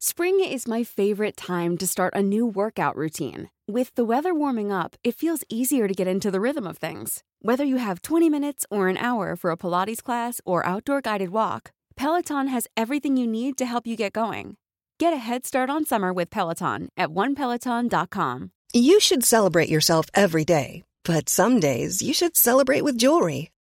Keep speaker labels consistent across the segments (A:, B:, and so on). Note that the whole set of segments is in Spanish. A: Spring is my favorite time to start a new workout routine. With the weather warming up, it feels easier to get into the rhythm of things. Whether you have 20 minutes or an hour for a Pilates class or outdoor guided walk, Peloton has everything you need to help you get going. Get a head start on summer with Peloton at onepeloton.com.
B: You should celebrate yourself every day, but some days you should celebrate with jewelry.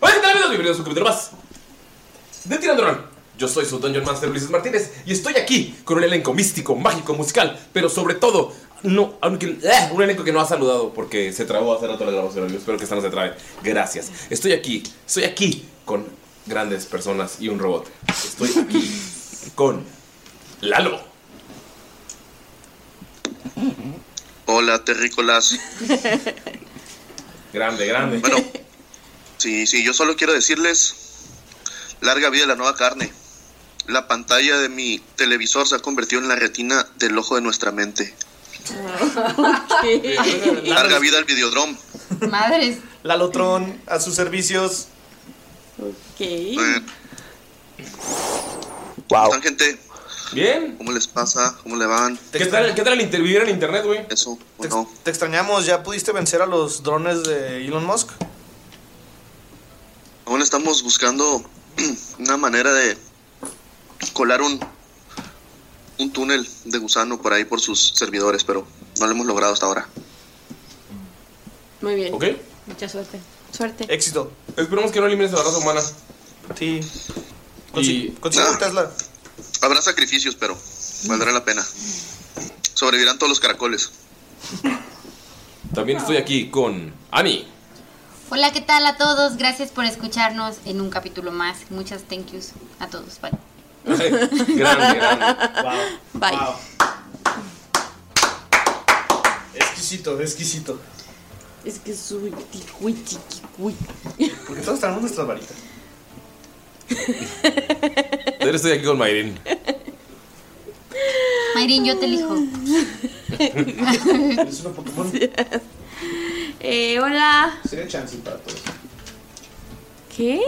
C: Hola, ¿qué tal amigos? Bienvenidos a un capítulo más de Tirando Rol. Yo soy su Dungeon Master Ulises Martínez y estoy aquí con un elenco místico, mágico, musical, pero sobre todo, no, aunque, ¡eh! un elenco que no ha saludado porque se trabó hace rato la grabación. amigos. Espero que esta no se trabe. Gracias. Estoy aquí, estoy aquí con grandes personas y un robot. Estoy aquí con Lalo.
D: Hola, terrícolas.
C: Grande, grande.
D: Bueno, sí, sí, yo solo quiero decirles, larga vida la nueva carne. La pantalla de mi televisor se ha convertido en la retina del ojo de nuestra mente. Larga vida al videodrome.
E: Madres.
F: Lalotron a sus servicios.
E: Ok.
D: Eh,
F: Wow.
D: ¿Están gente?
C: Bien.
D: ¿Cómo les pasa? ¿Cómo le van?
C: ¿Qué tal, qué tal el inter- vivir en internet, güey?
D: Eso,
F: Te,
D: bueno.
F: te extrañamos, ¿ya pudiste vencer a los drones de Elon Musk?
D: Aún estamos buscando una manera de colar un, un túnel de gusano por ahí por sus servidores, pero no lo hemos logrado hasta ahora.
E: Muy bien.
C: ¿Ok?
E: Mucha suerte. Suerte.
F: Éxito.
C: Esperemos que no elimines a la raza humana.
F: Sí.
C: Y-
F: Consi- Consigue un Tesla.
D: Ah. Habrá sacrificios, pero valdrá la pena. Sobrevivirán todos los caracoles.
C: También estoy aquí con ah, Ani.
G: Hola, ¿qué tal a todos? Gracias por escucharnos en un capítulo más. Muchas thank yous a todos. Bye.
C: grande, grande.
E: Bye.
F: Exquisito, exquisito.
E: Es que soy tijuitiquihui.
F: Porque todos tenemos nuestras varitas.
C: Pero estoy aquí con Mayrin.
G: Mayrin, yo te elijo.
F: Eres una Pokémon.
E: Eh, hola.
F: Sería chance para todos.
E: ¿Qué?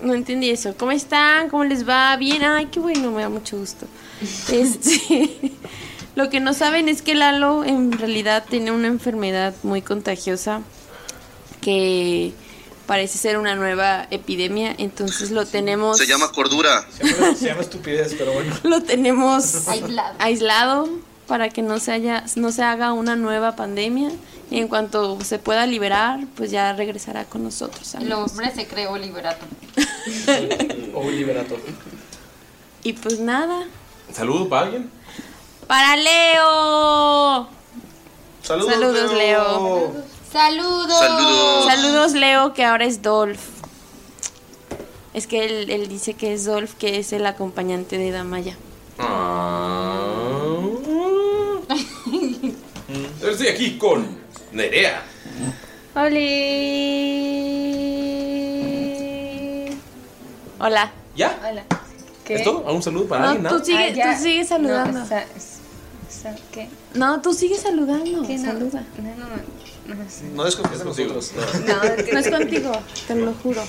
E: No entendí eso. ¿Cómo están? ¿Cómo les va? Bien. Ay, qué bueno, me da mucho gusto. Este, lo que no saben es que Lalo en realidad tiene una enfermedad muy contagiosa que parece ser una nueva epidemia, entonces lo tenemos
D: Se llama cordura.
F: Se llama estupidez, pero bueno.
E: lo tenemos
G: Aislado.
E: aislado para que no se haya no se haga una nueva pandemia y en cuanto se pueda liberar pues ya regresará con nosotros
G: El
E: amigos.
G: hombre se creó liberato.
F: O un liberato.
E: y pues nada
C: ¿Saludo para alguien?
E: Para Leo.
F: Saludos,
E: Saludos, Leo.
G: Saludos.
D: Saludos.
E: Saludos, Leo, que ahora es Dolph. Es que él, él dice que es Dolph, que es el acompañante de Damaya.
C: Estoy aquí con Nerea.
H: Oli.
E: Hola.
C: ¿Ya?
H: Hola. ¿Qué?
C: ¿Es todo? ¿Algún saludo para
E: No,
C: alguien?
E: tú
C: ¿Nada?
E: sí. Sigue-
H: Ah, ya.
E: tú sigue saludando.
H: No, sa- sa- ¿Qué?
E: No, tú sigues saludando.
H: ¿Qué? No,
E: Saluda.
H: no, no, no, no sé.
F: No desconfíes de
C: Contigo.
F: nosotros.
H: No, es que-
E: No es contigo, te lo juro.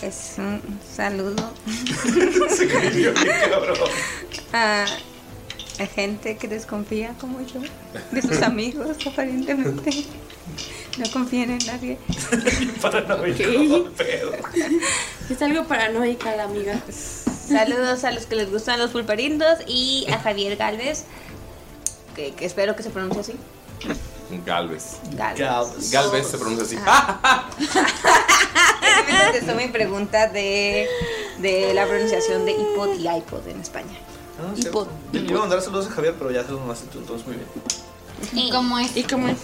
H: Es un saludo
C: Se creyó, qué cabrón.
H: a a gente que desconfía como yo, de sus amigos aparentemente. No confían en nadie.
C: Paranoico, pedo.
E: Es algo paranoica la amiga.
H: Saludos a los que les gustan los pulparindos y a Javier Galvez, que, que espero que se pronuncie así.
C: Galvez.
H: Galvez.
C: Galvez se pronuncia así. ¡Ah!
H: Él me
E: Ah.
H: contestó mi pregunta de, de la pronunciación de iPod y iPod en España.
F: Ah, es cierto. Iba a mandar saludos a Javier, pero ya se los mandaste tú, entonces muy bien.
G: ¿Y cómo es?
E: ¿Y cómo es?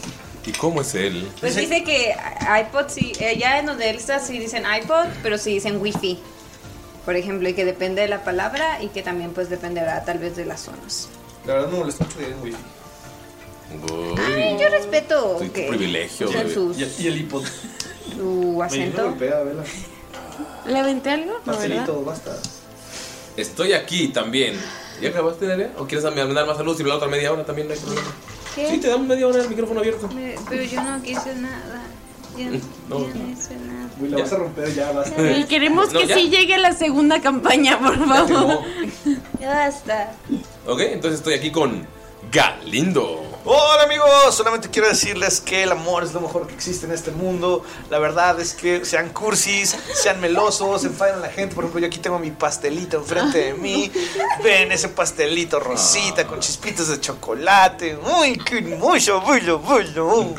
C: ¿Y cómo es él?
H: Pues dice que iPod sí, allá en donde él está sí dicen iPod, pero sí dicen Wi-Fi, por ejemplo, y que depende de la palabra y que también pues dependerá tal vez de las zonas.
F: La verdad me molesta mucho que digan wifi.
C: Uy,
H: Ay, yo respeto
C: soy tu
H: que
C: privilegio.
H: son
C: bebé.
H: sus-
F: Y, y el iPod.
H: su
F: Me lo
H: acento.
F: golpea, vela.
E: ¿Le aventé algo? No, ¿verdad?
F: Marcelito, basta.
C: Estoy aquí también. ¿Ya acabaste, Nerea? ¿O quieres mandar más saludos y la otra media hora también? No hay problema.
H: ¿Qué?
C: Sí, te damos media hora el micrófono abierto.
H: Me- Pero yo no quise nada. Yo no,
C: No.
H: yo no hice nada.
F: Uy, la vas a romper ya, basta.
E: Y queremos
C: No,
E: que
C: ya.
E: sí llegue la segunda campaña, por
C: Ya
E: favor.
C: llegó.
H: Ya basta.
C: Ok, entonces estoy aquí con Galindo.
F: Hola amigos, solamente quiero decirles que el amor es lo mejor que existe en este mundo. La verdad es que sean cursis, sean melosos, enfaden a la gente. Por ejemplo, yo aquí tengo mi pastelito enfrente de mí. Ven ese pastelito rosita con chispitas de chocolate. Uy, qué mucho, mucho, mucho.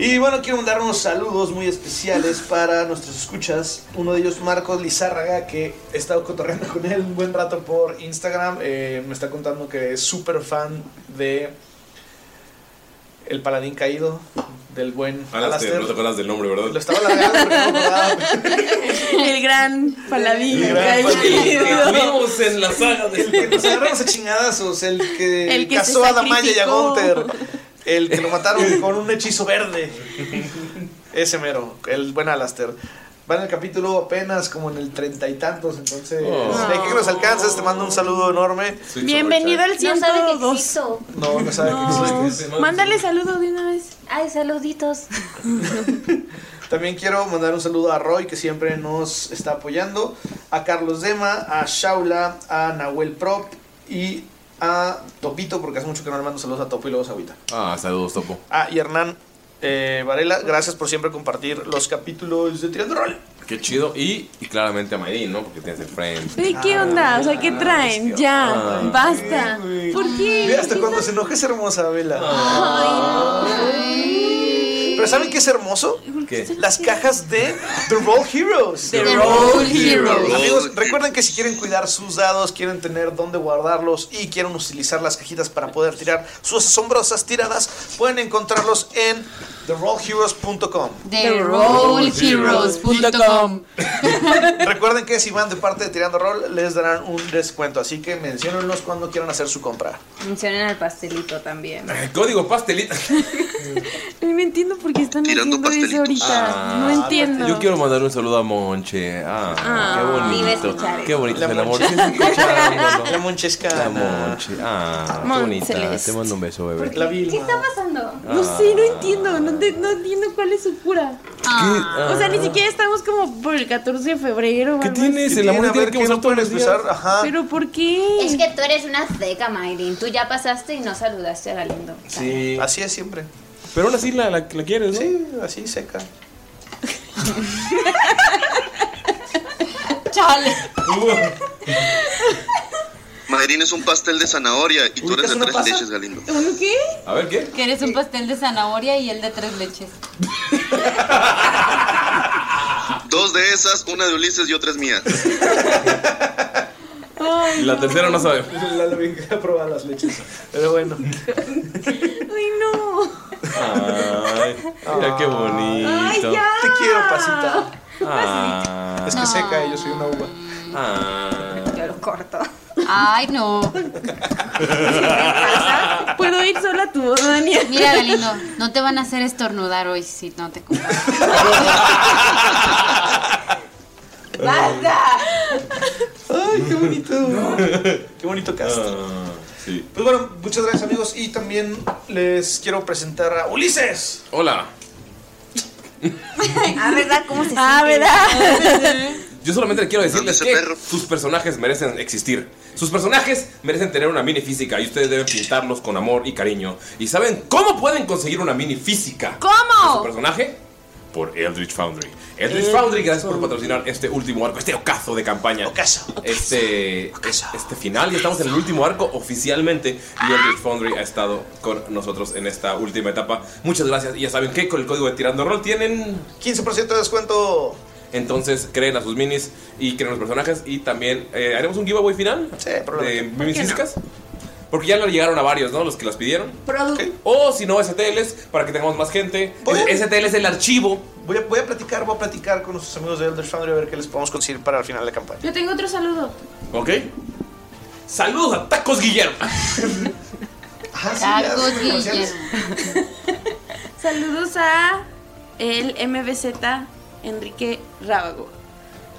F: Y bueno, quiero mandar unos saludos muy especiales para nuestros escuchas. Uno de ellos, Marcos Lizárraga, que he estado cotorreando con él un buen rato por Instagram. Eh, me está contando que es súper fan de El Paladín Caído, del buen
C: Alastair,
F: Alastair.
C: Ah, este, no te acuerdas del nombre, ¿verdad?
F: Lo estaba largando porque no me acordaba.
E: El gran paladín.
F: El gran paladín.
C: Estuvimos en la saga
F: El
C: de...
F: que nos agarramos a chingadazos, el que,
E: El que se
F: casó a Damaya y a
E: sacrificó.
F: Gunther, el que lo mataron con un hechizo verde. Ese mero, el buen Alastair. Va en el capítulo apenas como en el treinta y tantos, entonces
C: Oh.
F: de que nos alcances, te mando un saludo enorme.
E: Bienvenido al
H: No sabe que
E: 102.
H: existo.
F: No, no sabe que existe.
E: Mándale saludos de una vez.
H: Ay, saluditos.
F: También quiero mandar un saludo a Roy, que siempre nos está apoyando, a Carlos Dema, a Shaula, a Nahuel Prop y a Topito, porque hace mucho que no le mando saludos a Topo y luego a Agüita.
C: Ah, saludos, Topo.
F: Ah, y Hernán eh, Varela, gracias por siempre compartir los capítulos de Tirando Rol.
C: Qué chido. Y, y claramente a Mayrin, ¿no? Porque tienes el friend.
E: Oye, ¿Qué onda? O sea, ¿qué traen? Ya, basta. ¿Por
F: Ve
E: qué?
F: hasta cuando se enoja es hermosa, Vela. Pero ¿saben qué es hermoso?
C: ¿Qué?
F: Las cajas de The Roll Heroes.
E: The Roll Heroes.
F: Amigos, recuerden que si quieren cuidar sus dados, quieren tener dónde guardarlos y quieren utilizar las cajitas para poder tirar sus asombrosas tiradas, pueden encontrarlos en therollheroes.com.
A: TheRollHeroes.com
F: Recuerden que si van de parte de Tirando Roll, les darán un descuento, así que menciónenlos cuando quieran hacer su compra.
H: Mencionen al pastelito también.
C: El código pastelito.
E: No entiendo por qué
F: Ah,
E: están
D: Tirando
E: haciendo eso
D: pastelitos.
E: ahorita. No
C: Ah,
E: entiendo.
C: pues, Yo quiero mandar un saludo a Monche. Ah, qué
H: Vive
C: bonito.
H: escuchar eso.
C: Qué bonito es el amor.
F: Monche-
C: Sí, sí, escuchándolo.
F: La monchesca.
C: La Monche. Ah, qué bonita.
E: Celeste.
C: Te mando un beso, bebé.
F: La Vilma.
H: pasando?
E: No sé, no entiendo. No, te- no entiendo cuál es su cura. O sea, ni siquiera estamos como por el 14 de febrero. o
C: ¿Qué
E: algo
C: tienes?
F: Sí,
C: El
F: a
C: amor
F: ver,
C: tiene que
F: ¿qué
C: usar
F: no
C: todos
F: pueden
C: los días.
F: expresar? Ajá.
E: así. Pero ¿por qué?
G: Es que tú eres una seca, Mayrin. Tú ya pasaste y no saludaste a Galindo.
C: Sí.
F: Así es siempre.
C: Pero aún así la, la, la quieres, ¿no?
F: Sí, así seca.
G: ¡Ah! Chale.
E: Uh.
D: Madrín es un pastel de zanahoria y tú
F: Uy, ¿qué
D: eres
F: es
D: de
F: una
D: tres
F: pasa?
D: leches, Galindo.
E: ¿Un qué?
C: A ver, ¿qué?
G: Que eres un pastel de zanahoria y el de tres leches.
D: Dos de esas, una de Ulises y otra es mía.
C: La tercera no sabe.
F: Lalo bien que ha probado las leches. Pero bueno.
E: ¡Ay, no!
C: Ay, mira qué bonito.
E: ¡Ay, ya!
F: Ah. Te quiero, pasita.
C: Ah,
F: Es que se cae, yo soy una uva.
C: ah.
I: Yo lo corto.
G: Ay, no.
E: ¿Puedo ir sola a tu boda, Daniel?
G: Mira, Galindo, no te van a hacer estornudar hoy si no te compras.
I: ¡Basta!
F: Ay, qué bonito. Qué bonito cast.
C: Ah, sí.
F: Pues bueno, muchas gracias amigos y también les quiero presentar a Ulises.
C: Hola.
I: Ah, ¿verdad? ¿Cómo se
E: Ah, ¿verdad?
C: Yo solamente quiero decirles
D: ¿Dónde
C: que
D: ese perro?
C: sus personajes merecen existir. Sus personajes merecen tener una mini física y ustedes deben pintarlos con amor y cariño. ¿Y saben cómo pueden conseguir una mini física? de su
E: ¿Cómo?
C: personaje? Por Eldritch Foundry. Eldritch Foundry, gracias por patrocinar este último arco, este ocaso de campaña.
F: Ocaso, ocaso,
C: Este,
F: ocaso. Ah.
C: este final, y estamos en el último arco oficialmente. Y Eldritch Foundry ha estado con nosotros en esta última etapa. Muchas gracias. Y ya saben que con el código de Tirando Roll tienen
F: 15% de descuento.
C: entonces creen a sus minis y creen a los personajes. Y también eh, haremos un giveaway final
F: Sí,
C: de
F: probablemente.
C: minis físicas. Porque ya le llegaron a varios, ¿no? Los que las pidieron.
I: Produ-
C: O si no, STLs para que tengamos más gente.
F: Voy a-
C: STL es el archivo.
F: Voy a, voy a platicar, voy a platicar con nuestros amigos de Elder Foundry a ver qué les podemos conseguir para el final de campaña.
E: Yo tengo otro saludo.
C: Ok. Saludos a Tacos Guillermo.
F: Ah, sí, ya,
G: Tacos,
F: sí, gracias.
G: Guillermo.
E: Saludos a el MBZ Enrique Rábago.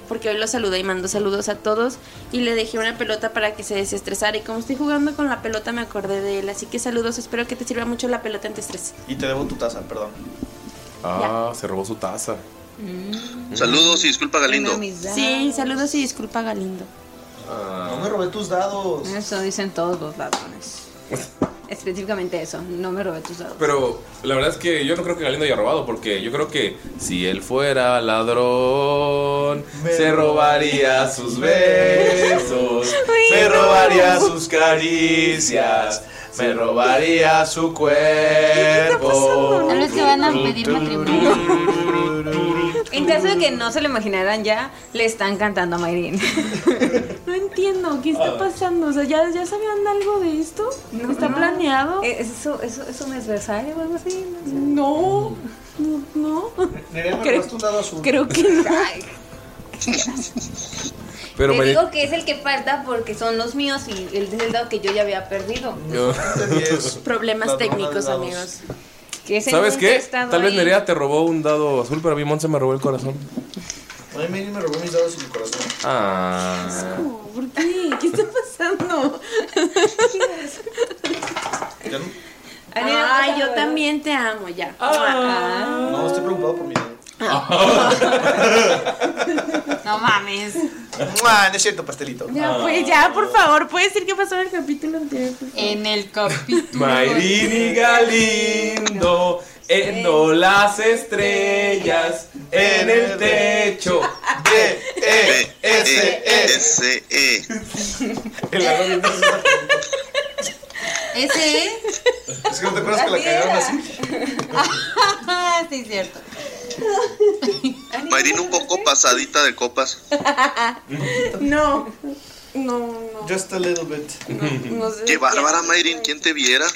E: Porque hoy lo saludé y mando saludos a todos. Y le dejé una pelota para que se desestresara. Y como estoy jugando con la pelota, me acordé de él. Así que saludos. Espero que te sirva mucho la pelota antiestrés.
F: Y te debo tu taza, perdón.
C: Ah, se robó su taza.
E: Mm.
D: Mm. Saludos y disculpa Galindo.
E: Sí, saludos y disculpa, Galindo.
C: Ah.
F: No me robé tus dados.
I: Eso dicen todos los ladrones. Específicamente eso, no me robé tus dados.
C: Pero la verdad es que yo no creo que Galindo haya robado, porque yo creo que si él fuera ladrón,
F: Me
C: se robaría sus besos,
F: Me robaría sus caricias. Me robaría su cuerpo.
G: Tal vez te van a pedir matrimonio.
I: En caso de que no se lo imaginaran ya, le están cantando a Mayrin.
E: No entiendo, ¿qué está pasando? O sea, ¿ya, ya sabían algo de esto?
I: No,
E: ¿Está
I: no.
E: planeado?
I: Eh, ¿Es eso, eso, eso un adversario o algo así? No
E: no, no, no.
F: Nerea, me
E: Creo-
F: robaste un dado azul.
E: Creo que no.
I: sé. Ay,
C: Pero
I: te
C: me
I: digo que es el que falta porque son los míos y el es el dado que yo ya había perdido.
C: yo-
E: Problemas
F: Ladrona de
E: técnicos,
F: dados.
E: amigos.
I: Que ese
C: ¿Sabes
I: nunca ha
C: qué?
I: estado
C: Tal vez
I: ahí.
C: Nerea te robó un dado azul, pero a mí Monse me robó el corazón.
F: Ay, Mary me robó mis dados y mi corazón.
C: Ah.
E: Oh, ¿Por qué? ¿Qué está pasando?
F: Ya no,
I: A mí me pasa
E: Ay, yo
I: algo,
E: también te amo, ya. Ah.
F: no, estoy preocupado por mi dado. Ah,
E: ah.
G: No mames.
F: ¡Mua! No es cierto, pastelito.
E: Ya, pues, ya, por favor, ¿puedes decir qué pasó en el capítulo anterior?
G: En el capítulo.
C: Mayrini Galindo, endo las estrellas en el techo. Eh,
F: E, E,
D: E,
F: S,
D: E,
F: E.
D: S, E.
F: El ladrón bien gracioso.
G: Ese ¿eh? es.
F: Es que no te acuerdas que la cagaron así.
G: Ah, sí, es cierto.
D: Mayrin un poco pasadita de copas.
E: No, no, no.
F: Just a little bit.
E: no sé
D: Qué
E: qué
D: bárbara
E: hacer.
D: Mayrin, ¿quién te viera?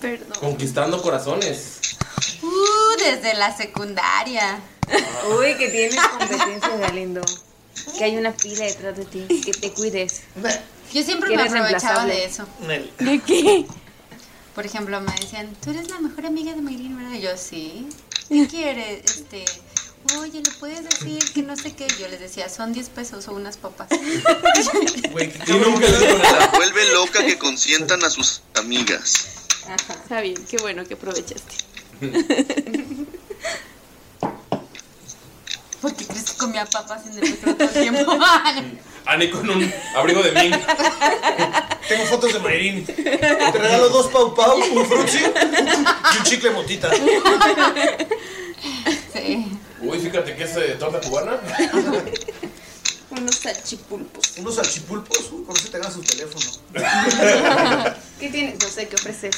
E: Perdón.
C: Conquistando corazones.
G: Uh, desde la secundaria.
I: Uy, que tienes competencia, Galindo. Que hay una pila detrás de ti, que te cuides.
G: Yo siempre
I: Que
G: me
I: eres
G: aprovechaba
I: reemplazable.
G: de eso.
F: Nel.
E: ¿De qué?
G: Por ejemplo, me decían, tú eres la mejor amiga de Mayrin, ¿verdad? Y yo, sí. ¿Qué quieres? Este, oye, ¿le puedes decir que no sé qué? Yo les decía, son 10 pesos o unas papas.
F: Güey, qué
C: Y nunca les digo nada.
D: La vuelve loca que consientan a sus amigas.
E: Está bien, qué bueno que aprovechaste.
G: Porque crees que comía papas en el recreo todo el tiempo.
C: Ani Ah, con un abrigo de mink.
F: Tengo fotos de Mayrin. Te regalo dos Pau Pau, un Fruchi y un chicle motita.
G: sí.
C: Uy, fíjate que es eh, torta cubana.
E: Unos salchipulpos.
F: Unos salchipulpos, uh, con eso te ganas su teléfono.
I: ¿Qué tienes? No sé, ¿qué ofreces?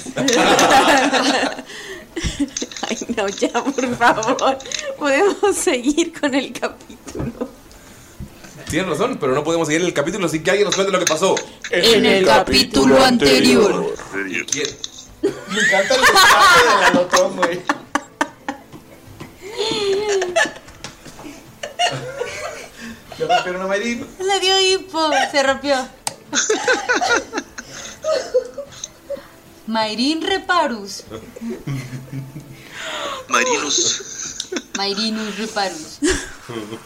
E: Ay, no, ya, por favor. Podemos seguir con el capítulo.
C: Sí, Tienes razón, pero no podemos seguir en el capítulo, así que alguien nos cuente lo que pasó.
J: En el capítulo anterior.
C: ¿Quién?
F: Me encanta el despacho del
E: Ah.
F: alotón, güey. Yo prefiero una Mayrin.
G: Le dio hipo, se rompió. Mayrin Reparus.
D: Marinos.
G: Mayrinus Reparus.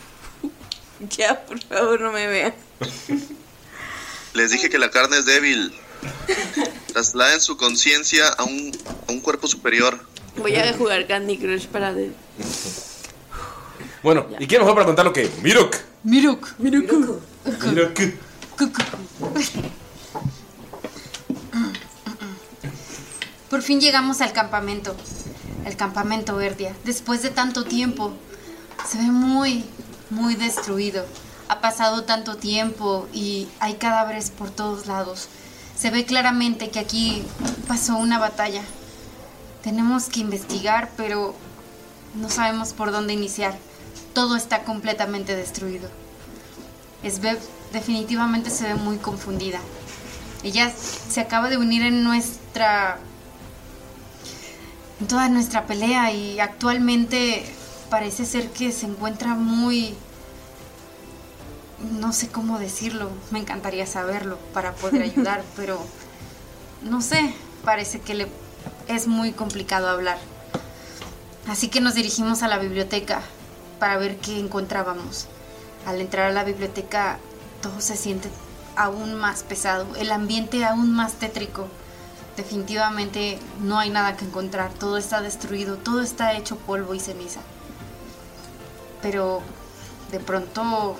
E: Ya, por favor, no me vean.
D: Les dije que la carne es débil. Trasladen su conciencia a un, a un cuerpo superior.
E: Voy a jugar Candy Crush para de...
C: Bueno, ¿y quién mejor para contar lo que? Mirok.
G: Miruk.
E: Miruku.
C: Mirok.
G: Por fin llegamos al campamento. El campamento Verdia. Después de tanto tiempo. Se ve muy, muy destruido. Ha pasado tanto tiempo y hay cadáveres por todos lados. Se ve claramente que aquí pasó una batalla. Tenemos que investigar, pero no sabemos por dónde iniciar. Todo está completamente destruido. Svev definitivamente se ve muy confundida. Ella se acaba de unir en nuestra en toda nuestra pelea y actualmente parece ser que se encuentra muy... No sé cómo decirlo, me encantaría saberlo para poder ayudar, pero no sé, parece que le es muy complicado hablar. Así que nos dirigimos a la biblioteca para ver qué encontrábamos. Al entrar a la biblioteca todo se siente aún más pesado, el ambiente aún más tétrico. Definitivamente no hay nada que encontrar, todo está destruido, todo está hecho polvo y ceniza. Pero de pronto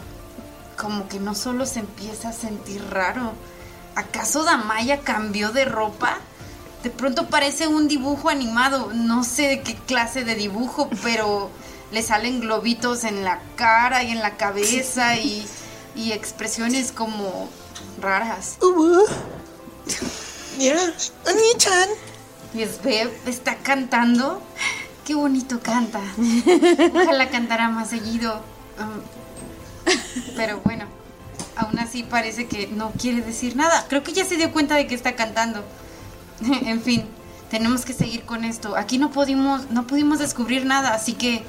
G: como que no solo se empieza a sentir raro. ¿Acaso Damaya cambió de ropa? De pronto parece un dibujo animado, no sé de qué clase de dibujo, pero le salen globitos en la cara y en la cabeza y, y expresiones como raras.
J: Mira, Ani-chan.
G: Y Svev está cantando. Qué bonito canta. Ojalá cantara más seguido. Um, Pero bueno, aún así parece que no quiere decir nada. Creo que ya se dio cuenta de que está cantando. en fin, tenemos que seguir con esto. Aquí no pudimos, no pudimos descubrir nada, así que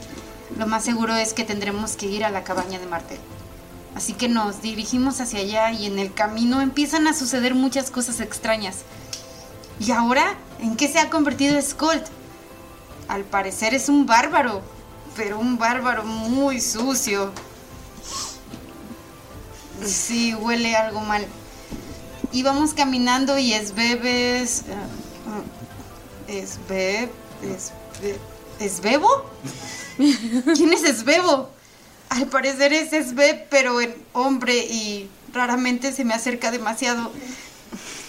G: lo más seguro es que tendremos que ir a la cabaña de Martel. Así que nos dirigimos hacia allá y en el camino empiezan a suceder muchas cosas extrañas. ¿Y ahora? ¿En qué se ha convertido Skolt? Al parecer es un bárbaro, pero un bárbaro muy sucio. Sí, huele algo mal. Y vamos caminando y es bebes... ¿Es beb? ¿Es, be- ¿es bebo? ¿Quién es Esbebo? Al parecer es Esbe, pero en hombre y raramente se me acerca demasiado.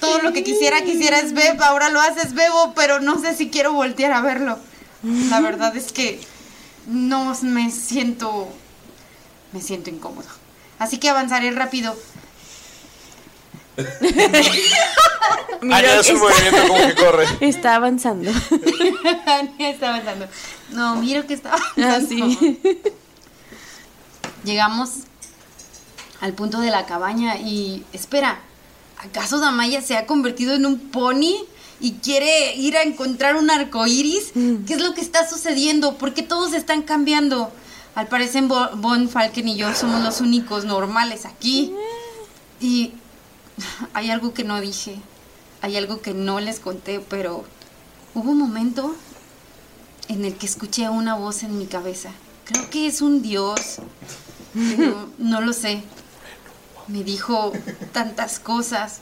G: Todo lo que quisiera, quisiera Esbeb, ahora lo hace Esbebo, pero no sé si quiero voltear a verlo. La verdad es que no me siento. Me siento incómodo. Así que avanzaré rápido.
F: Ah, ya es un movimiento como que corre.
E: Está avanzando.
G: está avanzando. No, miro que está
E: Ah,
G: avanzando.
E: sí.
G: Llegamos al punto de la cabaña y espera, ¿acaso Damaya se ha convertido en un pony y quiere ir a encontrar un arco iris?
E: Mm.
G: ¿Qué es lo que está sucediendo? ¿Por qué todos están cambiando? Al parecer Bo- Von Falken y yo somos los únicos normales aquí.
E: Mm.
G: Y hay algo que no dije, hay algo que no les conté, pero hubo un momento en el que escuché una voz en mi cabeza. Creo que es un dios, pero no lo sé. Me dijo tantas cosas,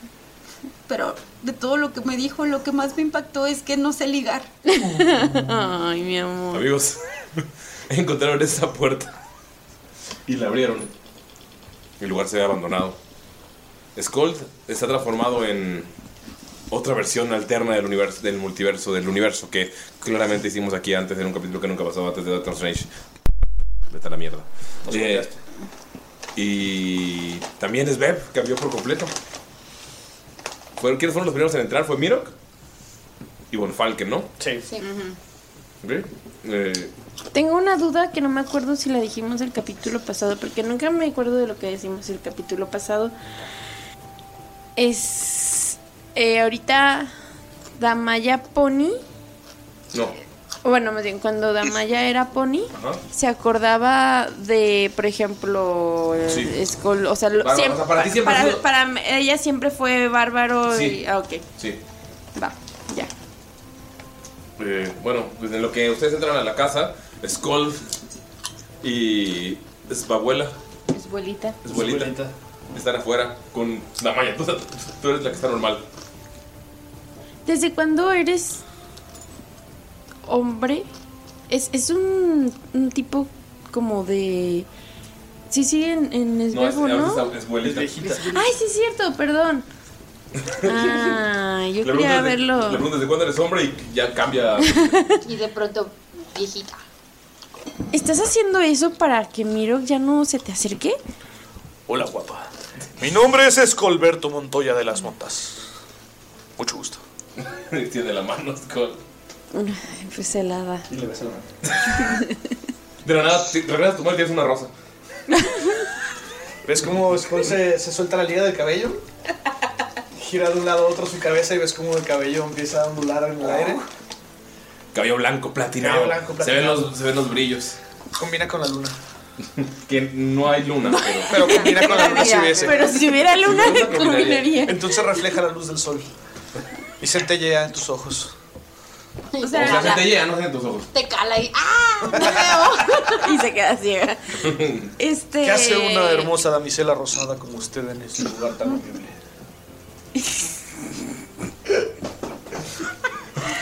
G: pero de todo lo que me dijo, lo que más me impactó es que no sé ligar.
E: Ay, mi amor.
C: Amigos, encontraron esa puerta y la abrieron. El lugar se ve abandonado. Skold está transformado en otra versión alterna del universo, del multiverso, del universo que claramente hicimos aquí antes en un capítulo que nunca pasó antes de Doctor Strange. Vete a la mierda.
F: Nos
C: Eh,
F: cambiaste.
C: y también es Beb, cambió por completo. Fueron- ¿Quiénes fueron los primeros en entrar? Fue Mirok y Von Falken, ¿no?
F: Sí.
C: Ok. Eh,
E: Tengo una duda que no me acuerdo si la dijimos el capítulo pasado, porque nunca me acuerdo de lo que decimos el capítulo pasado. Es. eh, ahorita. Damaya Pony.
C: No.
E: Bueno, más bien, cuando Damaya era Pony,
C: Ajá.
E: se acordaba de, por ejemplo, eh,
C: Sí.
E: Skull, o sea, lo-
C: Bárbaro,
E: siempre-
C: o sea, para ti siempre
E: para-
C: ha sido-
E: para m- ella siempre fue bárbaro
C: Sí.
E: y, ah, ok,
C: Sí.
E: va, ya.
C: Eh, bueno, pues en lo que ustedes entran a la casa, Skull y su abuela,
E: Es abuelita.
C: su abuelita, están afuera con Damaya. Tú, tú eres la que está normal.
E: ¿Desde cuándo eres hombre? Es, es un, un tipo como de... Sí, sí, en, en
C: No, es,
E: esbelbo,
C: ahorita
E: ¿no?
C: está- es abuelita.
E: Ay, sí, es cierto, perdón. Ah, yo
C: Le
E: quería
C: preguntas de-
E: verlo.
C: Le preguntas de cuándo eres hombre y ya cambia.
E: Y de pronto, viejita. ¿Estás haciendo eso para que Miro ya no se te acerque?
F: Hola, guapa. Mi nombre es Escolberto Montoya de las Montas. Mucho gusto.
C: Tiene la mano, Skull.
E: Ay, Pues helada.
F: Y le besé la mano.
C: De la nada, te- regresas a tu mano y tienes una rosa.
F: ¿Ves cómo Skull se, se suelta la liga del cabello? Gira de un lado a otro su cabeza y ves cómo el cabello empieza a ondular en el
E: Ah.
F: aire.
C: Cabello blanco, platinado.
F: Cabello blanco,
C: Se, ven
F: platinado.
C: los, se ven los brillos.
F: Combina con la luna.
C: que no hay luna, pero.
F: Pero combina con la luna si hubiese.
E: Pero si hubiera luna,
F: Si hubiera luna,
E: combinaría.
F: Entonces refleja la luz del sol y centellea en tus ojos.
E: O
C: O sea,
E: la-
C: se te llega, no sé en tus ojos.
E: te cala y ¡ah! ¡No veo! y se queda ciega. Este.
F: ¿Qué hace una hermosa damisela rosada como usted en este lugar tan horrible?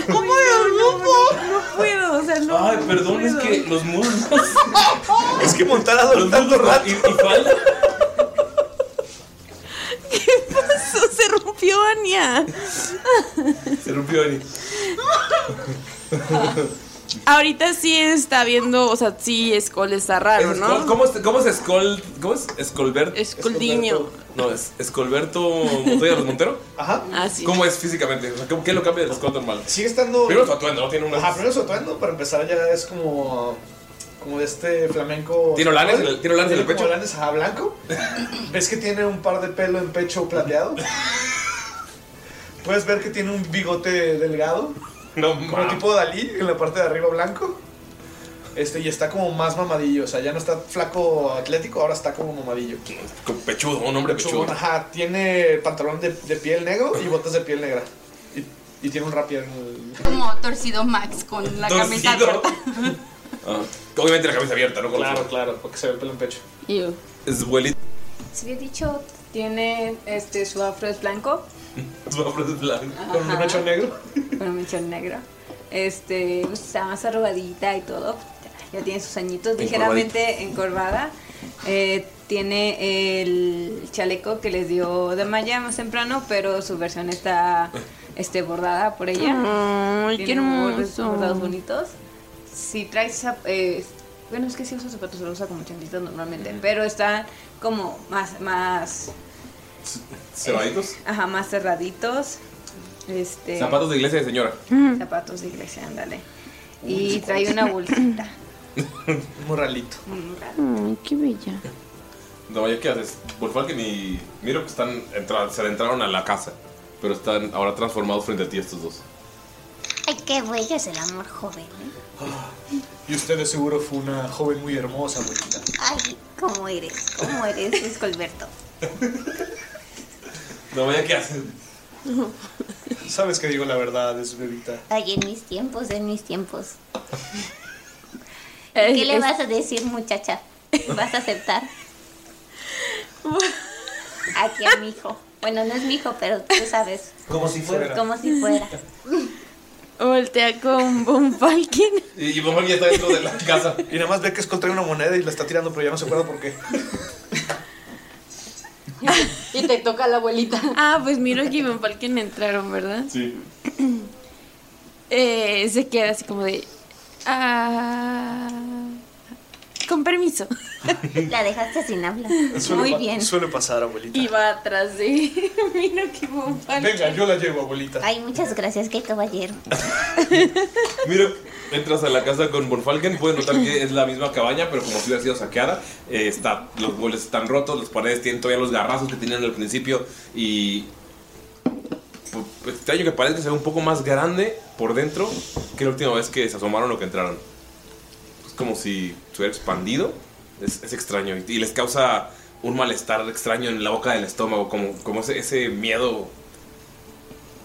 E: ¿Cómo lo no, no puedo, o sea, no.
C: Ay, perdón, es que los muslos.
F: es que montar a
C: los muslos rato. Y, y falda.
E: ¿Qué pasó? Se rompió Ania.
C: Se rompió Ani.
E: Ahorita sí está viendo, o sea, sí, Skull está raro,
C: Es
E: ¿no?
C: Skol- ¿Cómo es, cómo es Skol- ¿Cómo es Escolberto?
E: Escoldiño.
C: No, es Escolberto Montoya de los Montero.
F: Ajá.
E: Así.
C: ¿Cómo es físicamente? O sea, ¿cómo- ¿Qué lo cambia del Skull normal?
F: Sigue estando.
C: Primero su atuendo, ¿no? Tiene unas.
F: Ajá, primero su atuendo, para empezar ya es como. Como de este flamenco.
C: Tiene olanes en el- tiene olanes en el
F: como
C: pecho.
F: olanes, ajá, blanco. ¿Ves que tiene un par de pelo en pecho plateado? Puedes ver que tiene un bigote delgado,
C: No
F: como
C: mames.
F: tipo Dalí, en la parte de arriba blanco. Este, y está como más mamadillo, o sea, ya no está flaco atlético, ahora está como mamadillo.
C: Con pechudo, un hombre pechudo.
F: Chubón, ajá, tiene pantalón de, de piel negro y botas de piel negra. Y, y tiene un rapier en el.
G: Como torcido Max con la camisa
C: Torcido.
G: corta.
C: Ah, obviamente la camisa abierta, ¿no? Con los-
F: Claro, claro, porque se ve el pelo en pecho.
E: Ew.
C: Es vuelito.
I: Se había dicho, tiene este, su afro es blanco,
C: Su afro es blanco.
F: Con un pecho negro.
I: pero me echó negro. Este, pues, está más arrugadita y todo. Ya tiene sus añitos ligeramente encorvada. Eh, tiene el chaleco que les dio Damaya más temprano, pero su versión está este, bordada por ella.
E: Ay, qué
I: Tiene bordes- bordados
E: hermoso.
I: bonitos. Si traes zap- eh, bueno, es que si usa zapatos, se los usa como changuitos normalmente, pero están como más, más eh,
C: Cerraditos.
I: Ajá, más cerraditos. Este,
C: Zapatos de iglesia de señora.
I: zapatos de iglesia, ándale. Y trae una bolsita.
F: Un morralito.
I: un lugar.
E: Ay, qué bella.
C: No, ya ¿qué haces? Volfalken y Miro que están entra- se adentraron a la casa, pero están ahora transformados frente a ti estos dos.
J: Ay, qué bello es el amor joven. ¿eh?
C: Ah.
F: Y usted de seguro fue una joven muy hermosa, abuelita.
J: Ay, cómo eres, cómo eres, Escolberto.
C: No, ya ¿qué haces?
F: Sabes que digo la verdad, es bebita.
J: Ay, en mis tiempos, en mis tiempos.
E: Eh,
J: ¿Qué le
E: es-
J: vas a decir, muchacha? ¿Vas a aceptar? Aquí a mi hijo. Bueno, no es mi hijo, pero tú sabes.
F: Como si fuera.
J: Como si fuera.
E: Voltea con Von Falken.
C: Y, y Von Falken ya está dentro de la casa.
F: Y nada más ve que Skull trae una moneda y la está tirando, pero ya no se acuerda por qué.
I: Y te toca la abuelita.
E: Ah, pues Miro y Von Falken entraron, ¿verdad?
C: Sí.
E: Eh, se queda así como de. Ah, con permiso.
J: La dejaste sin habla.
F: Suele
J: Muy
F: pa-
J: bien.
F: Suele pasar, abuelita.
I: Iba atrás de. Mira qué bomba.
F: Venga, yo la llevo, abuelita.
J: Ay, muchas gracias, qué caballero.
C: Mira, entras a la casa con Bonfalken, puedes notar que es la misma cabaña, pero como si hubiera sido saqueada, eh, está, los muebles están rotos, las paredes tienen todavía los garrazos que tenían al principio y... pu- Extraño que parece que se ve un poco más grande por dentro que la última vez que se asomaron o que entraron. Es como si se hubiera expandido. Es, es extraño y, y les causa un malestar extraño en la boca del estómago, como, como ese, ese miedo.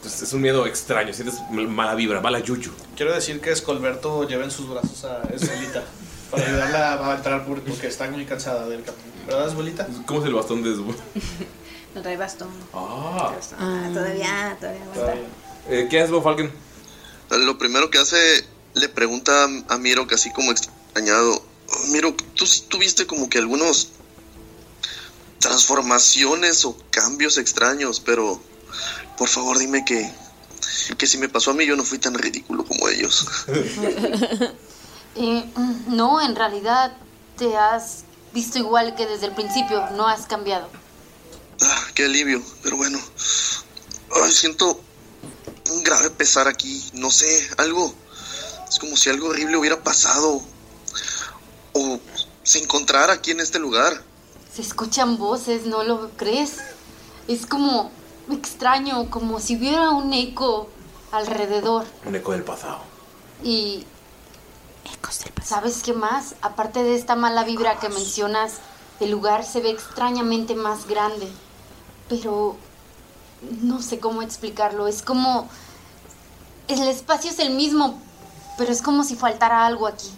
C: pues, es un miedo extraño, sientes mal- mala vibra, mala yuyu.
F: Quiero decir que Escolberto lleva en sus brazos a Esbolita para ayudarla a entrar por- porque está muy cansada del camino. ¿Verdad, Esbolita?
C: ¿Cómo es el bastón de Esbo?
I: No trae bastón.
C: Ah.
I: Ah, todavía, todavía aguanta.
C: Eh, ¿Qué es Bob Falcon?
D: Lo primero que hace, le pregunta a Miro, que así como extrañado, "Oh, Miro, ¿tú tuviste como que algunos transformaciones o cambios extraños, pero por favor dime que, que si me pasó a mí yo no fui tan ridículo como ellos.
G: Eh, mm, no, en realidad te has visto igual que desde el principio, no has cambiado.
D: Ah, qué alivio, pero bueno, Ay, siento un grave pesar aquí, no sé, algo, es como si algo horrible hubiera pasado o se encontrara aquí en este lugar.
G: Se escuchan voces, ¿no lo crees? Es como extraño, como si hubiera un eco alrededor.
C: Un eco del pasado.
G: Y... ¿Sabes qué más? Aparte de esta mala vibra que mencionas, el lugar se ve extrañamente más grande. Pero... No sé cómo explicarlo. Es como... El espacio es el mismo, pero es como si faltara algo aquí.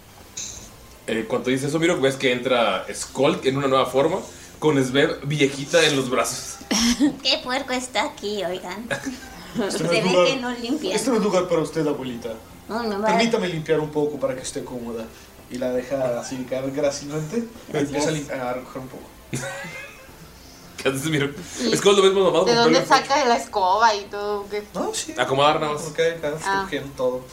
C: Eh, cuando dice eso, miro que ves que entra Skolk en una nueva forma, con Svev viejita en los brazos.
J: Qué puerco está aquí, oigan.
F: Esto
J: Se
F: no
J: ve
F: es lugar-
J: que no limpian.
F: Este no es lugar para usted, abuelita.
J: No, no va.
F: Permítame limpiar un poco para que esté cómoda. Y la deja así caer gracinante. Y empieza a lim- a arrojar un poco.
C: ¿Qué haces, miro? Skolk lo ves más mamado
E: ¿De
C: con
E: dónde
C: pelo.
E: saca la escoba y todo? ¿Qué?
F: No, sí.
C: Acomodar nada más.
F: Porque acá
E: Ah.
F: surgiendo todo.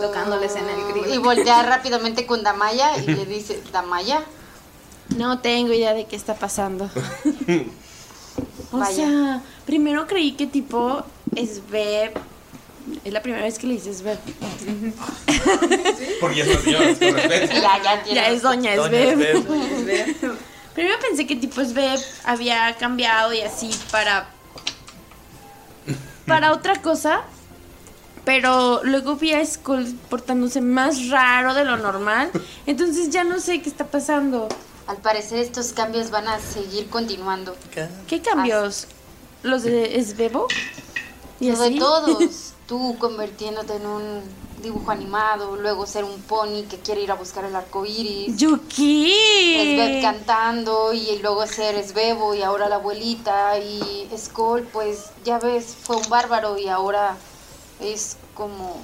I: Tocándoles en el
G: Y
I: grill.
G: voltea rápidamente con Damaya y le dice, Damaya,
E: No tengo idea de qué está pasando. o
G: Vaya.
E: sea, primero creí que tipo es ver. Es la primera vez que le dices ver.
C: Porque ya es una señora, es con respeto.
G: ya, ya tiene.
E: Ya es doña es
F: Esbeb.
E: Beb. Primero pensé que tipo es Beb había cambiado y así para para otra cosa, pero luego vi a Skull portándose más raro de lo normal, entonces ya no sé qué está pasando.
G: Al parecer pues estos cambios van a seguir continuando.
E: ¿Qué cambios? ¿Los de Esbebo? ¿Y
G: Lo de
E: así?
G: todos, tú convirtiéndote en un dibujo animado, luego ser un pony que quiere ir a buscar el arco iris,
E: ¡Yuki!
G: Esbeb cantando y luego ser Esbebo y ahora la abuelita y Skull, pues ya ves, fue un bárbaro y ahora es como...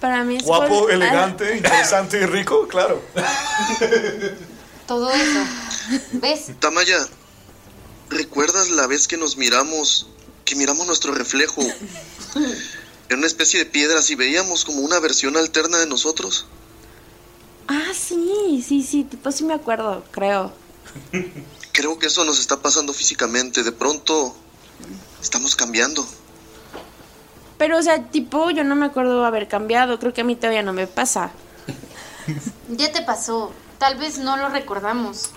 E: Para mí es Ah.
F: Guapo,
E: Skull-
F: elegante, interesante y rico, claro.
G: Todo eso. ¿Ves?
D: Tamaya, ¿recuerdas la vez que nos miramos, que miramos nuestro reflejo en una especie de piedras y veíamos como una versión alterna de nosotros?
E: Ah, sí, sí, sí, tipo sí me acuerdo, creo.
D: Creo que eso nos está pasando físicamente, de pronto estamos cambiando.
E: Pero, o sea, tipo, yo no me acuerdo haber cambiado. Creo que a mí todavía no me pasa.
G: Ya te pasó. Tal vez no lo recordamos.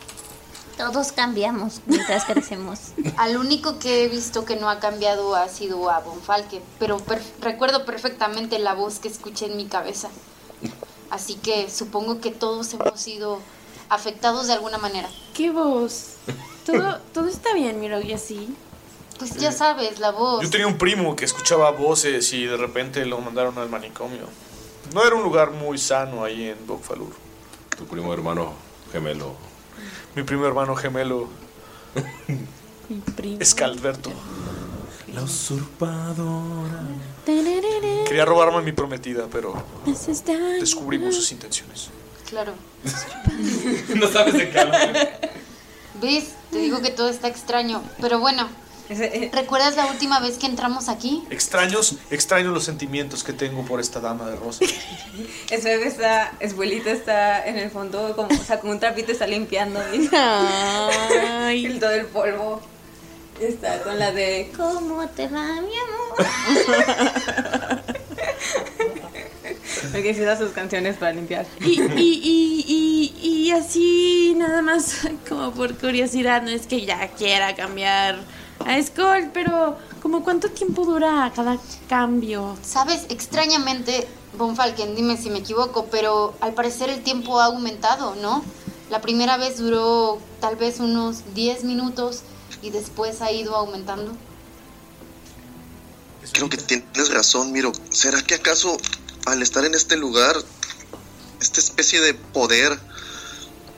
J: Todos cambiamos mientras crecemos.
G: Al único que he visto que no ha cambiado ha sido a Bonfalque, pero per- recuerdo perfectamente la voz que escuché en mi cabeza. Así que supongo que todos hemos sido afectados de alguna manera.
E: ¿Qué voz? Todo, todo está bien, miro, y así.
G: Pues ya sabes, la voz.
F: Yo tenía un primo que escuchaba voces y de repente lo mandaron al manicomio. No era un lugar muy sano ahí en Bokfalur.
C: Tu primo hermano gemelo.
F: Mi primo hermano gemelo,
E: Mi primo.
F: Escalberto,
C: La usurpadora.
E: Tararara,
F: quería robarme a mi prometida, pero
E: nos está-
F: descubrimos sus intenciones.
G: Claro.
C: No sabes de qué habla.
G: ¿Ves? Te digo que todo está extraño. Pero bueno, ¿Recuerdas la última vez que entramos aquí?
F: Extraños, extraños los sentimientos que tengo por esta dama de rosa.
I: Es bebé está, es abuelita está en el fondo, como, o sea, con un trapito está limpiando. y- el, todo el polvo. Está con la de.
J: ¿Cómo te va, mi amor?
I: Porque sí usa sus canciones para limpiar.
E: Y, y, y, y, y así nada más como por curiosidad, no es que ya quiera cambiar a Skull, pero como cuánto tiempo dura cada cambio.
G: Sabes, extrañamente, Bonfalken, dime si me equivoco, pero al parecer el tiempo ha aumentado, ¿no? La primera vez duró tal vez unos 10 minutos y después ha ido aumentando.
D: Creo que tienes razón, Miro. ¿Será que acaso al estar en este lugar, esta especie de poder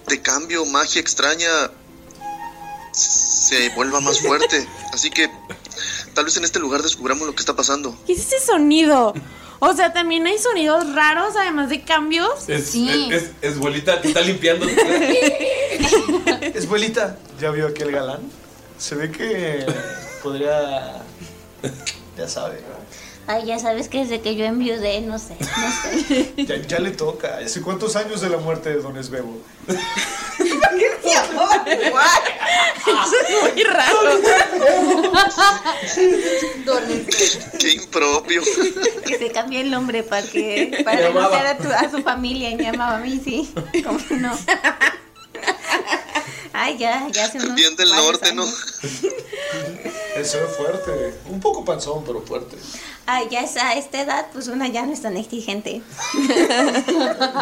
D: de cambio, magia extraña, se vuelva más fuerte? Así que tal vez en este lugar descubramos lo que está pasando.
E: ¿Qué es ese sonido? O sea, también hay sonidos raros, además de cambios.
C: Es, es, es, es abuelita, te está limpiando.
F: Es abuelita. ¿Ya vio aquel galán? Se ve que podría. Ya sabe, ¿no?
J: Ay, ya sabes que desde que yo enviudé, no sé, no sé.
F: ya, ya le toca. ¿Hace cuántos años de la muerte de Don Esbebo?
E: Muy raro.
D: ¡Qué impropio!
J: Que se cambie el nombre para que para
C: llamaba.
J: renunciar a, tu, a su familia y me llamaba a mí, sí. ¿Cómo no? Ay, ya, ya se
D: Bien del norte, ¿no?
F: Eso es fuerte. Un poco panzón, pero fuerte.
J: Ay, ya es a esta edad, pues una ya no es tan exigente.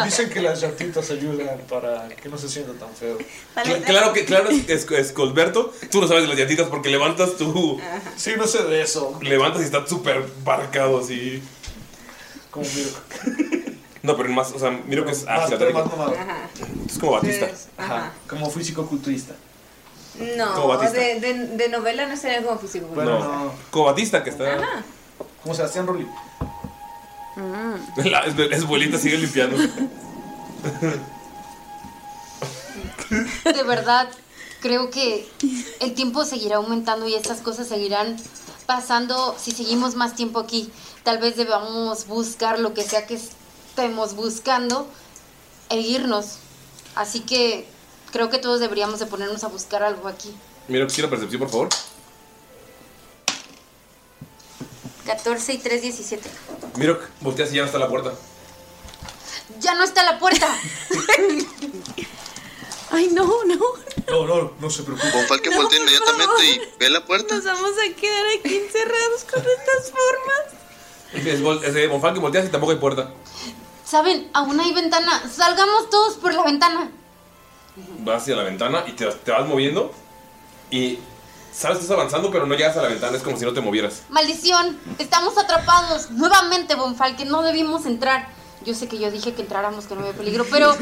F: Dicen que las llantitas ayudan para que no se sienta tan feo.
J: Para-
C: claro que, claro, es, es Colberto. Tú no sabes de las llantitas porque levantas tú.
F: Sí, no sé de eso.
C: Levantas y está súper barcado así.
F: Como miro.
C: No, pero más, o sea, miro que es.
F: Más-
C: Ah, sí, atlético.
F: más mamado.
I: Ajá.
C: es como Batista.
I: Entonces, ajá.
F: Como físico-culturista.
C: Como
I: No,
C: Batista.
I: de, de, de novela no sería como físico. pues.
F: Bueno,
C: no.
F: no.
C: Como Batista que está.
F: Como Sebastián Rulli.
J: Mm,
C: La, es, es abuelita, sigue limpiando.
G: De verdad, creo que el tiempo seguirá aumentando y estas cosas seguirán pasando si seguimos más tiempo aquí. Tal vez debamos buscar lo que sea que estemos buscando e irnos. Así que creo que todos deberíamos de ponernos a buscar algo aquí.
C: Miro, quiero percepción, por favor.
G: 14 y 3, 17.
C: Miro, volteas y ya no está la puerta.
G: ¡Ya no está la puerta!
E: Ay, no, no.
F: No, no, no se preocupe.
D: Bonfalken
E: No,
D: voltea
E: por
D: inmediatamente y ve la puerta.
E: Nos vamos a quedar aquí encerrados con estas formas.
C: Es, vol- es de Bonfalken, volteas y tampoco hay puerta.
G: Saben, aún hay ventana. Salgamos todos por la ventana.
C: Vas hacia la ventana y te, te vas moviendo. Y sabes que estás avanzando, pero no llegas a la ventana. Es como si no te movieras.
G: Maldición, estamos atrapados. Nuevamente, Bonfalque, no debimos entrar. Yo sé que yo dije que entráramos, que no había peligro, pero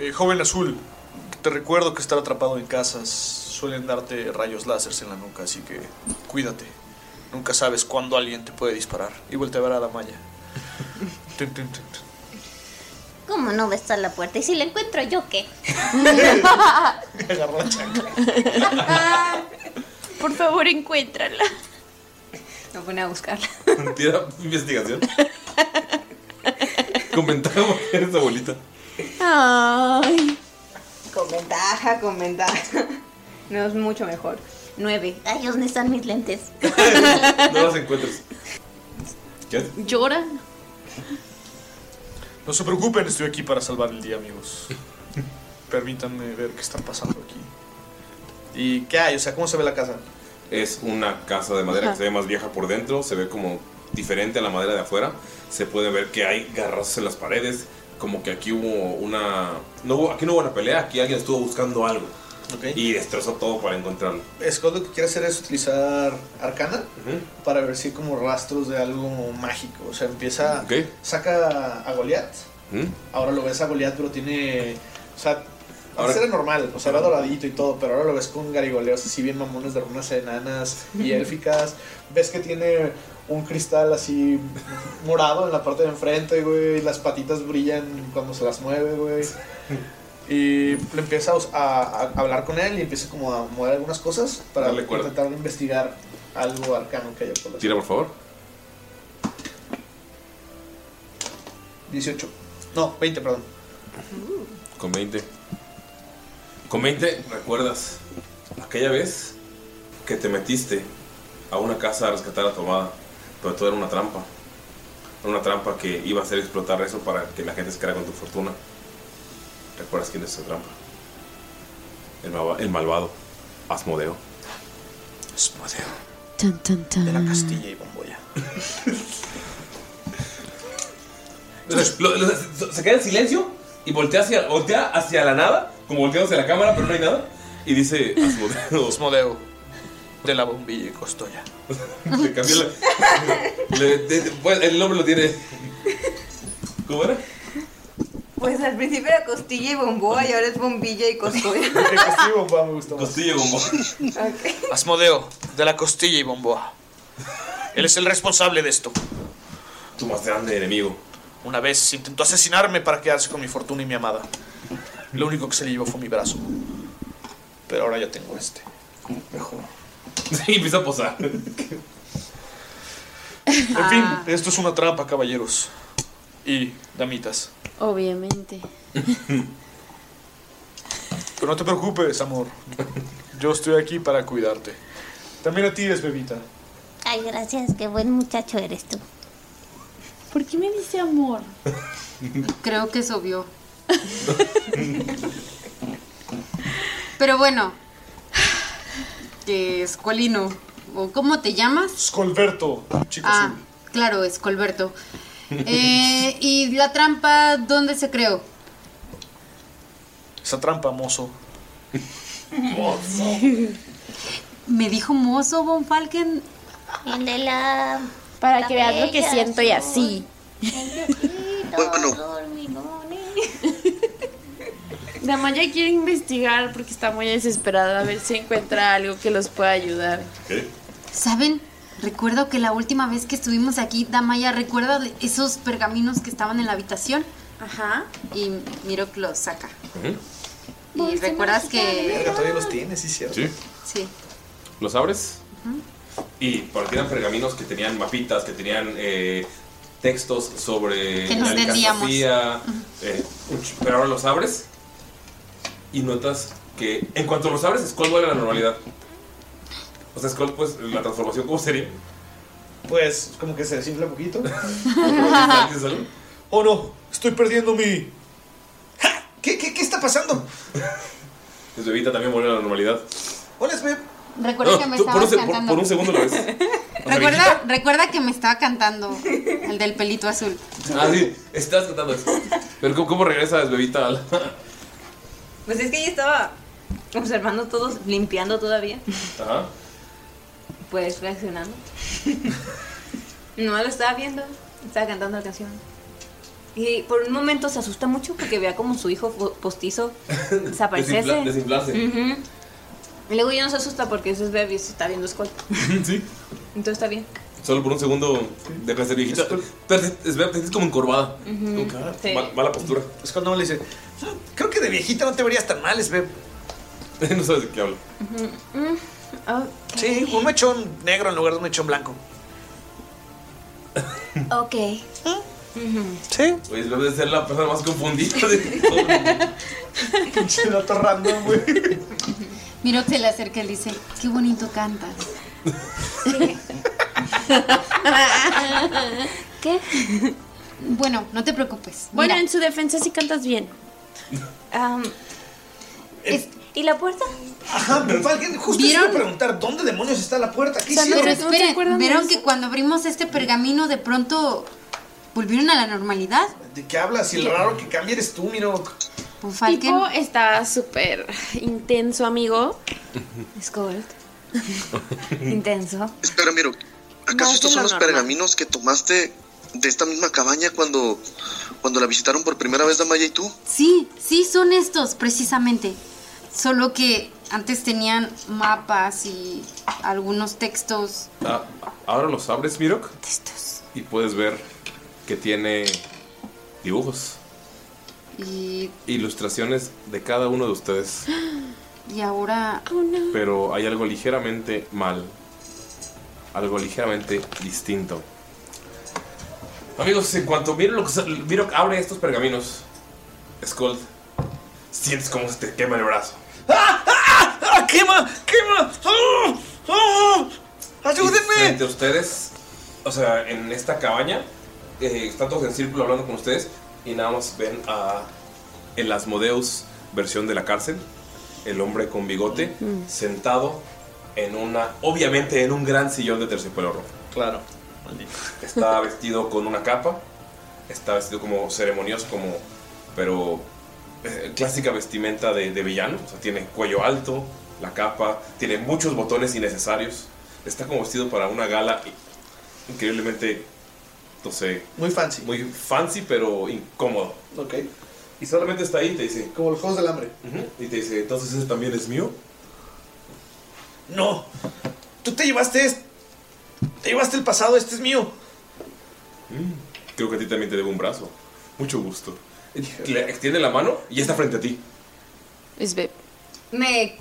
F: Eh, joven azul, te recuerdo que estar atrapado en casas suelen darte rayos láseres en la nuca, así que cuídate. Nunca sabes cuándo alguien te puede disparar. Y vuelta a ver a la malla. Tun, tun, tun, tun.
J: ¿Cómo no va a estar la puerta? ¿Y si la encuentro yo qué?
F: Agarró la chancla.
E: Por favor, encuéntrala.
I: No pone a buscarla.
C: Tira investigación. Con ventaja porque eres abuelita.
E: Ay.
I: Con ventaja, con ventaja. No es mucho mejor. Nueve.
J: Ay, ¿dónde están mis lentes?
C: No las encuentres. ¿Qué?
E: Llora.
F: No se preocupen, estoy aquí para salvar el día, amigos. Permítanme ver qué está pasando aquí. ¿Y qué hay? O sea, ¿cómo se ve la casa?
C: Es una casa de madera que se ve más vieja por dentro, se ve como diferente a la madera de afuera. Se puede ver que hay garrazos en las paredes, como que aquí hubo una... No, hubo- aquí no hubo una pelea, aquí alguien estuvo buscando algo y destrozó todo para encontrarlo.
F: Scott lo que quiere hacer es utilizar arcana
C: Ujú.
F: para ver si hay como rastros de algo mágico. O sea, empieza.
C: Ok.
F: Saca a Goliath.
C: ¿Mm?
F: Ahora lo ves a Goliath, pero tiene. O sea,
C: Ahora-
F: antes era normal. O sea, era doradito y todo. Pero ahora lo ves con garigoleos así bien mamones de runas enanas y élficas. Ves que tiene un cristal así morado en la parte de enfrente, güey. Las patitas brillan cuando se las mueve, güey. Y le empieza a, a- a hablar con él y empieza como a mover algunas cosas para
C: Dale cuerda.
F: intentar investigar algo arcano que haya por la
C: Tira, por favor.
F: 18. No, 20, perdón.
C: Con 20. Con 20, ¿recuerdas aquella vez que te metiste a una casa a rescatar a tu amada? Pero todo era una trampa. Era una trampa que iba a hacer explotar eso para que la gente se quedara con tu fortuna. ¿Recuerdas quién es esa trampa? El, malva- el malvado Asmodeo. Asmodeo.
F: De la Castilla y Bomboya.
C: Entonces, lo- lo- se- se queda en silencio y voltea hacia, voltea hacia la nada, como volteándose a la cámara, pero no hay nada. Y dice Asmodeo.
F: Asmodeo, de la bombilla y costoya.
C: Le cambió la- le- de- de- bueno, el nombre lo tiene. ¿Cómo era?
H: Pues al principio era costilla y bomboa y ahora es bombilla y costilla.
F: Costilla y bomboa me gustó.
C: Costilla y bomboa.
F: Asmodeo, de la Costilla y Bomboa. Él es el responsable de esto.
C: Tu más grande enemigo.
F: Una vez intentó asesinarme para quedarse con mi fortuna y mi amada. Lo único que se le llevó fue mi brazo. Pero ahora ya tengo este. Mejor.
C: Sí, empieza a posar.
F: En fin,
E: Ah,
F: esto es una trampa, caballeros. Y damitas.
E: Obviamente.
F: Pero no te preocupes, amor. Yo estoy aquí para cuidarte. También a ti, bebita.
J: Ay, gracias, qué buen muchacho eres tú.
E: ¿Por qué me dice amor?
G: Creo que eso vio. Pero bueno, que Escolino, o ¿cómo te llamas?
F: Escolberto, chico
G: Ah,
F: azul.
G: claro, Escolberto. Eh, ¿Y la trampa dónde se creó?
F: Esa trampa, mozo.
G: Me dijo mozo Von Falken.
J: El de la.
E: Para
J: la
E: que veas lo que
J: bella
E: siento y
J: azul.
E: así.
J: Bueno. Dormilones.
E: Damaya quiere investigar porque está muy desesperada a ver si encuentra algo que los pueda ayudar.
G: ¿Saben? Recuerdo que la última vez que estuvimos aquí, Damaya, ¿recuerda de esos pergaminos que estaban en la habitación?
E: Ajá.
G: Y Miro que los saca.
C: Ujú.
G: ¿Y recuerdas que...?
F: todavía los tienes, sí, cierto.
C: Sí.
G: Sí.
C: Los abres. Y porque eran pergaminos que tenían mapitas, que tenían eh, textos sobre
G: Que nos
C: la
G: entendíamos.
C: licantropía, eh, un ch- pero ahora los abres y notas que en cuanto los abres, Skull vuelve a la normalidad. O sea, Skull, pues, la transformación, ¿cómo sería?
F: Pues, como que se desinfla un poquito.
G: Ah.
C: ¿Tienes salud?
F: Oh no, estoy perdiendo mi. ¡Ja! ¿Qué, qué, qué está pasando?
C: Pues, Bebita también vuelve a la normalidad.
F: Hola, Smith.
G: Recuerda
C: No,
G: que me
C: Ah, tú, por, un
G: estabas
C: se- por-
G: cantando.
C: por un segundo lo ves. O sea,
G: Recuerda, recuerda que me estaba cantando el del pelito azul.
C: Ah, sí, estás cantando eso. Pero ¿cómo, cómo regresas, bebita? al-
H: Pues es que ella estaba observando todos, limpiando todavía,
C: Ajá.
H: pues reaccionando. no lo estaba viendo, estaba cantando la canción. Y por un momento se asusta mucho porque vea como su hijo po- postizo
C: Desinfla-
H: desaparece.
C: Desinflarse.
H: Ujú. Y luego ya no se asusta porque eso es baby, eso está viendo Skull.
C: Sí.
H: Entonces está bien.
C: Solo por un segundo dejas de ser viejita. Pero te- es- te sientes como encorvada. Como que, ah,
H: Sí.
C: ma- mala postura.
F: Es cuando le dice: Creo que de viejita no te verías tan mal, Smith.
C: no sabes de qué hablo.
H: Mm. Ah.
F: Sí, un mechón negro en lugar de un mechón blanco.
J: Ok.
F: Sí.
C: Oye, debe de ser la persona más confundida de todo.
F: Pinche dato random, güey.
G: Miro que se le acerca y le dice, qué bonito cantas.
J: ¿Qué?
G: Bueno, no te preocupes.
E: Bueno,
G: Mira,
E: en su defensa sí cantas bien.
J: Am,
F: Eh,
G: es-
J: ¿Y la puerta?
F: Ajá, pero alguien justo
G: ¿Vieron?
F: se iba a preguntar: ¿dónde demonios está la puerta? ¿Qué
E: sea, no-
F: hicieron?
G: pero
E: ¿no se
G: esperen,
E: acuerdan de
G: ¿vieron
E: eso?
G: que cuando abrimos este pergamino de pronto volvieron a la normalidad?
F: ¿De qué hablas? Y el raro que cambia eres tú, miro.
G: Von Falken,
E: Tipo está súper intenso, amigo.
J: Skull. Intenso.
D: Espera, Miro.
E: Más
D: ¿Acaso
E: de
D: estos son
E: lo
D: los
E: normal.
D: pergaminos que tomaste de esta misma cabaña cuando, cuando la visitaron por primera vez Damaya y tú?
G: Sí, sí, son estos, precisamente. Solo que antes tenían mapas y algunos textos.
C: Ah, ahora los abres, Mirok,
G: Textos.
C: y puedes ver que tiene dibujos.
G: Y,
C: Ilustraciones de cada uno de ustedes,
G: y ahora.
C: pero hay algo ligeramente mal, algo ligeramente distinto. Amigos, en cuanto Miro, lo que sa- Miro abre estos pergaminos, Skull, sientes cómo se te quema el brazo.
F: ¡Ah, quema! ¡Quema! ¡Ah! ¡Ah!
C: Y Frente a ustedes, o sea, en esta cabaña, eh, están todos en círculo hablando con ustedes y nada más ven a el Asmodeus versión de la cárcel, el hombre con bigote,
F: Mm.
C: sentado en una, obviamente en un gran sillón de terciopelo rojo.
F: Claro.
C: Está vestido con una capa, está vestido como ceremonioso, como, pero eh, clásica vestimenta de, de villano, o sea, tiene cuello alto, la capa, tiene muchos botones innecesarios, está como vestido para una gala i- increíblemente, no sé,
F: Muy fancy.
C: muy fancy pero incómodo.
F: Ok.
C: Y solamente está ahí y te dice,
F: Como los Juegos del Hambre.
C: y te dice, entonces ese también es mío.
F: ¡No! ¡Tú te llevaste este! ¡Te llevaste el pasado! ¡Este es mío!
C: Mm, creo que a ti también te debo un brazo. Mucho gusto. Le extiende la mano y ya está frente a ti.
E: Es
H: Me.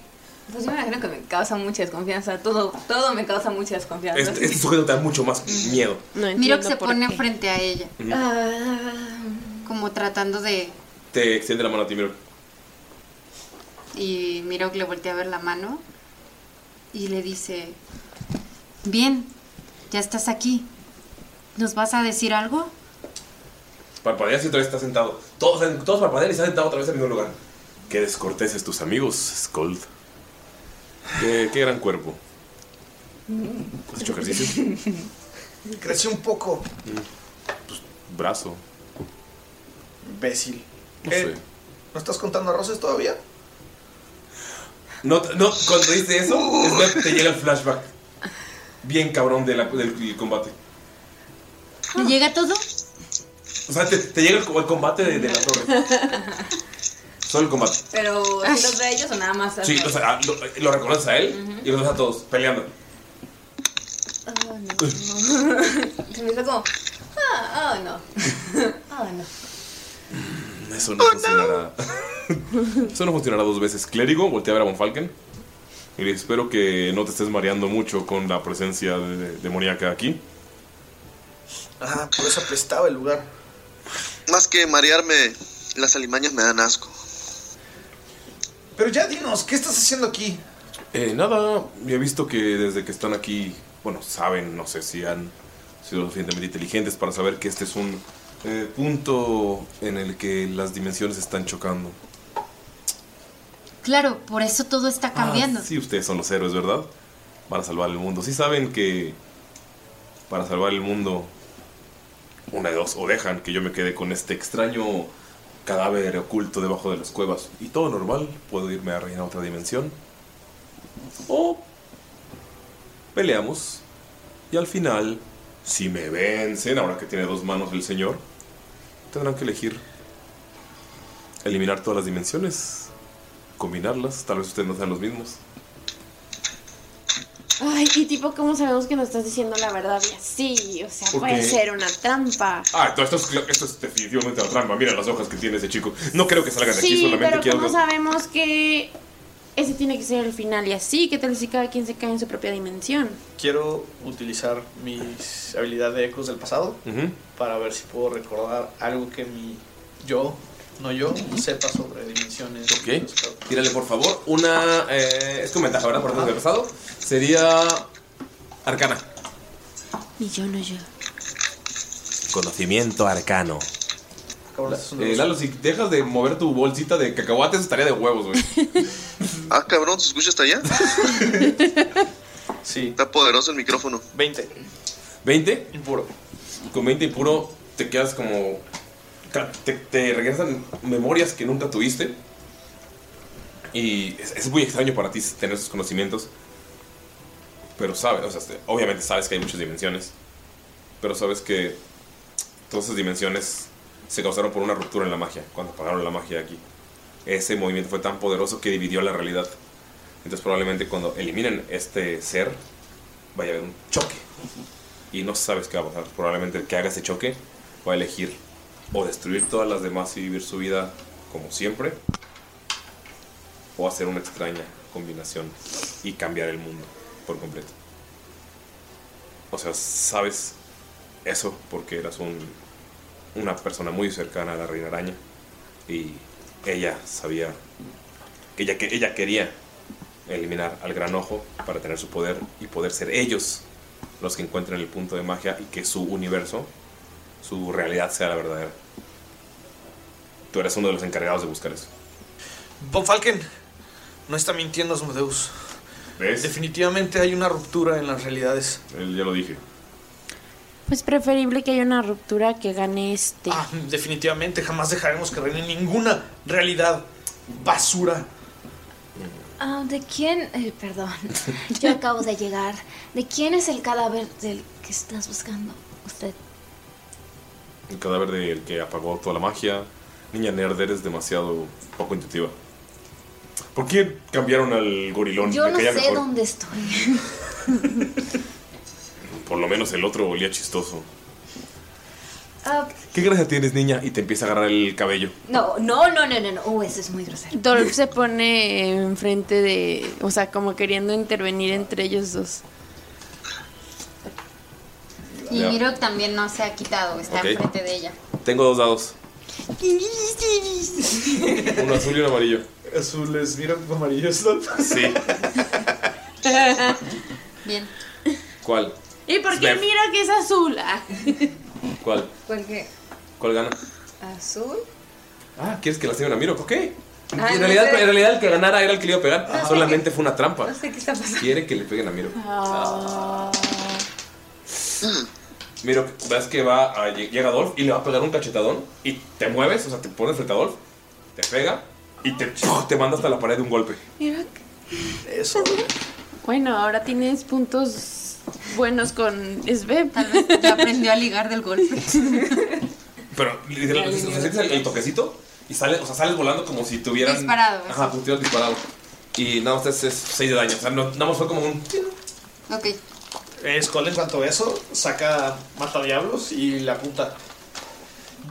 H: Pues yo me imagino que me causa mucha desconfianza. Todo, todo me causa mucha desconfianza.
C: Este, este sujeto te da mucho más miedo.
G: Miro que se pone frente a ella. Ah.
C: Ujú.
H: Ah.
G: Como tratando de.
C: Te extiende la mano a ti, Miro.
G: Y Miro que le voltea a ver la mano. Y le dice: Bien, ya estás aquí. ¿Nos vas a decir algo?
C: Parpadeas y otra vez está sentado. Todos, todos parpadean y está sentado otra vez en el mismo lugar. Qué descorteses tus amigos, Scold. Qué, qué gran cuerpo. ¿Has hecho ejercicio?
F: Crecí un poco.
C: Mm. Pues, Brazo.
F: Imbécil.
C: No
F: Eh,
C: sé.
F: ¿No estás contando arroces todavía?
C: No, no, cuando dice eso, es ver- te llega el flashback. Bien cabrón de la- del combate.
G: ¿Le llega todo?
C: O sea, te, te llega el, co- el combate de, de la torre. Solo el combate.
H: Pero ¿sí los de ellos o nada más.
C: Sí, o sea, lo, lo reconoces a él y los ves a todos peleando.
H: Oh, no. Se me hizo como. Ah, oh, no. Oh, no.
C: Eso no funcionará. Eso no funcionará dos veces. Clérigo, voltea a ver a Von Falken. Y le dice, espero que no te estés mareando mucho con la presencia de- de- demoníaca aquí.
F: Ah, por eso apestaba el lugar.
D: Más que marearme, las alimañas me dan asco.
F: Pero ya dinos, ¿qué estás haciendo aquí?
C: Eh, nada, he visto que desde que están aquí, bueno, saben, no sé si han sido suficientemente inteligentes para saber que este es un eh, punto en el que las dimensiones están chocando.
G: Claro, por eso todo
C: Ah.
G: está cambiando.
C: Sí, ustedes son los héroes, ¿verdad? Van a salvar el mundo. Sí saben que para salvar el mundo, una de dos, o dejan que yo me quede con este extraño cadáver oculto debajo de las cuevas. Y todo normal, puedo irme a reinar a otra dimensión. O peleamos. Y al final, si me vencen, ahora que tiene dos manos el señor, tendrán que elegir eliminar todas las dimensiones combinarlas. Tal vez ustedes no sean los mismos.
E: Ay, y tipo, ¿cómo sabemos que nos estás diciendo la verdad? Y así, o sea,
C: ¿Por
E: puede
C: qué?
E: ser una trampa.
C: Ah, esto, esto es, cla- esto es definitivamente la trampa. Mira las hojas que tiene ese chico. No creo que salgan de aquí,
E: Sí,
C: solamente
E: pero
C: quiero.
E: ¿cómo sabemos que ese tiene que ser el final y así? ¿Qué tal si cada quien se cae en su propia dimensión?
F: Quiero utilizar mi habilidad de ecos del pasado
C: Ujú.
F: para ver si puedo recordar algo que mi yo, no yo, sepa sobre dimensiones.
C: Ok, tírale por favor una. eh, es tu ventaja, ¿verdad? Por haber pasado. Sería. Arcana.
E: Ni yo, no yo.
C: Conocimiento arcano.
F: Cabrón, eso es un-
C: Eh, Lalo, si dejas de mover tu bolsita de cacahuates, estaría de huevos, güey.
D: Ah, cabrón, ¿se escucha hasta allá?
F: sí.
D: Está poderoso el micrófono.
F: 20.
C: ¿20?
F: Impuro.
C: Con 20 impuro te quedas como. ca- Te, te regresan memorias que nunca tuviste. Y es, es muy extraño para ti tener esos conocimientos. Pero sabes, o sea, este, obviamente sabes que hay muchas dimensiones. Pero sabes que todas esas dimensiones se causaron por una ruptura en la magia, cuando apagaron la magia aquí. Ese movimiento fue tan poderoso que dividió la realidad. Entonces probablemente cuando eliminen este ser, vaya a haber un choque. Y no sabes qué va a pasar. Probablemente el que haga ese choque va a elegir o destruir todas las demás y vivir su vida como siempre, o hacer una extraña combinación y cambiar el mundo por completo. O sea, sabes eso porque eras un, una persona muy cercana a la Reina Araña y ella sabía que ella, que ella quería eliminar al gran ojo para tener su poder y poder ser ellos los que encuentren el punto de magia y que su universo, su realidad sea la verdadera. Tú eres uno de los encargados de buscar eso.
F: Von Falken, no está mintiendo Asmodeus. Definitivamente hay una ruptura en las realidades.
C: Él ya lo dije.
E: Pues preferible que haya una ruptura que gane este.
F: Ah, definitivamente jamás dejaremos que reine ninguna realidad basura.
J: Ah, ¿De quién? eh, perdón, yo acabo de llegar. ¿De quién es el cadáver del que estás buscando? Usted.
C: El cadáver del que apagó toda la magia. Niña nerd, eres demasiado poco intuitiva. ¿Por qué cambiaron al gorilón?
J: Yo
C: Me
J: no
C: caía
J: sé
C: mejor.
J: dónde estoy.
C: Por lo menos el otro olía chistoso.
J: Ah,
C: ¿Qué gracia tienes, niña? Y te empieza a agarrar el cabello.
J: no, no, no, no, no, no. Uh, eso es muy grosero.
E: Dolph se pone enfrente de. O sea, como queriendo intervenir entre ellos dos.
G: Y
C: Ya.
G: Miro también no se ha quitado, está
C: Ok.
G: enfrente de ella.
C: Tengo dos dados. Uno azul y uno amarillo.
F: Azul es mira, amarillo es Dolph.
C: Sí.
G: Bien.
C: ¿Cuál?
E: ¿Y por qué
C: Snap.
E: mira que es azul? Ah.
C: ¿Cuál?
I: ¿Cuál que?
C: ¿Cuál gana?
I: ¿Azul?
C: Ah, ¿quieres que lastimen a Miro? Ok.
I: Ay,
C: en,
J: Ah,
I: no
C: realidad,
I: sé.
C: en realidad el que ganara era el que le iba a pegar.
I: No sé
C: Solamente fue una trampa.
I: No sé qué está pasando.
C: Quiere que le peguen a Miro.
E: Ah.
C: Ah. Miro, ves que va a, lle- llega Dolph y le va a pegar un cachetadón y te mueves, o sea, te pones frente a Dolph, te pega y te, te manda hasta la pared de un golpe.
E: Mira
F: Eso.
E: Bueno, ahora tienes puntos buenos con Sveb. Tal
G: vez ya aprendió a ligar del golpe.
C: Pero literal, o sea, sientes el, el toquecito y sale, o sea, sales volando como si tuvieran.
G: Disparado,
C: Ajá, como si tuvieran disparado. Y nada más te haces 6 de daño. O sea, no- nada más fue como un.
G: Ok.
F: Eh, Skull, en cuanto a eso, saca mata diablos y la apunta.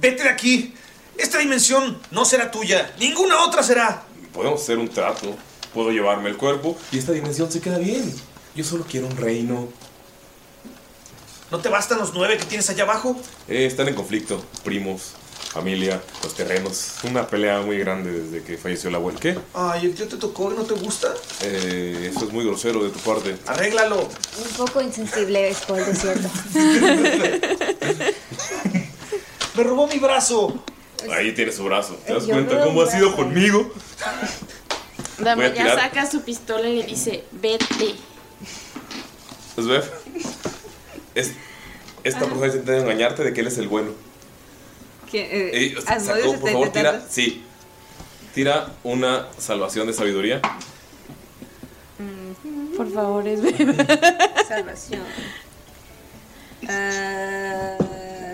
F: Vete de aquí. Esta dimensión no será tuya. Ninguna otra será.
C: Podemos hacer un trato. Puedo llevarme el cuerpo y esta dimensión se queda bien. Yo solo quiero un reino.
F: ¿No te bastan los nueve que tienes allá abajo?
C: Eh, están en conflicto. Primos, familia, los terrenos. Una pelea muy grande desde que falleció el abuelo. ¿Qué?
F: Ay, el tío te tocó y no te gusta.
C: Eh, eso es muy grosero de tu parte.
F: Arréglalo.
J: un poco insensible es por cierto.
F: Me robó mi brazo.
C: Ahí tiene su brazo. ¿Te das
E: Yo
C: cuenta
E: creo
C: cómo
E: un
C: ha sido conmigo? Voy
E: Dama
C: a
E: ya
C: tirar.
E: saca su pistola y le dice, vete.
C: Svev, es, esta persona está intentando engañarte de que él es el bueno. Eh,
I: ¿Qué?
H: Ah,
C: sa- sacó, por favor, tira. Sí. Tira una salvación de sabiduría.
E: Por favor, Sveb.
I: Salvación.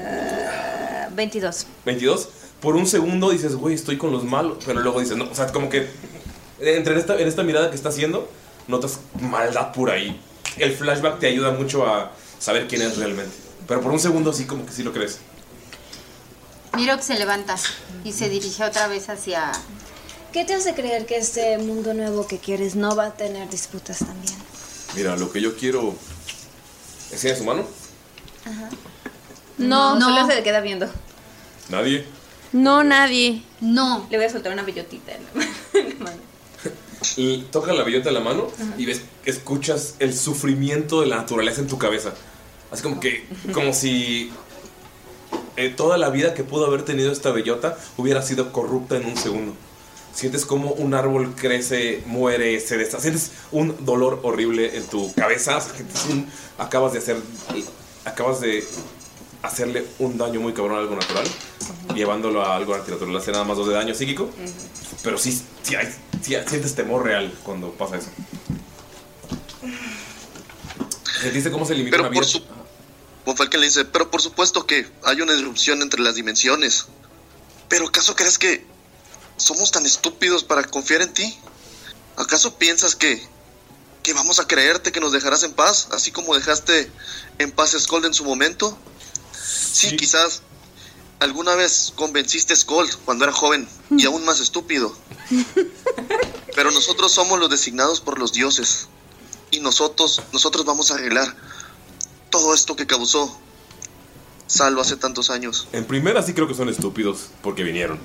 I: Ah, 22.
C: 22. Por un segundo dices, güey, estoy con los malos. Pero luego dices, no. O sea, como que. Entre en esta, en esta mirada que está haciendo, notas maldad pura ahí. El flashback te ayuda mucho a saber quién es realmente. Pero por un segundo, sí, como que sí lo crees.
G: Miro que se levanta y se dirige otra vez hacia.
J: ¿Qué te hace creer que este mundo nuevo que quieres no va a tener disputas también?
C: Mira, lo que yo quiero. ¿Enseña su mano?
I: No,
E: No.
I: solo se le queda viendo.
C: Nadie.
E: No, nadie.
G: No.
I: Le voy a soltar una bellotita en la mano.
C: L- toca la bellota de la mano y ves, escuchas el sufrimiento de la naturaleza en tu cabeza. Así como que, como si eh, toda la vida que pudo haber tenido esta bellota hubiera sido corrupta en un segundo. Sientes como un árbol crece, muere, se deshace. Sientes un dolor horrible en tu cabeza. O sea, que es un- acabas de hacer, acabas de hacerle un daño muy cabrón a algo natural, llevándolo a algo antinatural. Le hace nada más dos de daño psíquico. Pero sí, sí, hay- sí hay- sientes temor real cuando pasa eso. ¿Sentiste cómo se elimina una vida?
D: Von Falken le dice, pero por supuesto que hay una irrupción entre las dimensiones. ¿Pero acaso crees que somos tan estúpidos para confiar en ti? ¿Acaso piensas que, que vamos a creerte que nos dejarás en paz, así como dejaste en paz a Skold en su momento? Sí, quizás alguna vez convenciste a Skull cuando era joven y aún más estúpido. Pero nosotros somos los designados por los dioses y nosotros nosotros vamos a arreglar todo esto que causó Salvo hace tantos años.
C: En primera sí creo que son estúpidos porque vinieron.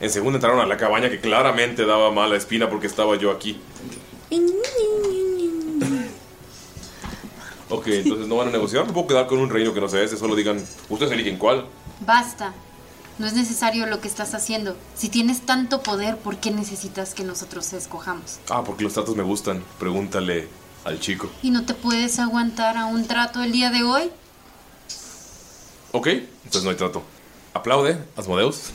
C: En segunda entraron a la cabaña que claramente daba mala espina porque estaba yo aquí. Ok, entonces no van a negociar. Me puedo quedar con un reino que no sea ese. Solo digan, ustedes eligen cuál.
G: Basta. No es necesario lo que estás haciendo. Si tienes tanto poder, ¿por qué necesitas que nosotros escojamos?
C: Ah, porque los tratos me gustan. Pregúntale al chico.
G: ¿Y no te puedes aguantar a un trato el día de hoy?
C: Ok, entonces no hay trato. Aplaude, Asmodeus.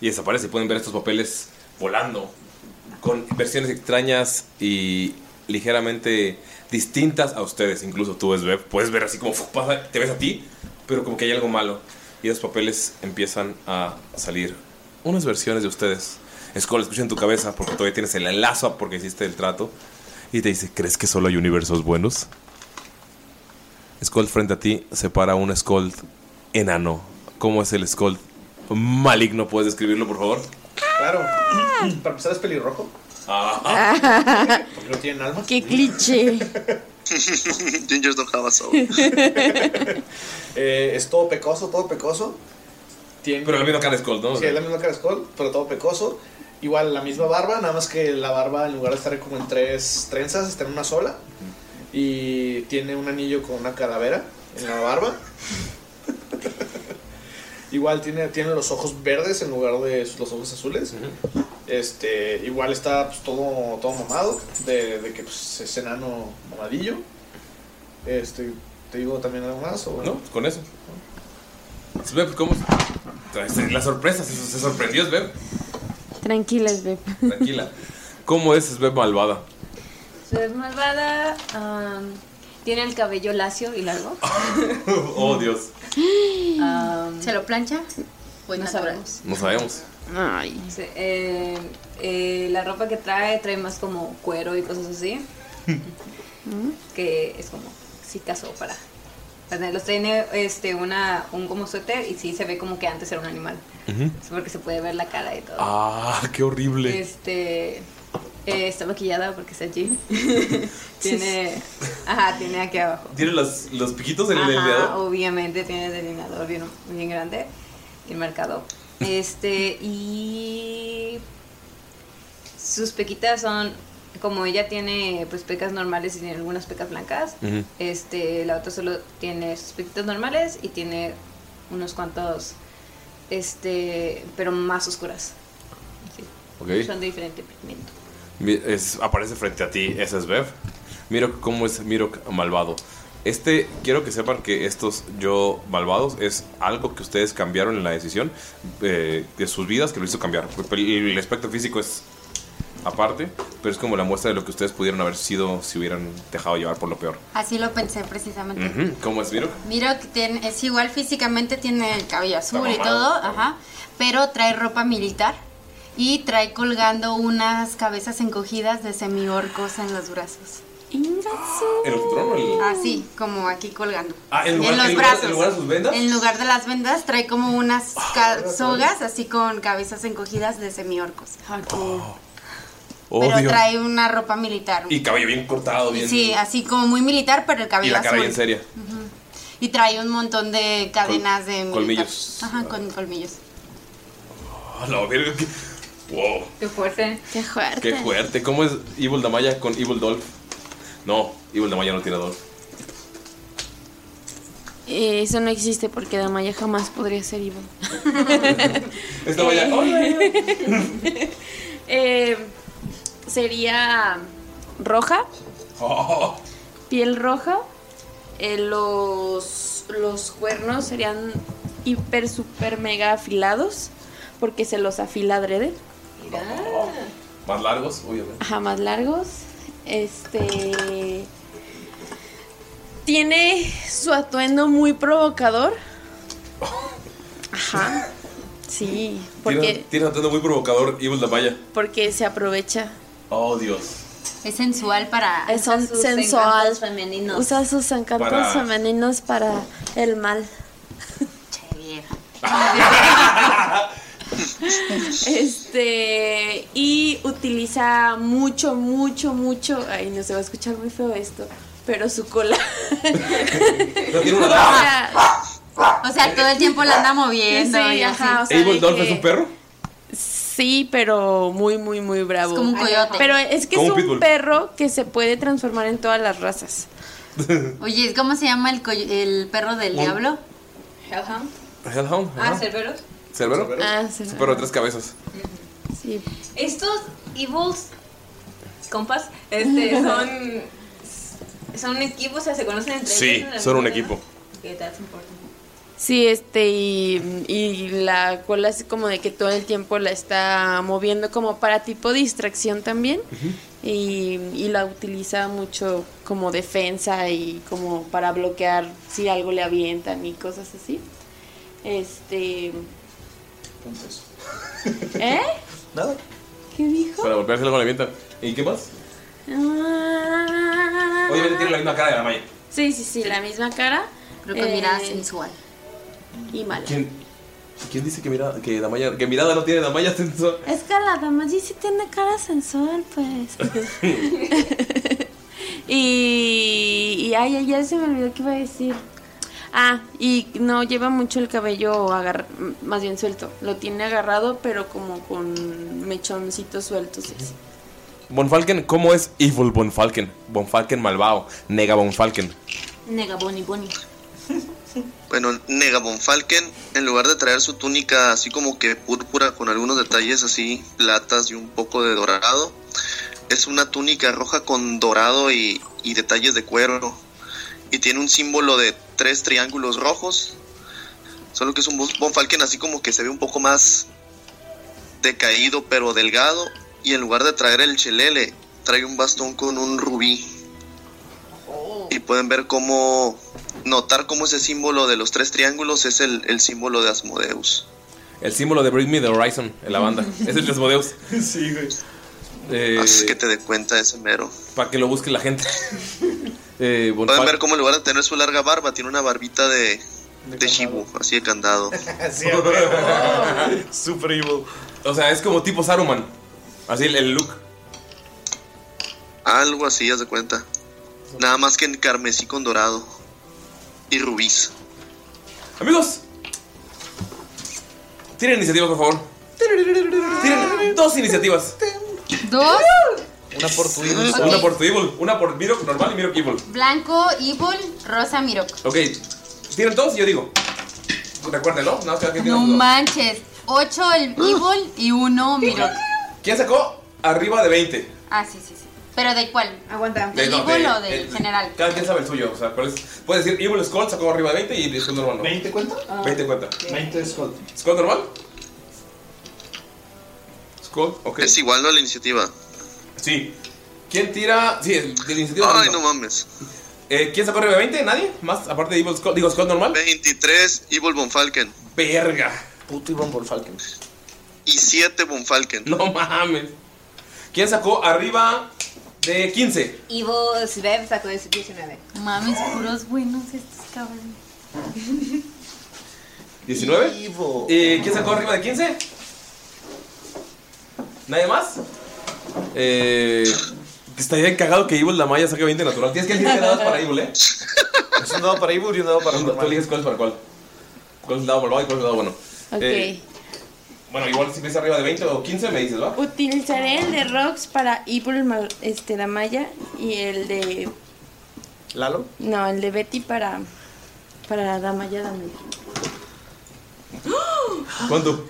C: Y desaparece. Pueden ver estos papeles volando. Con versiones extrañas y ligeramente distintas a ustedes. Incluso tú, Esbeb, puedes ver así como fu- pasa, te ves a ti, pero como que hay algo malo. Y los papeles empiezan a salir. Unas versiones de ustedes. Skull, escucha en tu cabeza porque todavía tienes el enlazo porque hiciste el trato. Y te dice, ¿crees que solo hay universos buenos? Skull frente a ti se para un Skull enano. ¿Cómo es el Skull maligno? ¿Puedes describirlo, por favor?
F: Claro. Para empezar es pelirrojo.
E: Ah.
F: Porque no tienen alma.
E: ¡Qué cliché!
D: Gingers don't have a soul.
F: Eh, es todo pecoso, todo pecoso. Tiene...
C: Pero la misma cara de Skull, ¿no?
F: Sí, es la misma cara de Skull, pero todo pecoso. Igual la misma barba, nada más que la barba en lugar de estar como en tres trenzas, está en una sola. Y tiene un anillo con una calavera en la barba. igual tiene, tiene los ojos verdes en lugar de los ojos azules. Este, igual está pues, todo, todo mamado, de, de que pues, es enano mamadillo. Este, ¿Te digo también algo más? O...
C: No, con eso. Sveb, ¿cómo? Traes la sorpresa, se, se sorprendió Sveb.
E: Tranquila, Sveb.
C: Tranquila. ¿Cómo es Sveb malvada?
H: Su es malvada. am, um, tiene el cabello lacio y largo.
C: Oh, Dios.
H: ¿Se lo plancha? Pues Um, no sabemos.
C: No sabemos.
H: Ay. eh, la ropa que trae trae más como cuero y cosas así. que es como, si caso para. para- Los tiene este, una, un como suéter y sí se ve como que antes era un animal. Es porque se puede ver la cara y todo.
C: Ah, qué horrible.
H: Este. eh, está maquillada porque es allí. tiene. Ajá, tiene aquí abajo.
C: Tiene los, los piquitos en el
H: Ajá,
C: dedo.
H: obviamente tiene el delineador bien, bien grande, bien marcado. Este, y sus pequitas son, como ella tiene pues pecas normales y tiene algunas pecas blancas,
C: Ujú.
H: este, la otra solo tiene sus pequitas normales y tiene unos cuantos, este, pero más oscuras. Sí.
C: Ok.
H: Son de diferente pigmento.
C: Mi- es- aparece frente a ti, ese es Bev. Mirok, ¿cómo es Mirok malvado? Este, quiero que sepan que estos yo malvados es algo que ustedes cambiaron en la decisión eh, de sus vidas que lo hizo cambiar. El, el aspecto físico es aparte, pero es como la muestra de lo que ustedes pudieron haber sido si hubieran dejado llevar por lo peor.
G: Así lo pensé precisamente.
C: Ujú, ¿Cómo es Mirok?
G: Mira que tiene- es igual físicamente, tiene el cabello azul y
C: mamado,
G: todo, ajá, pero trae ropa militar y trae colgando unas cabezas encogidas de semiorcos en los brazos.
C: ¿El trono? El...
G: Así, como aquí colgando.
C: Ah, en lugar-
G: los
C: en lugar-
G: brazos.
C: en lugar de sus vendas. Ah,
G: En lugar de las vendas trae como unas ca- sogas así con cabezas encogidas de semiorcos.
C: Ah, Oh,
G: pero
C: Dios.
G: trae una ropa militar.
C: Y cabello bien cortado, bien.
G: Sí, así como muy militar, pero el
C: y
G: cabello
C: la cara
G: azul.
C: bien seria.
G: Ujú. Y trae un montón de cadenas de militar.
C: colmillos.
G: Ajá, con colmillos.
C: Oh, la verga, qué- Wow.
H: Qué fuerte.
G: Qué fuerte.
C: Qué fuerte. ¿Cómo es Evil Damaya con Evil Dolph? No, Evil Damaya no tiene Dolph.
E: Eh, eso no existe porque Damaya jamás podría ser Ivo.
C: Es Damaya. "Hola".
E: Eh, sería roja,
C: Oh,
E: piel roja. eh, los, los cuernos serían hiper, super, mega afilados porque se los afila adrede.
C: Más largos, obviamente.
E: Ajá, más largos. Este. Tiene su atuendo muy provocador. Ajá. Sí,
C: Tiene,
E: porque,
C: tiene un atuendo muy provocador Evil Damaya.
E: porque se aprovecha.
C: Oh, Dios.
G: Es sensual para.
E: Es son-
H: sus
E: sensual.
H: encantos femeninos.
E: Usa sus encantos
C: Para-
E: femeninos para el mal. Este, y utiliza mucho, mucho, mucho. Ay, no se va a escuchar muy feo esto, pero su cola.
C: No tiene
E: O
C: una dama.
E: sea,
G: O sea, todo el tiempo la anda moviendo.
E: Sí,
G: y
E: ajá,
G: así.
E: o sea,
C: ¿Abel
E: de
C: Dolph
E: que-
C: es un perro?
E: Sí, pero muy, muy, muy bravo.
G: Es como un coyote.
E: Pero es que
C: Como
E: es
C: un pitbull.
E: un perro que se puede transformar en todas las razas.
G: Oye, ¿cómo se llama el, coy- el perro del
C: Un-
G: diablo?
H: Hellhound.
C: Hellhound.
H: Ah,
C: ajá.
H: Cerberus.
C: ¿Cerbero?
E: Ah,
C: Es un perro de tres cabezas.
E: Sí.
H: Estos evils compas este, son, son un equipo, o sea, se conocen entre
C: Sí,
H: ellos.
C: son un equipo.
H: Okay, that's important.
E: Sí, este, y, y la cola es como de que todo el tiempo la está moviendo como para tipo distracción también. y, y la utiliza mucho como defensa y como para bloquear si algo le avientan y cosas así. Este,
F: Entonces,
E: ¿eh?
F: nada.
E: ¿Qué dijo?
C: Para golpearse con la vienta. ¿Y qué más?
E: Ah.
C: Obviamente tiene la misma cara de la Maya.
E: Sí, sí, sí, la misma cara.
G: Creo que
E: Eh,
G: mirada sensual.
E: Y mala.
C: ¿Quién, quién dice que, mira, que, Damaya, que mirada no tiene Damaya sensual?
E: Es que la dama sí tiene cara sensual, pues. y, y ay, ay, ya se me olvidó que iba a decir. Ah, y no lleva mucho el cabello agar- más bien suelto. Lo tiene agarrado, pero como con mechoncitos sueltos. y así.
C: Bonfalken, ¿cómo es Evil Bonfalken? Bonfalken malvado, nega Bonfalken.
G: Nega Bonnie Bonnie.
D: Bueno, Nega Bonfalken, en lugar de traer su túnica así como que púrpura con algunos detalles así, platas y un poco de dorado, es una túnica roja con dorado y, y detalles de cuero. Y tiene un símbolo de tres triángulos rojos. Solo que es un Bonf- Bonfalken así como que se ve un poco más decaído pero delgado. Y en lugar de traer el chelele, trae un bastón con un rubí. Y pueden ver cómo notar cómo ese símbolo de los tres triángulos es el, el símbolo de Asmodeus.
C: El símbolo de Bring Me the Horizon en la banda. es el Desmodeus.
F: Sí, güey.
C: Eh,
D: Haz que te dé cuenta ese mero.
C: para que lo busque la gente. Eh,
D: Pueden
C: Bonfal-
D: ver cómo en lugar de tener su larga barba, tiene una barbita de, de Shibu, así de candado.
F: Sí, a huevo. Super evil.
C: o sea, es como tipo Saruman. Así el, el look.
D: Algo así, haz de cuenta. Nada más que en carmesí con dorado. Y rubíes.
C: Amigos, tiren iniciativas, por favor. Tienen dos iniciativas.
G: Dos,
F: Una por tu evil.
G: Ok.
C: Una por tu Evil, una por Mirok normal y Mirok Evil.
G: blanco, evil, rosa, mirok.
C: Ok, tienen todos y yo digo. Recuérdenlo, nada más que alguien
G: No
C: tiene dos.
G: manches. Ocho el evil y uno mirok.
C: ¿Quién sacó? Arriba de 20.
G: Ah, sí, sí, sí. ¿Pero de cuál?
H: Aguanta.
G: ¿Del
C: no,
G: evil o del
C: el-
G: general?
C: Cada quien sabe el suyo. O sea, ¿cuál es? Puedes decir Evil Skull sacó arriba de 20 y Skull normal no. 20,
F: ¿20 cuenta?
C: cuenta.
F: 20 es Colt.
C: ¿Skull normal? Skull, ok.
D: Es igual no la iniciativa.
C: Sí. ¿Quién tira? Ah, Sí, el- de la iniciativa.
D: Ay,
C: no.
D: no mames.
C: Eh, ¿Quién sacó arriba de 20? ¿Nadie? ¿Más? Aparte de Evil Skull. Digo, Skull normal.
D: 23 Evil Bonfalken.
C: Verga.
F: Puto Iván por Falcon.
D: Y 7 Bonfalken.
C: No mames. ¿Quién sacó arriba de 15?
H: Y vos, Bev, sacó de 19.
G: Mames, puros buenos estos cabrones.
C: ¿19?
F: Evil.
C: Eh, ¿Quién sacó arriba de 15? ¿Nadie más? Eh, estaría cagado que Evil la Maya saque 20 natural. Tienes que elegir dados para Evil, ¿eh?
F: Es un dado para evil y un dado para
C: Tú tú
F: normal.
C: eliges cuál es para cuál. ¿Cuál es el dado malvado y cuál es el dado bueno?
E: Ok.
C: Eh, bueno, igual si ves arriba de 20 o 15 me dices, ¿va?
E: Utilizaré el de Rox para Evil mal- este, la Maya y el de.
F: Lalo.
E: No, el de Betty para. Para Damaya Damaya.
H: ¡Oh!
C: ¿Cuánto?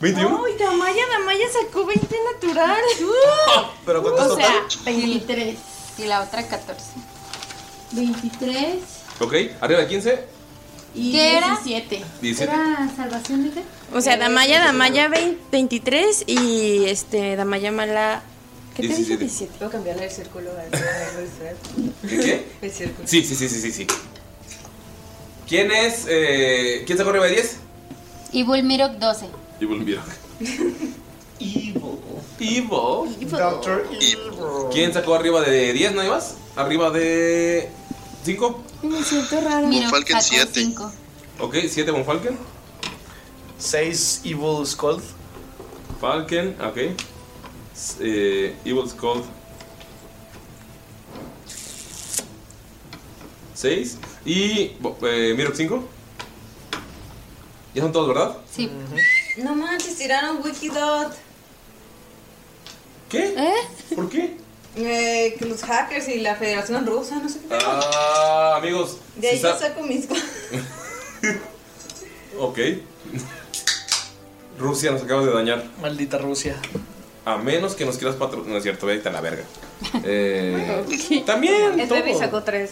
C: ¿21?
E: ¡Uy, Damaya Damaya sacó 20 natural! ¡Uh!
F: Pero ¿cuánto es
E: o
F: total?
E: sea, 23.
G: Y la otra 14.
E: 23
C: Ok, arriba de 15,
E: y
G: ¿Qué era?
E: 17.
C: 17.
G: ¿Era salvación de qué?
E: O sea, Damaya, Damaya 20 23 y este Damaya Mala. ¿Qué te dije?
C: 17.
E: 17.
H: Puedo cambiarle el círculo al
C: ¿Qué? qué?
H: El círculo.
C: Sí, sí, sí, sí, sí, sí. ¿Quién es? Eh, ¿Quién sacó arriba de 10?
G: Evil Mirok 12.
C: Evil Mirok.
F: Evil.
C: Evil.
F: Doctor Evil.
C: ¿Quién sacó arriba de 10 nadie más? ¿Arriba de 5?
E: Me siento raro.
G: Mirok
D: Falcon
G: sacó
D: siete.
G: 5.
C: Ok, 7 Bonfalken.
F: 6 Evil Scold.
C: Falcon, ok. S- eh, Evil Scold. 6. Y bo- eh, Mirok 5. Ya son todos, ¿verdad?
H: Sí. No manches, tiraron Wikidot.
C: ¿Qué? ¿Eh? ¿Por qué?
H: Eh, que los hackers y la Federación Rusa, no sé qué.
C: Ah, amigos.
H: De ahí
C: si
H: yo
C: sa-
H: saco mis cosas.
C: Ok. Rusia nos acabas de dañar.
F: Maldita Rusia.
C: A menos que nos quieras patrocinar. No es cierto, vete a la verga. Eh, También.
H: Es Baby sacó 3.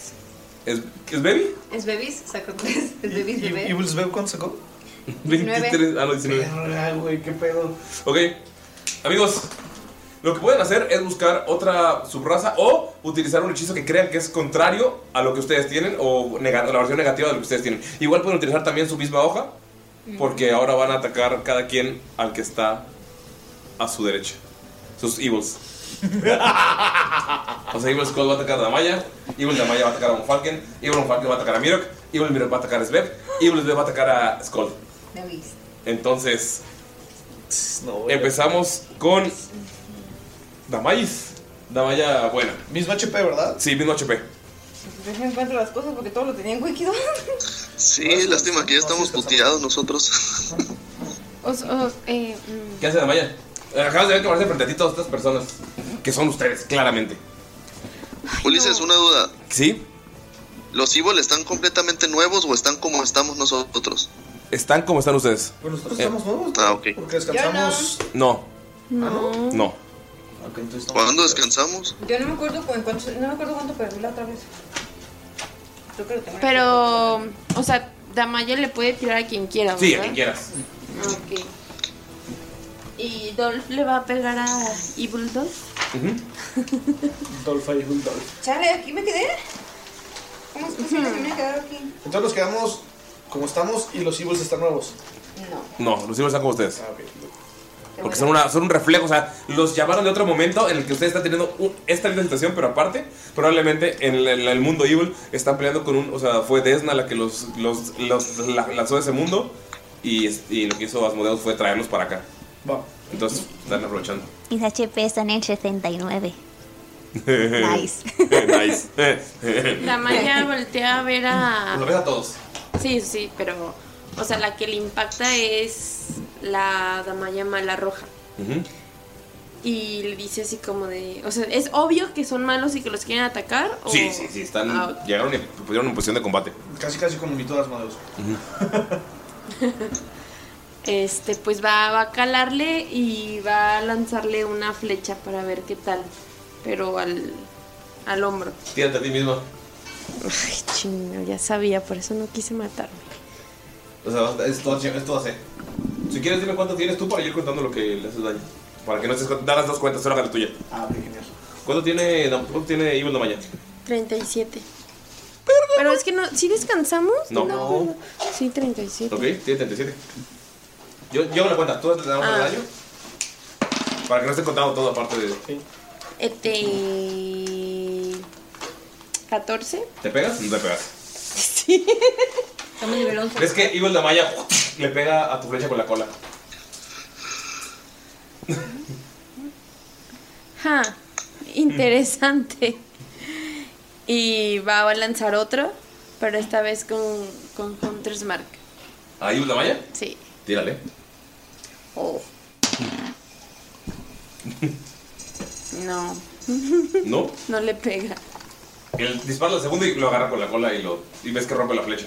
C: ¿es, ¿Es baby?
H: Es Baby sacó 3. Es Baby bebé.
F: Evil Sbev, ¿cuánto sacó?
C: 23. Ah, no, 19.
F: Verga, güey, qué pedo.
C: Ok. Amigos, lo que pueden hacer es buscar otra subraza o utilizar un hechizo que crean que es contrario a lo que ustedes tienen o nega- la versión negativa de lo que ustedes tienen. Igual pueden utilizar también su misma hoja porque ahora van a atacar cada quien al que está a su derecha. Sus evils. O sea, Evil Skull va a atacar a Damaya, Evil Damaya va a atacar a Monfalken, Evil Monfalken va a atacar a Mirok, Evil Mirok va a atacar a Sveb, Evil Sveb va a atacar a Skull.
H: Baby.
C: Entonces, empezamos con Damayis. Damaya buena.
F: Mismo HP, ¿verdad?
C: Sí, mismo HP.
H: Dejen encuentro las cosas porque todo lo tenía en Wikidot.
D: Sí, lástima que ya estamos puteados nosotros.
E: Os- os- eh, mm.
C: ¿Qué hace Damaya? Eh, Acabas de ver que aparecen frente a ti todas estas personas, que son ustedes, claramente.
D: Ulises, una duda.
C: ¿Sí?
D: ¿Los Evil están completamente nuevos o están como estamos nosotros?
C: ¿Están como están ustedes?
F: Pues nosotros
C: Eh,
F: estamos nuevos.
D: Ah, ok.
F: Porque descansamos.
C: No,
H: No.
C: no.
D: ¿Cuándo descansamos?
H: Yo no me acuerdo cu- en cuánto, no me acuerdo cuánto perdí la otra vez. Yo creo que tengo
E: Pero, o sea, Damaya le puede tirar a quien quiera,
C: Sí, a
E: ¿verdad? Ah,
C: quien quieras.
E: Ok. ¿Y Dolph le va a pegar a Evil Dolph?
F: Dolph y Dolph.
H: Chale, aquí me quedé. ¿Cómo es posible que me haya quedado aquí?
F: Entonces nos quedamos como estamos y los Evils están nuevos.
C: No, los Evil están como ustedes.
F: Ah, ok.
C: Porque son, una, son un reflejo, o sea, los llamaron de otro momento en el que ustedes están teniendo un- esta misma situación, pero aparte, probablemente en el, en el mundo Evil están peleando con un, o sea, fue Desna la que los, los, los la- lanzó de ese mundo y, es- y lo que hizo Asmodeus fue traerlos para acá.
F: Va.
C: Entonces, están aprovechando.
K: Mis HP están en 69.
C: Nice. nice.
E: Damaya voltea a ver
C: Los
E: a.
C: ves a todos.
E: Sí, sí, pero. O sea, la que le impacta es la Damaya mala roja.
C: Ujú.
E: Y le dice así como de. O sea, es obvio que son malos y que los quieren atacar. ¿o?
C: Sí, sí, sí, están,
E: Ah, ok.
C: llegaron y pusieron en posición de combate.
F: Casi, casi como mi todas modelos.
E: Este, pues va, va a calarle y va a lanzarle una flecha para ver qué tal. Pero al, al hombro.
C: Tírate a ti mismo.
E: Ay, chino, ya sabía, por eso no quise matarme.
C: O sea, es todo, es todo hacer. Si quieres, dime cuánto tienes tú para ir contando lo que le haces daño. Para que no estés con- da las dos cuentas, solo haga la tuya.
F: Ah, ok, genial.
C: ¿Cuánto tiene, Dam- cuánto tiene Evil Damaya?
E: 37. Pero es que no, ¿sí descansamos?
C: No.
E: Sí, 37.
C: Ok, tiene 37. Yo, yo hago la cuenta, tú le damos el
E: Ah.
C: daño. Para que no esté contando todo aparte de.
E: Este 14.
C: ¿Te pegas? No te pegas.
E: Sí.
H: Estamos nivel 11.
C: ¿Ves que Evil Damaya le pega a tu flecha con la cola?
E: Ja, interesante. Y va a lanzar otro, pero esta vez con, con Hunter's Mark.
C: ¿A Evil Damaya?
E: Sí.
C: Tírale.
E: Oh. No,
C: ¿No?
E: no le pega.
C: Él dispara al segundo y lo agarra con la cola y, lo, y ves que rompe la flecha.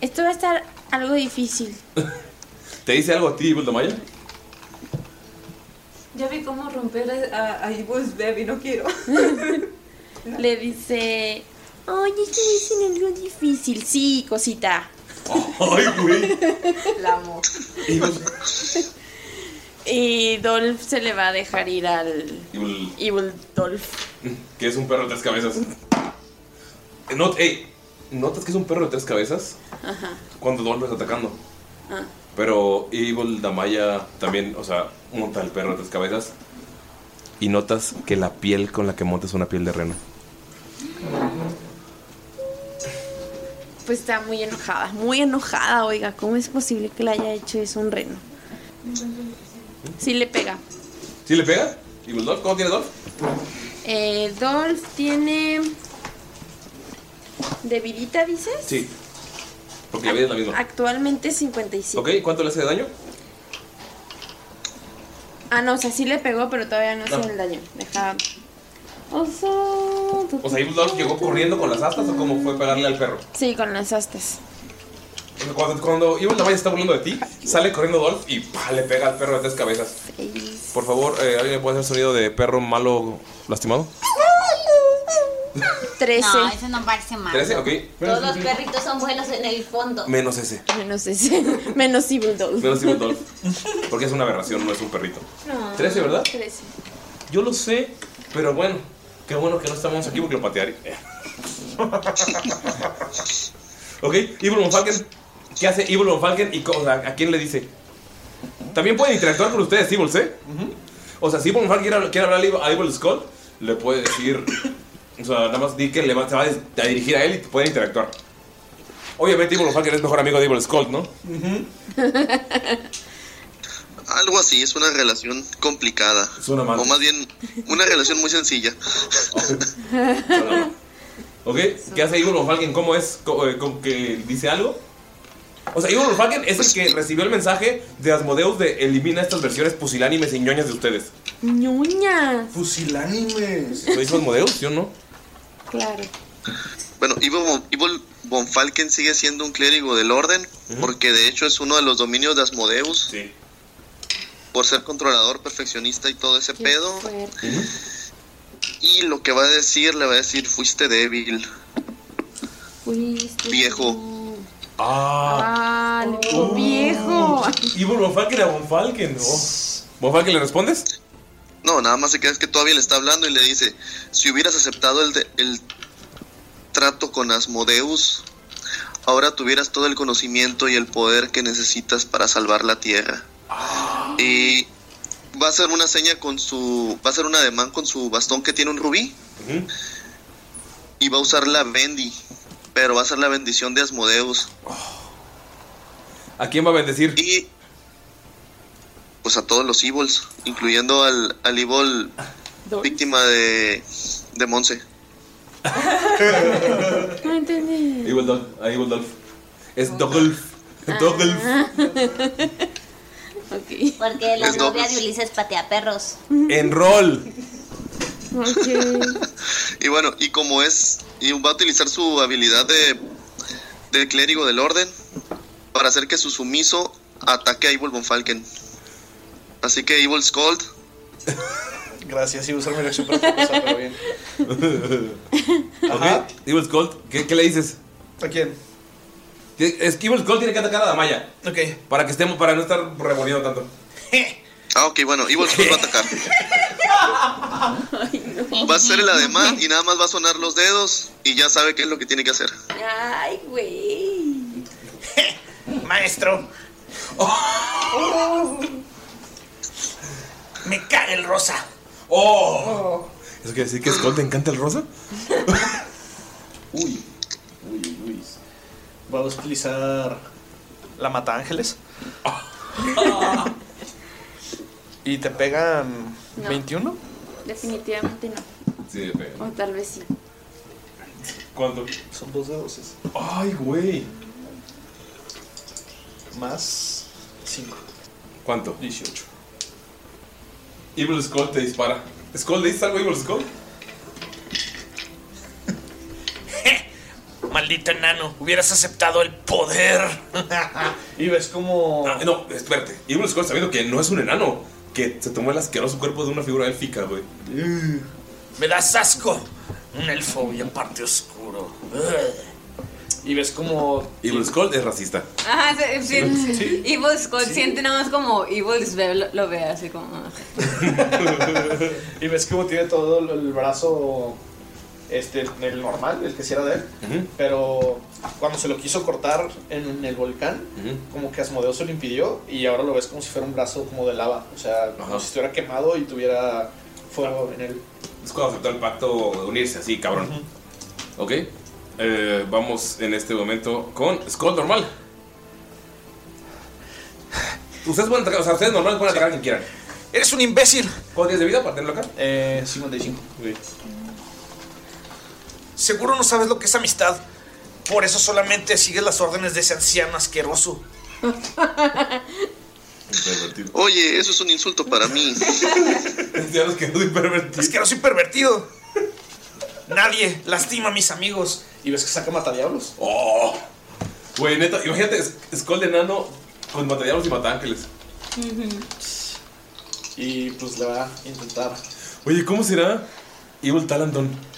E: Esto va a estar algo difícil.
C: ¿Te dice algo a ti, Evil Damaya?
H: Ya vi cómo romper a, a Evil Baby, no quiero.
E: Le dice, oye, esto dicen algo difícil. Sí, cosita.
C: ¡Ay, güey!
H: La amo.
C: Evil,
E: Y Dolph se le va a dejar ir al
C: Evil
E: Evil Dolph.
C: que es un perro de tres cabezas. Eh, No, ey, ¿Notas que es un perro de tres cabezas?
E: Ajá.
C: Cuando Dolph está atacando.
E: Ah.
C: Pero Evil Damaya también, o sea, monta el perro de tres cabezas. Y notas que la piel con la que montas es una piel de reno.
E: pues está muy enojada, muy enojada, oiga, ¿cómo es posible que le haya hecho eso a un reno? Sí le pega.
C: ¿Sí le pega? ¿Y Guldof? ¿Cómo tiene Dolph?
E: Eh, Dolph tiene... ¿Debilita, dices?
C: Sí. Porque la vida es la
H: Ah,
C: misma.
E: Actualmente 57.
C: Ok, ¿cuánto le hace de daño?
E: Ah, no, o sea, sí le pegó, pero todavía no,
C: No.
E: hace el daño. Deja... Oso...
C: O sea, ¿y Guldof llegó corriendo con las astas o cómo fue pegarle al perro?
E: Sí, con las astas.
C: O sea, Cuando, cuando Evil Damaya está burlando de ti, sale corriendo Dolph y ¡pah! le pega al perro de tres cabezas. Por favor, eh, ¿alguien me puede hacer sonido de perro malo lastimado?
E: 13.
J: No, eso no parece mal.
C: 13, ok.
J: Todos los perritos son buenos en el fondo.
C: Menos ese.
E: Menos ese. Menos Evil Dolph.
C: Menos Evil Dolph. Porque es una aberración, no es un perrito. 13, ¿verdad?
E: 13.
C: Yo lo sé, pero bueno, qué bueno que no estamos aquí porque lo patearé. ok, Evil Von Falken. ¿Qué hace Evil Von Falken y co- o sea, a quién le dice? También pueden interactuar con ustedes, Evil, ¿eh? O sea, si Evil Von Falken quiere, quiere hablarle a Evil Skull, le puede decir. O sea, nada más di que le va, se va a dirigir a él y pueden interactuar. Obviamente, Evil Von Falken es mejor amigo de Evil Skull, ¿no?
D: Algo así, es una relación complicada.
C: mal.
D: O más bien, una relación muy sencilla.
C: ¿Ok? ¿Qué hace Igor Falken? ¿Cómo es? ¿Cómo, eh, cómo que dice algo? O sea, Igor Falken es el que recibió el mensaje de Asmodeus de elimina estas versiones pusilánimes y ñoñas de ustedes.
E: Ñuñas.
F: Pusilánimes.
C: ¿Lo dijo Asmodeus, yo no?
E: Claro.
D: Bueno, Ivo, Von- Ivo Von Falken sigue siendo un clérigo del orden, porque de hecho es uno de los dominios de Asmodeus. Por ser controlador, perfeccionista y todo ese pedo. Y lo que va a decir, le va a decir, fuiste débil,
E: Fuiste.
D: viejo.
C: Ah.
E: Ah, le digo, viejo.
C: Igor Von Falken a Von Falken, ¿no? ¿Von Falken le respondes?
D: No, nada más se queda es que todavía le está hablando y le dice, si hubieras aceptado el, de- el trato con Asmodeus, ahora tuvieras todo el conocimiento y el poder que necesitas para salvar la tierra.
C: Ah.
D: Y va a hacer una seña con su, va a hacer un ademán con su bastón que tiene un rubí y va a usar la Bendy, pero va a ser la bendición de Asmodeus.
C: ¿A quién va a bendecir?
D: Y pues a todos los evils, incluyendo al, al evil víctima de, de Monse.
E: No entendí.
C: Evil Dolph. A Evil Dolph. Es Dogulf.
H: Ah.
C: Dogulf.
J: Porque la
C: Es
J: novia
C: dobles.
J: de Ulises patea perros.
C: Enroll.
D: Y bueno, y como es, y va a utilizar su habilidad de, de clérigo del orden para hacer que su sumiso ataque a Evil Von Falken. Así que Evil Scold,
F: Gracias, iba a usar mi reacción para otra cosa, pero bien.
C: ¿Ok? Evil Skull, ¿qué, qué le dices?
F: ¿A quién?
C: Es que Evil Skull tiene que atacar a Damaya.
F: Ok.
C: Para que estemos, para no estar revolviendo tanto.
D: Ah, ok, bueno, Evil Skull va a atacar. va a hacer el ademán y nada más va a sonar los dedos y ya sabe qué es lo que tiene que hacer.
E: Ay, güey.
F: Maestro.
E: Oh.
F: Me caga el rosa.
C: ¡Oh! ¿Eso quiere decir que Skull te encanta el rosa?
F: Uy. Uy, uy. Va a utilizar la mata ángeles.
E: Ah.
F: y te pegan
E: No.
F: 21.
E: Definitivamente no.
C: Sí,
E: O tal vez sí.
C: ¿Cuánto?
F: Son dos dedos.
C: Ay, güey.
F: Más 5.
C: ¿Cuánto? 18. Evil Skull te dispara. ¿Skull le dices algo a Evil Skull?
F: Maldito enano, hubieras aceptado el poder. y ves como.
C: Ah, no, espérate. Evil Skull sabiendo que no es un enano. Que se tomó el asqueroso cuerpo de una figura élfica, güey.
F: Me das asco. Un elfo y aparte oscuro. Y ves como.
C: Evil Skull es racista.
H: Ajá, sí, sí.
F: Sí.
H: Evil Skull siente nada más como Evil Svel lo, lo ve así como. ah.
F: y ves como tiene todo el- el brazo. Este, el normal, el que sí era de él. Pero cuando se lo quiso cortar en el volcán, como que Asmodeo se lo impidió. Y ahora lo ves como si fuera un brazo como de lava. O sea, como si estuviera quemado y tuviera fuego en él.
C: Es cuando aceptó el pacto de unirse así, cabrón. ¿Ok? Eh, vamos en este momento con Skull normal. Ustedes pueden atacar, o sea, ustedes normales pueden atacar a quien quieran.
F: ¡Eres un imbécil!
C: ¿Cuánto tienes de vida para tenerlo acá?
F: Eh, 55. Seguro no sabes lo que es amistad. Por eso solamente sigues las órdenes de ese anciano asqueroso.
D: Oye, eso es un insulto para mí.
C: Anciano asqueroso y pervertido.
F: Asqueroso y pervertido. Nadie lastima a mis amigos. ¿Y ves que saca matadiablos?
C: ¡Oh! Güey, neta, imagínate Skull de enano con matadiablos y matángeles.
F: Y pues le va a intentar.
C: Oye, ¿cómo será Evil Talandon?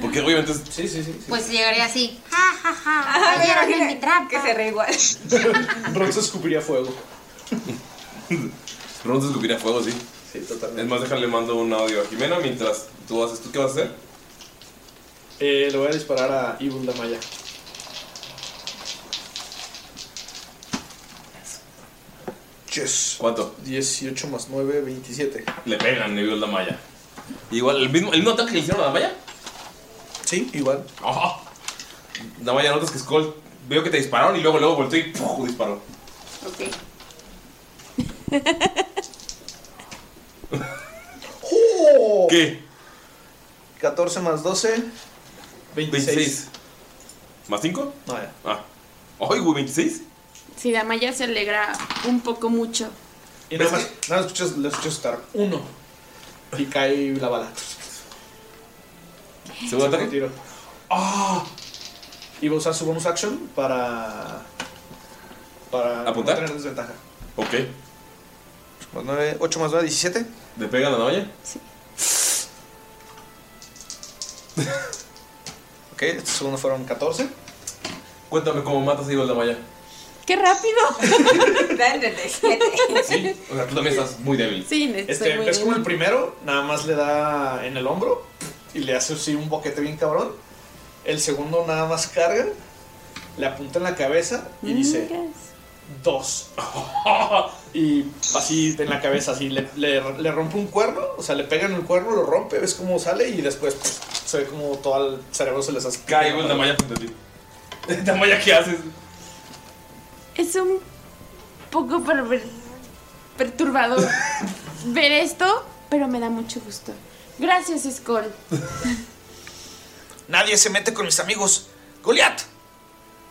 C: Porque obviamente es... Sí, sí, sí.
G: Pues llegaría así. Ja, ja, ja. Cayeron en mi trampa.
H: Que se re igual.
F: Ron se escupiría fuego.
C: Ron se escupiría fuego, sí.
F: Sí, totalmente.
C: Es más, déjale mando un audio a Jimena mientras tú haces. ¿Tú qué vas a hacer?
F: Eh, le voy a disparar a Evil Damaya. Yes.
C: ¿Cuánto?
F: 18 más 9, 27.
C: Le pegan Evil Damaya. Igual, el mismo, el mismo ataque que le hicieron a Damaya.
F: Sí, igual.
C: ¡Oh! Damaya, notas que Skull. Veo que te dispararon y luego, luego volteó y ¡puf! disparó.
E: Ok.
C: ¿Qué?
F: 14 Oh. más 12, 26.
C: 26. ¿Más 5?
F: No, ya.
C: Ah. ¡Ay, güey! ¿26?
E: Sí, Damaya se alegra un poco mucho.
F: Y nada más, nada más escuchas, le escuchas estar uno. Y cae la bala.
C: Segundo ataque.
F: tiro. ¡Ah! Y va a usar su bonus action para. Para no
C: ¿Apuntar?
F: tener desventaja.
C: Ok.
F: 8 más 9, 8 Pues más 9, 17.
C: ¿Le pegan a Damaya?
F: Ok, estos segundos fueron 14.
C: Cuéntame cómo matas a Evil Damaya.
E: ¡Qué rápido!
C: Sí, o sea, tú también estás muy débil.
E: Sí, estoy
F: Este,
E: muy
F: es como el
E: débil.
F: primero, nada más le da en el hombro y le hace así un boquete bien cabrón. El segundo nada más carga, le apunta en la cabeza y
L: Mm.
F: dice dos. y así en la cabeza, así le, le- le rompe un cuerno, o sea, le pega en el cuerno, lo rompe, ves cómo sale y después pff, se ve como todo el cerebro se les hace.
C: Cae Evil Damaya frente a ti. Damaya, ¿qué haces?
E: Es un poco perver- perturbador ver esto, pero me da mucho gusto. Gracias, Skull.
F: Nadie se mete con mis amigos. Goliat,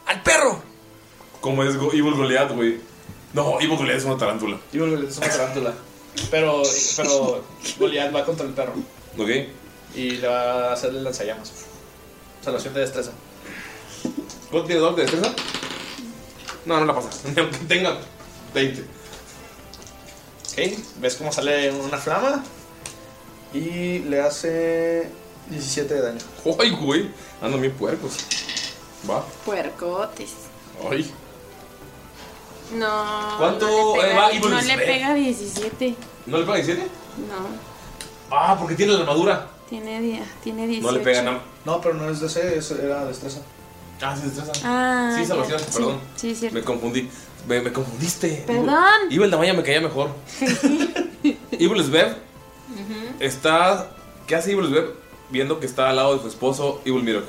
F: al perro.
C: ¿Cómo es Go- Evil Goliath, güey? No, Evil Goliath es una tarántula.
F: Y vuelve, es una tarántula. Pero, pero Goliath va contra el perro
C: ¿Ok?
F: y le va a hacer el lanzallamas. Salvación de destreza.
C: ¿Cuánto tienes dólares de destreza? No, no la pasa. Ni aunque tenga 20.
F: Ok, ves cómo sale una flama y le hace 17 de daño.
C: ¡Ay, güey! Andan bien puercos. Va.
E: Puercotes.
C: ¡Ay!
E: No.
C: ¿Cuánto,
E: No le
C: eh,
E: pega,
C: va, Evil
E: no le
C: Smith?
E: pega 17.
C: ¿No le pega 17?
E: No.
C: Ah, porque tiene la armadura.
E: Tiene, die- tiene 18.
C: No le pega nada.
F: No, pero no es DC, es- era destreza.
C: Ah, sí, destreza.
E: Ah,
C: sí, salvación,
E: ya, sí,
C: perdón.
E: sí, es cierto.
C: Me confundí. Me, me confundiste.
E: Perdón.
C: Evil Damaya me caía mejor. Evil Svev está. ¿Qué hace Evil Svev? Viendo que está al lado de su esposo, Evil Mirok.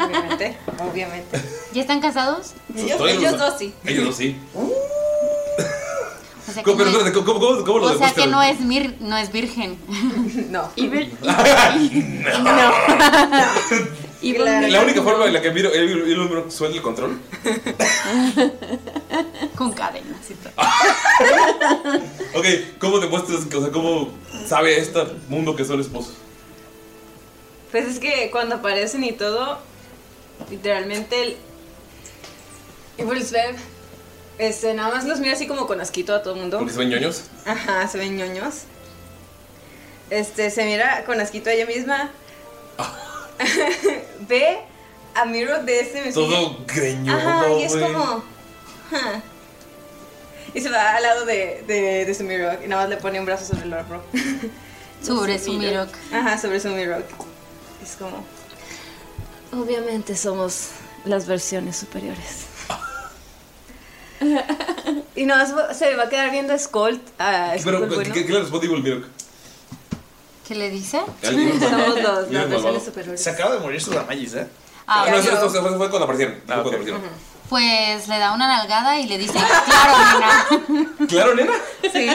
H: Obviamente, obviamente.
G: ¿Ya están casados?
C: Ellos- Estoy ellos ilusa- dos
G: sí.
C: Ellos dos sí.
G: O sea,
C: ¿Cómo,
G: que, no,
C: pero
G: es,
C: espérate, ¿cómo, cómo, cómo lo
G: o sea que
C: demuestran?
G: no, es mir- no es virgen.
H: No.
E: Y
C: La única forma en la que Miro, el, el, el Mirok suelta el control
G: Con cadenas y todo.
C: Ok, ¿cómo demuestras, o sea, cómo sabe este mundo que son esposos?
H: Pues es que cuando aparecen y todo, literalmente el Evil Svev, este, nada más los mira así como con asquito a todo el mundo.
C: Porque se ven ñoños.
H: Ajá, se ven ñoños. Este, se mira con asquito a ella misma. Ve a Miro de ese me sigue.
C: Ah. Todo greñudo,
H: Ajá, y es
C: güey.
H: como. "Ja". Y se va al lado de, de, de su Miro y nada más le pone un brazo sobre el hombro.
G: Sobre su miroc.
H: Ajá, sobre su Miro. Es como. Obviamente somos las versiones superiores. y no, se va a quedar viendo a Skolt. A
C: Pero,
H: Skolt, bueno.
C: ¿qué, ¿qué le responde Evil Mirok?
G: ¿Qué le dice?
C: Alguien más.
G: Somos dos, las dos
C: Miren, malvado.
G: son superhéroes.
F: Se acaba de morir su damayis, ¿eh?
G: Ah,
C: no,
G: ok.
C: eso, eso- eso fue cuando aparecieron. fue cuando aparecieron.
G: Pues le da una nalgada y le dice, claro, nena.
C: Claro, nena.
G: Sí.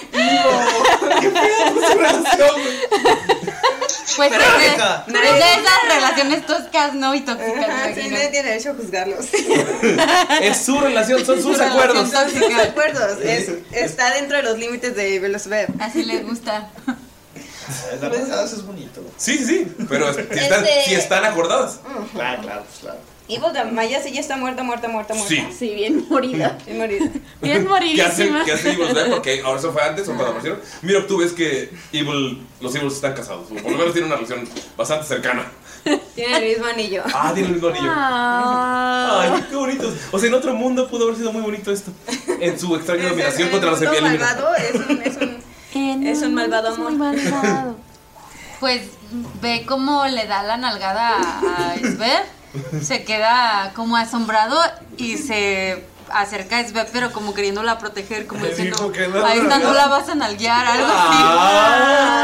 C: ¿Qué pedo con su relación, güey?
G: Pues eh, es
H: Pero
G: de,
H: neta.
G: pero es de esas relaciones toscas, ¿no? Y tóxicas. me
H: Ajá, sí,
G: imagino.
H: nadie tiene derecho a juzgarlos.
C: Es su relación, son sus
H: Su relación
C: acuerdos.
H: tóxica. Sus acuerdos. Es- está dentro de los límites de Velocibeb.
G: Así les gusta.
F: Dar nalgadas Ah, es bonito.
C: Sí, sí, sí. Pero si están,
H: Este-
C: si están acordadas.
F: Claro, claro, pues claro.
H: Mm. Y pues la Maya sí ya está muerta, muerta, muerta, muerta.
C: Sí.
H: bien morida. Bien morida.
E: Bien
C: ¿Qué hace,
E: moridísima.
C: ¿Qué hace Evil Dead? Porque ahora eso fue antes o cuando aparecieron. Mira, tú ves que Evil, los Evils están casados. O por lo menos tienen una relación bastante cercana.
H: Tiene el mismo anillo.
C: Ah, tiene el mismo anillo.
H: Ah.
C: Ay, qué bonitos. O sea, en otro mundo pudo haber sido muy bonito esto. En su extraña dominación contra la
H: Todo
C: semielina.
H: malvado es un, es un, es un malvado amor.
G: Pues ve cómo le da la nalgada a a Sver. Se queda como asombrado y se acerca a Sver, pero como queriéndola proteger, como diciendo, a esta no la vas a nalguear, algo así.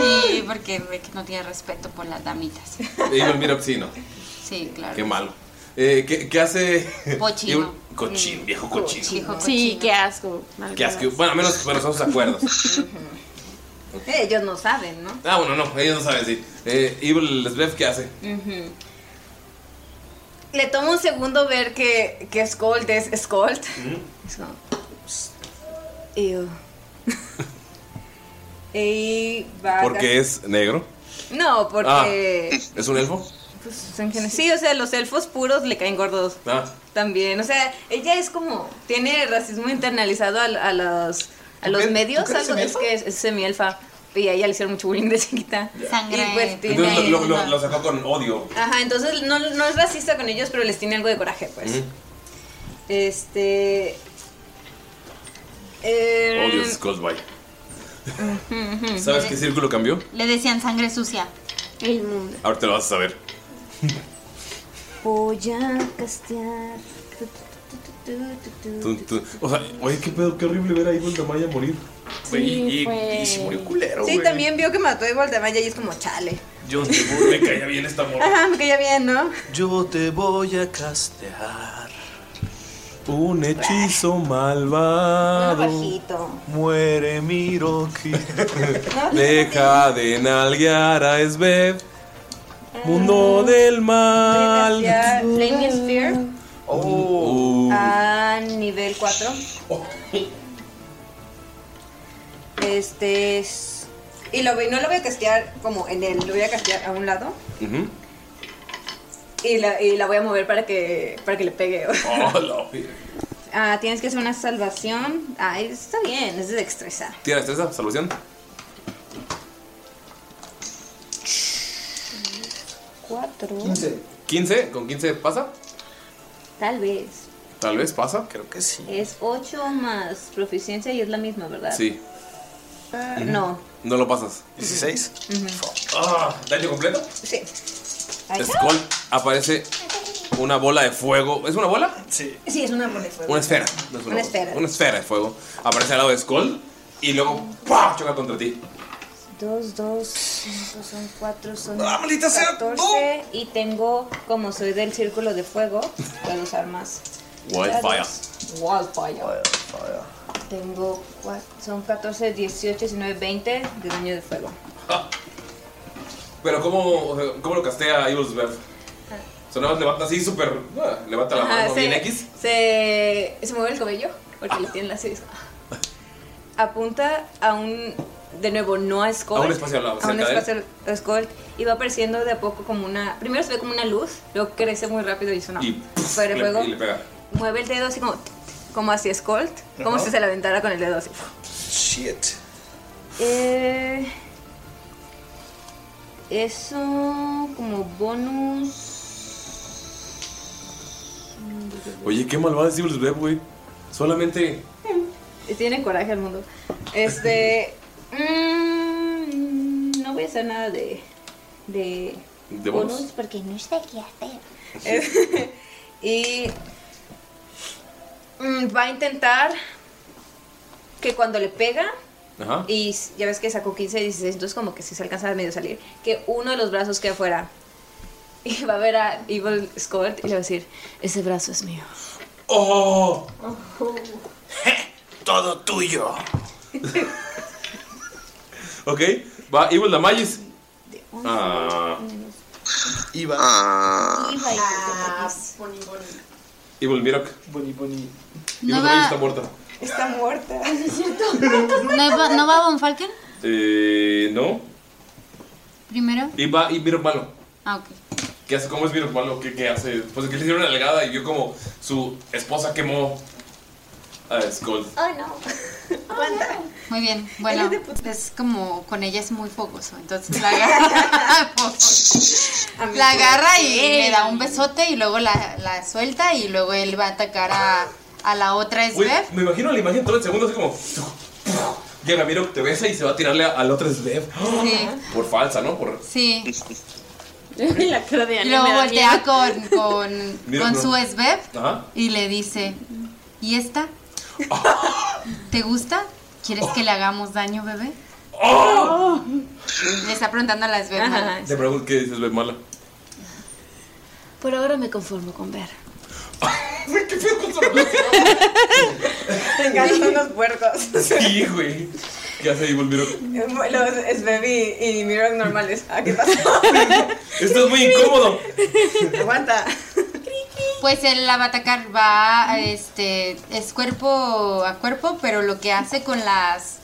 G: Sí, porque ve que no tiene respeto por las damitas.
C: Evil, mira, sí, no.
G: Sí, claro.
C: Qué malo. Eh, ¿qué, qué hace?
G: Cochino.
C: Evil? Cochino, viejo cochino.
E: Sí, qué asco.
C: Qué asco. Bueno, a menos bueno, son sus acuerdos.
H: Eh, ellos no saben, ¿no?
C: Ah, bueno, no, ellos no saben, sí. Eh, Evil Lesbev, ¿qué hace?
H: Ujú. Le toma un segundo ver que, que Skolt es Skolt. Es como, "Ew". y va a-
C: Porque es negro.
H: No, porque...
C: Ah, ¿Es un elfo?
H: pues, son genes- sí, o sea, los elfos puros le caen gordos
C: Ah.
H: también. O sea, ella es como... Tiene racismo internalizado a, a los, a los medios.
G: crees
H: algo- es
G: semielfa?
H: que es, es semielfa. Y a ella le hicieron mucho bullying de chiquita.
G: Sangre.
H: Y pues tiene...
C: Entonces lo, lo- lo- lo sacó con odio.
H: Ajá, entonces no, no es racista con ellos, pero les tiene algo de coraje, pues.
C: Mm.
H: Este. eh,
C: Odio es Cold White.
G: Ujú,
H: Mm.
G: ujú.
C: ¿Sabes qué círculo cambió?
G: Le decían sangre sucia. El mundo.
C: Ahora te lo vas a saber.
J: Voy a castear. Tu, tu, tu, tu, tu,
H: Mm.
J: tu.
C: Tú- tú- O sea, oye, qué pedo, qué horrible ver a Evil Damaya morir. Güey, y, y se murió culero,
H: Sí,
C: güey.
H: también vio que mató a Voldemort y es como chale.
C: Yo me caía bien esta morra.
H: Ajá, me caía bien, ¿no?
F: Yo te voy a castear un hechizo
H: Ah,
F: malvado.
H: bajito.
F: Muere Miroki.
C: Deja de nalguear a Esbev.
H: Ah.
C: Mundo del mal.
H: Ya, Flaming Spear
C: Oh.
H: a Ah, nivel 4. Este es. Y lo voy, no lo voy a castear como en él, lo voy a castear a un lado.
C: Ujú.
H: Y la, y la voy a mover para que, para que le pegue.
C: Oh, la verga.
H: Ah, tienes que hacer una salvación. Ah, está bien, es de destreza.
C: ¿Tiene destreza? ¿Salvación?
H: Cuatro.
C: 15. ¿Con 15 pasa?
H: Tal vez.
C: Tal vez pasa. Creo que sí.
H: Es ocho más proficiencia y es la misma, ¿verdad?
C: Sí.
H: Ah, no.
C: No lo pasas.
F: 16.
H: Ujú.
C: Ah, ¿Daño completo?
H: Sí. Ahí está.
C: Skull aparece una bola de fuego. ¿Es una bola?
F: Sí.
H: Sí, es una bola de fuego.
C: Una esfera. no es
H: Una
C: bola.
H: esfera.
C: Una esfera de fuego. Aparece al lado de Skull y luego ¡pua! choca contra ti.
H: Dos, dos, cinco, son cuatro, son
C: ¡Ah, maldita sea!
H: catorce. Y tengo, como soy del círculo de fuego, puedo usar más.
C: Wildfire.
H: Wildfire. Tengo, cua- son 14, 18, 19, 20 de daño de fuego.
C: Pero ¿cómo, o sea, ¿cómo lo castea Evil Smurf? O sea, nada más levanta así súper... ah, levanta la
H: Ajá,
C: mano bien
H: se-
C: X. Ah.
H: Se, se mueve el cabello porque le tienen las seis. Apunta a un. De nuevo, no a Skull.
C: A un espacio al lado,
H: A
C: cerca
H: un
C: de él.
H: espacio a Skull. Y va apareciendo de a poco como una. Primero se ve como una luz, luego crece muy rápido y suena.
C: Y,
H: fuera de
C: le,
H: fuego.
C: y le pega.
H: Mueve el dedo así como. Como hacia Skull. Como
F: Ajá.
H: si se la aventara con el dedo así.
F: Shit.
H: Eh, eso como bonus.
C: Oye, qué malvada es Evil Smurf, güey. Solamente...
H: Tiene coraje el mundo. Este. mm, no voy a hacer nada de. de.
C: De bonus.
H: porque no sé qué hacer. y. mm, va a intentar que cuando le pega,
C: Ajá.
H: y s- ya ves que sacó 15 y 16, entonces como que sí se alcanza a medio salir, que uno de los brazos queda afuera. Y va a ver a Evil Scott y le va a decir, ese brazo es mío.
C: ¡Oh!
F: Todo tuyo.
C: Ok, va Evil Damayis. Ah,
F: Iba.
C: Ah. Evil Mirok.
F: Boni, boni.
C: Evil
G: No
C: Damayis
G: va-
C: está muerta.
H: Está muerta.
G: es cierto. ¿No va, ¿No va Von Falken?
C: Eh, no.
G: Primero.
C: Y va y Mirok malo.
G: Ah, ok.
C: ¿Qué hace? ¿Cómo es Mirok malo? ¿Qué, qué hace? Pues que le hicieron una legada y vio como su esposa quemó a Skull.
G: Oh, no. Muy bien, bueno, es como con ella es muy fogoso, entonces la agarra, la agarra y le da un besote y luego la, la suelta y luego él va a atacar a, a la otra
C: Güey,
G: Svev.
C: me imagino la imagen todo el segundo así como. Llega Mirok, te besa y se va a tirarle a- al otro Slev.
G: Sí,
C: Por falsa, ¿no? Por.
G: sí.
E: La cara de
G: Y
E: Ana
G: luego
E: me da
G: voltea
E: miedo.
G: con, con,
C: Mira,
G: con
C: no.
G: su Svev
C: Ajá.
G: y le dice, ¿y esta? ¿Te gusta? ¿Quieres que le hagamos daño, bebé?
C: Oh.
G: Le está preguntando a la Svev.
J: Ah,
G: ¿no?
C: Te pregunto qué dices, Svev mala.
J: Por ahora me conformo con ver.
C: ¿Qué
H: Me encantan unos puercos.
C: Sí, güey. ¿Qué hace Evil Mirok?
H: Los Svevi y Mirok normales. ¿A qué pasa?
C: Esto es muy incómodo.
H: Aguanta.
G: Pues él la va a atacar, va, este, es cuerpo a cuerpo, pero lo que hace con las,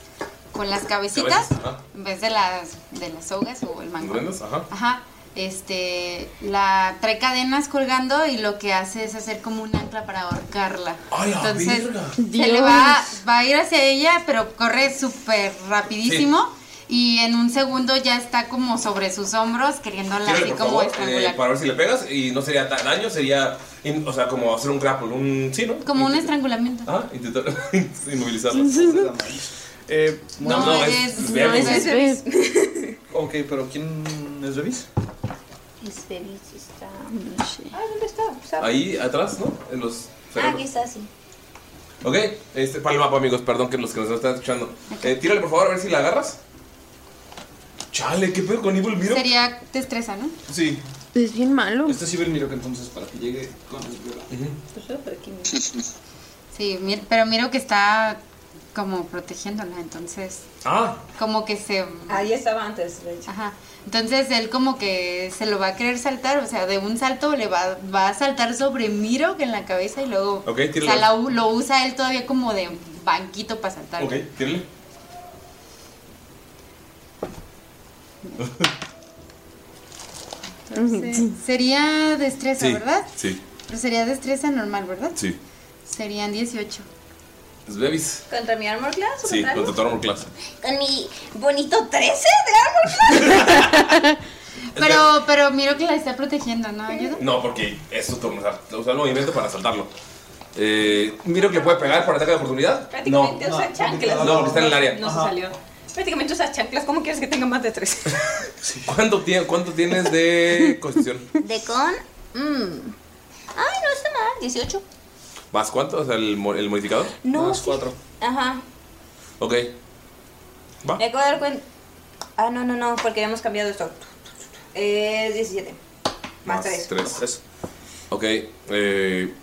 G: con las cabecitas,
C: Cabezas,
G: en vez de las, de las sogas o el mango,
C: ¿Comprendes? Ajá.
G: ajá, este, la trae cadenas colgando y lo que hace es hacer como un ancla para ahorcarla.
C: ¡Ay, la
G: Entonces,
E: Ah,
C: verga!
G: se le va, va a ir hacia ella, pero corre súper rapidísimo. Y en un segundo ya está como sobre sus hombros, queriéndola
C: Tírale,
G: así
C: por
G: como
C: favor,
G: estrangular.
C: eh, para ver si le pegas y no sería da- daño, sería, in- o sea, como hacer un grapple, un sí, ¿no?
G: Como un estrangulamiento.
C: Ajá, intentar inmovilizarlo.
F: Eh,
C: No, no, es- es Bebis.
F: Ok, pero ¿quién es Bebis?
J: Mis bebés está.
H: Ah, ¿dónde está?
C: Ahí atrás, ¿no? En los
J: Ah,
C: cerebros.
J: aquí está, sí.
C: Ok, este, para el mapa, amigos, perdón que los que nos están escuchando. Eh, tírale, por favor, a ver si la agarras. Chale, ¿qué pedo con Evil Miro?
G: Sería destreza, ¿no?
C: Sí.
E: Es bien malo.
F: Este es Evil Mirok entonces para que llegue con el viola.
G: Sí, mir- pero miro que está como protegiéndola, entonces
C: Ah,
G: como que se...
H: Ahí estaba antes, de hecho.
G: Ajá. Entonces él como que se lo va a querer saltar, o sea, de un salto le va, va a saltar sobre Miro que en la cabeza y luego...
C: ok,
G: o
C: tírale.
G: sea, la u- lo usa él todavía como de banquito para saltar.
C: Ok, tírale.
G: Entonces, sería destreza,
C: Sí,
G: ¿verdad?
C: sí,
G: Pero sería destreza normal, ¿verdad?
C: sí.
G: Serían 18.
C: Es Bebis.
H: ¿Contra mi armor class?
C: Sí, con tu armor class.
J: Con mi bonito 13 de
G: Pero, pero Miro que la está protegiendo, ¿no? ¿Ayuda?
C: No, porque eso te usa el movimiento para saltarlo. Eh, miro que le puede pegar para ataque de oportunidad. No.
H: Prácticamente usa chanclas.
C: No, porque está en el área.
H: No se
C: Ajá.
H: salió. Prácticamente usa chanclas. ¿Cómo quieres que tenga más de tres?
C: ¿Cuánto, tie- cuánto tienes de constitución?
J: De con. mm. Ay, no está mal, 18.
C: ¿Más cuánto? O sea, el, mo- el modificador.
H: No,
C: Más
H: sí.
C: cuatro.
H: Ajá.
C: Ok. Va.
H: Me acabo de dar cuenta. Ah, no, no, no, porque hemos cambiado esto. Es 17. Más
C: tres.
H: 3.
C: Tres. Ok. eh,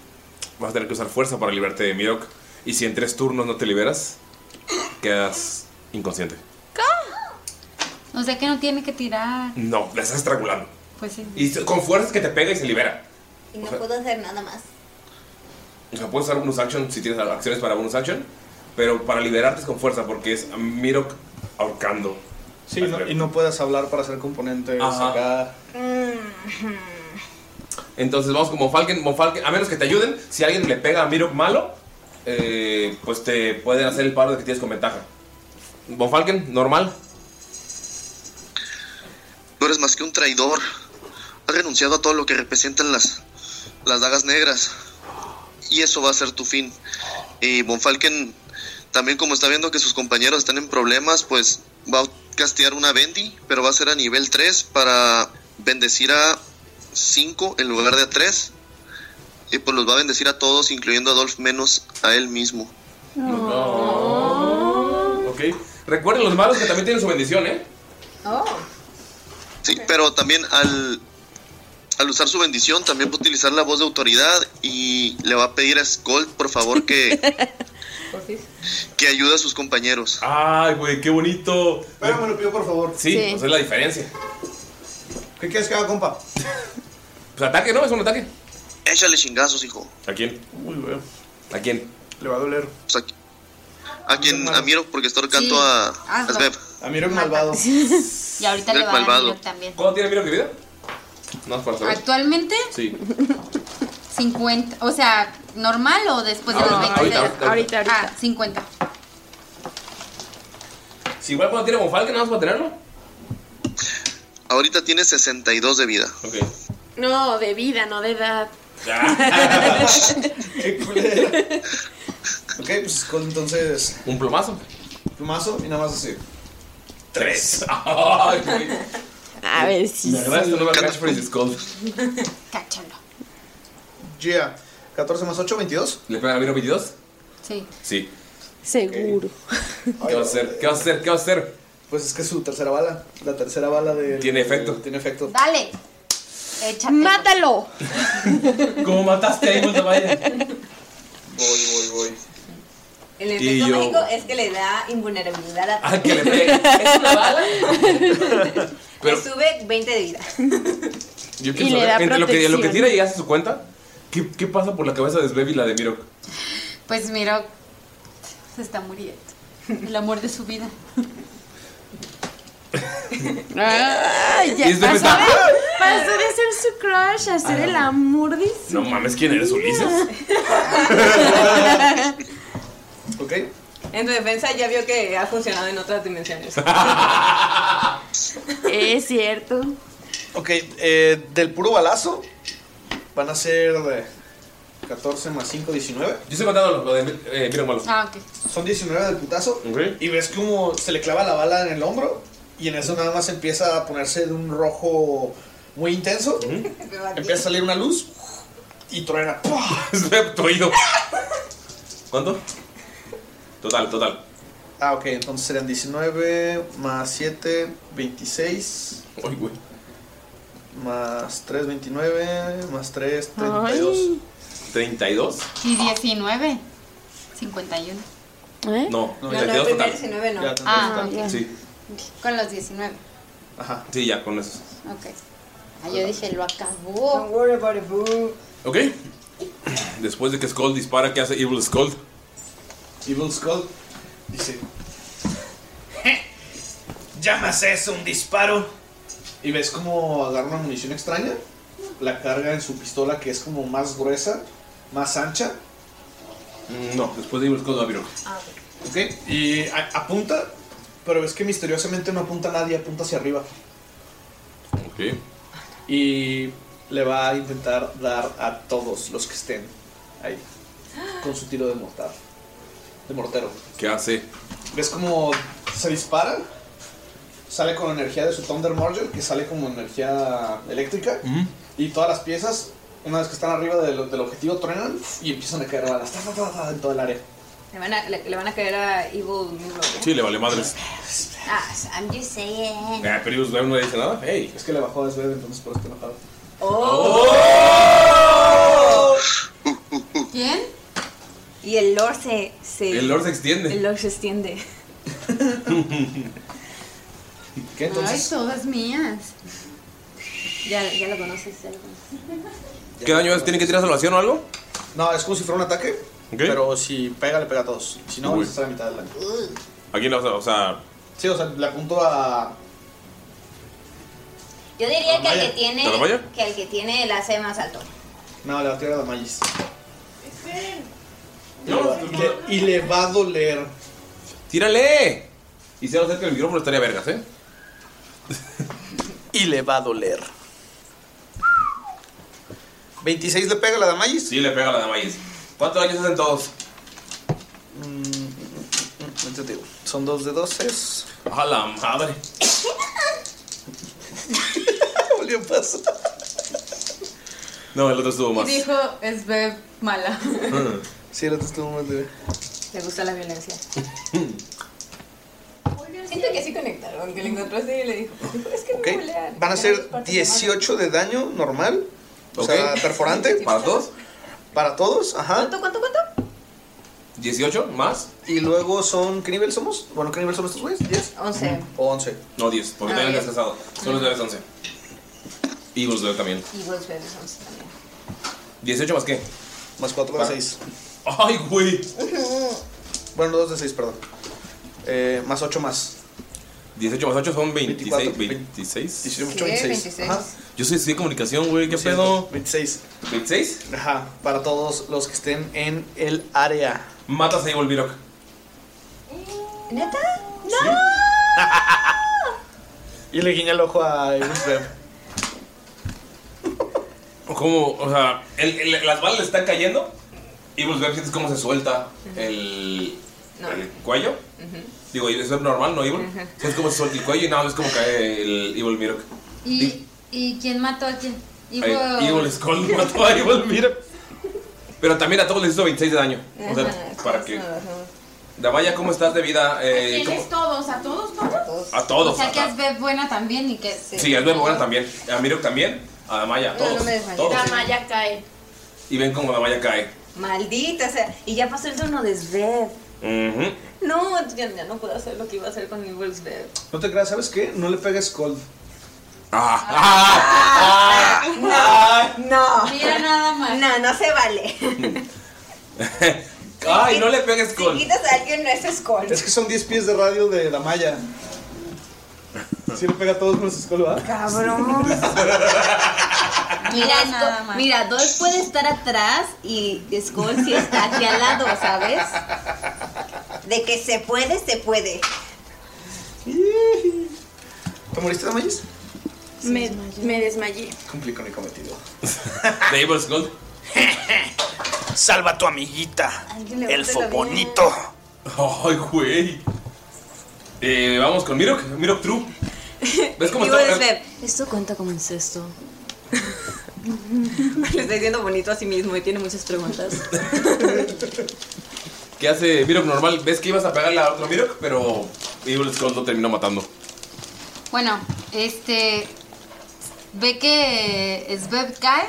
C: vas a tener que usar fuerza para liberarte de Mirok. Y si en tres turnos no te liberas, quedas inconsciente.
G: O sea que no tiene que tirar.
C: No, la estás estrangulando.
G: Pues sí.
C: Y se- con fuerza es que te pega y se libera.
J: Y no puedo hacer nada más.
C: O sea, puedes usar bonus action si tienes acciones para bonus action, pero para liberarte es con fuerza porque es a Mirok ahorcando.
F: Sí, no- y no puedes hablar para ser componente.
C: Ajá.
F: acá.
C: Entonces vamos con Monfalken, Monfalken, a menos que te ayuden, si alguien le pega a Mirok malo, eh, pues te pueden hacer el paro de que tienes con ventaja. Monfalken, normal.
D: No eres más que un traidor. Has renunciado a todo lo que representan las, las dagas negras. Y eso va a ser tu fin. Y Von Falken, también como está viendo que sus compañeros están en problemas, pues va a castear una Bendy, pero va a ser a nivel 3 para bendecir a 5 en lugar de a 3. Y pues los va a bendecir a todos, incluyendo a Adolf, menos a él mismo.
C: No. Recuerden los malos que también tienen su bendición, ¿eh?
H: Oh.
D: Sí, pero también al, al usar su bendición, también va a utilizar la voz de autoridad y le va a pedir a Skull, por favor, que, que ayude a sus compañeros.
F: Ah,
C: Ay, güey, qué bonito.
F: Pero me lo pido, por favor.
C: Sí, pues es la diferencia.
F: ¿Qué quieres que haga, compa?
C: Pues ataque, ¿no? Es un ataque.
D: Échale chingazos, hijo.
C: ¿A quién?
F: Uy, güey.
C: ¿A quién?
F: Le va a doler.
D: Pues a, qui- a quien, a Miro, porque está ahorcando
G: Sí,
D: a, a
G: hazlo.
D: Sveb.
F: A Miro malvado.
G: Y ahorita le
D: Mira el
G: va a dar
D: malvado.
G: Miro también.
C: ¿Cuándo tiene Miro de vida? No, es para saber.
G: Actualmente
C: Sí.
G: 50, o sea, normal o después de
C: Ahorita,
G: los 20.
C: Ah, ahorita, ahorita, ahorita.
G: Ah, 50.
C: Si igual cuando tiene Bonfalque, nada más para tenerlo.
D: Ahorita tiene 62 de vida.
C: Ok.
E: No, de vida, no de edad. Ah.
F: Ok, pues Skull entonces.
C: Un plomazo.
F: Plomazo y nada más así.
C: Tres. Ay, güey.
E: A ver si.
C: La verdad, esto no va a catchphrase Skull.
G: Cáchalo.
F: Yeah. 14 más 8, 22.
C: ¿Le pegan a Miro 22?
G: Sí.
C: Sí.
E: Seguro.
C: ¿Qué vas a hacer? ¿Qué vas a hacer? ¿Qué vas a hacer?
F: Pues es que es su tercera bala. La tercera bala de.
C: Tiene efecto.
F: Tiene efecto.
G: Dale. Échate. Mátalo.
C: ¿Cómo mataste ahí, Montevalla?
F: Voy, voy, voy.
H: El
C: Y
H: efecto
C: yo-
H: mágico es que le da invulnerabilidad a
C: Ah, que le pegue. Pero
H: Le sube 20 de vida.
C: yo
H: Y
C: quiero saber,
H: le da
C: entre lo que, lo que
H: protección.
C: tira y hace su cuenta, ¿qué, qué pasa por la cabeza de Svevi y la de Miro?
G: Pues mira, se está muriendo. El amor de su vida.
H: Ah.
E: Ay, ya.
C: Y este es de
E: Pasó de,
C: verdad.
E: pasó de ser su crush a ser
C: Ah.
E: el amor de su
C: No mames, ¿quién eres, Ulises?
F: Ok.
H: En tu defensa ya vio que ha funcionado en otras dimensiones.
E: Es cierto.
F: Ok, eh, del puro balazo van a ser eh, 14 más 5, 19.
C: Yo estoy contando lo, lo de eh, Miro Malo.
G: Ah, ok.
F: Son 19 del putazo.
C: Ok.
F: Y ves como se le clava la bala en el hombro. Y en eso nada más empieza a ponerse de un rojo muy intenso. Empieza a salir una luz. Y truena. ¡Pah!
C: Sveb, tu oído. ¿Cuánto? Total, total.
F: Ah, ok, entonces serían 19 más 7, 26.
C: Ay, güey.
F: Más 3, 29. Más 3, 32.
C: 32.
G: Y 19. 51.
E: ¿Eh?
C: No,
F: No,
C: no
F: ya.
C: 32
F: No,
C: total.
F: primero
H: no.
F: Ya tendré
G: Ah,
F: total.
G: ok.
C: Sí,
G: Con los 19.
F: Ajá.
C: sí, ya con eso.
G: Ok. Ah, yo dije, lo acabó. Don't worry about it,
C: Ok. Después de que Skull dispara, ¿qué hace Evil Skull?
F: Evil Skull dice: ¿Llamas eso un disparo? Y ves como agarra una munición extraña, la carga en su pistola que es como más gruesa, más ancha,
C: Mm, No, después de Evil Skull va Miro.
F: ¿ok? Y a- apunta, pero ves que misteriosamente no apunta a nadie, apunta hacia arriba.
C: Ok.
F: Y le va a intentar dar a todos los que estén ahí con su tiro de mortar, de mortero.
C: ¿Qué hace?
F: ¿Ves cómo se dispara? Sale con energía de su Thunder Margin, que sale como energía eléctrica. Y todas las piezas, una vez que están arriba del, del objetivo, truenan y empiezan a caer balas ta, ta, ta, ta, en todo el área.
H: Le van a, le, le van a caer a Evil Miro. ¿ya?
C: Sí, le vale madres.
H: Ah, I'm just saying.
C: Ah, pero Evil Skull no le dice nada. Hey.
F: Es que le bajó a Sved, entonces por eso está enojado.
H: Oh.
C: ¡Oh!
G: ¿Quién?
H: Y el Lord se. se
C: El Lord se extiende.
H: el Lord se extiende.
F: ¿Qué
G: Ay,
F: entonces?
G: todas mías.
H: Ya, ya lo conoces, ya lo conoces.
C: ¿Qué daño es? ¿Tiene que tirar salvación o algo?
F: No, es como si fuera un ataque. Pero si pega, le pega a todos. Si no,
C: Uy.
F: está a la mitad del daño.
C: ¿A quién le vas a.? O sea.
F: Sí, o sea, le apunto a.
H: Yo diría que el
F: Damaya.
H: que tiene.
C: ¿Damaya?
H: Que el que tiene el AC más alto.
F: No, le va a tirar a Damayis. Y le- y le va a doler.
C: ¡Tírale! Y si no cerca del micrófono estaría vergas, ¿eh?
F: Y le va a doler. 26 le pega a la Damayis.
C: Sí, le pega a la Damayes. ¿Cuántos daños hacen todos?
F: Mm, Ahorita mm, te digo. Son dos de 12.
C: ¡A la madre!
F: Volvió a pasar.
C: No, el otro estuvo más.
G: Dijo, es beb mala.
F: Sí, el otro estuvo más leve.
H: Le gusta la violencia.
I: Aunque le encontró así y le dijo, dijo, es que
F: Ok.
I: me golea.
F: Van a ser 18 de daño normal. O sea, perforante.
C: ¿Para todos?
F: Para todos, ajá.
I: ¿Cuánto, cuánto, cuánto?
C: 18 más.
F: Y luego son. ¿Qué nivel somos? Bueno, ¿qué nivel somos estos güeyes? ¿10?
I: 11.
F: O 11.
C: No, 10, porque
F: Ah,
C: también
F: bien.
C: has casado. Solo debes 11. Y vos también.
H: Y vos ves 11 también.
C: ¿18 más qué? Ah.
F: Más 4 de 6.
C: ¡Ay, güey!
F: Bueno, 2 de 6, perdón. Eh, más 8 más.
C: 18 más 8 son 26. 26.
F: 18, 26. Ajá.
C: Yo soy estudié comunicación, güey. ¿Qué pedo?
F: 26.
C: ¿26?
F: Ajá. Para todos los que estén en el área.
C: Matas a Evil Viroc.
I: ¿Neta? ¡No!
F: Y le guiña el ojo a Evil
C: ¿Cómo? O sea, el- el- las balas le están cayendo. Evil Verb sientes cómo se suelta el,
H: No.
C: el cuello.
H: Ujú.
C: Digo, es normal, no Evil.
H: Ajá.
C: Sientes cómo se suelta el cuello y nada más ves cómo cae el Evil Viroc.
G: ¿Y, ¿Y quién mató a quién? Y
C: Ay, Evil Skull mató a Evil Viroc. Pero también a todos les hizo 26 de daño. O sea, para que. Damaya, ¿cómo estás de vida? Eh, ¿cómo-
G: ¿Quiénes todos? ¿A todos, todos?
C: A todos,
G: O sea,
C: a-
G: que es Beb buena también y que...
C: Sí, a Buena también. A Mirok también. A Damaya, a todos. todos.
G: Maya cae.
C: Y ven cómo Damaya cae.
H: Maldita sea. Y ya pasó el turno de Svev.
C: Ujú.
H: No, ya, ya no puedo hacer lo que iba a hacer con Evil Svev.
F: No te creas, ¿sabes qué? No le pegues cold.
C: Ah,
I: No, no.
H: Mira nada más.
I: No, no se vale.
C: Ay, no le pegues
I: Si
C: Skull.
I: quitas a alguien, no es Skull.
F: Es que son 10 pies de radio de la malla. Si le pega a todos menos Skull, ¿verdad?
I: Cabrón.
G: Mira,
I: nada
G: Sco-
I: más.
G: mira, Dolph puede estar atrás y Skull sí está aquí al lado, ¿sabes?
I: De que se puede, se puede.
F: ¿Te moriste, Damayis?
E: Me, me desmayé.
F: Cumplí con el cometido.
C: De Evil Skull.
F: Salva a tu amiguita.
I: Alguien le gusta la vida.
C: Ay, güey. Eh, vamos con Mirok. Mirok True. ¿Ves cómo
H: Evil
C: está?
H: Svev. Esto cuenta como incesto. Le está diciendo bonito a sí mismo y tiene muchas preguntas.
C: ¿Qué hace Mirok normal? ¿Ves que ibas a pegarle a otro Mirok? Pero Evil Skull lo terminó matando.
G: Bueno, este... Ve que Sveb cae.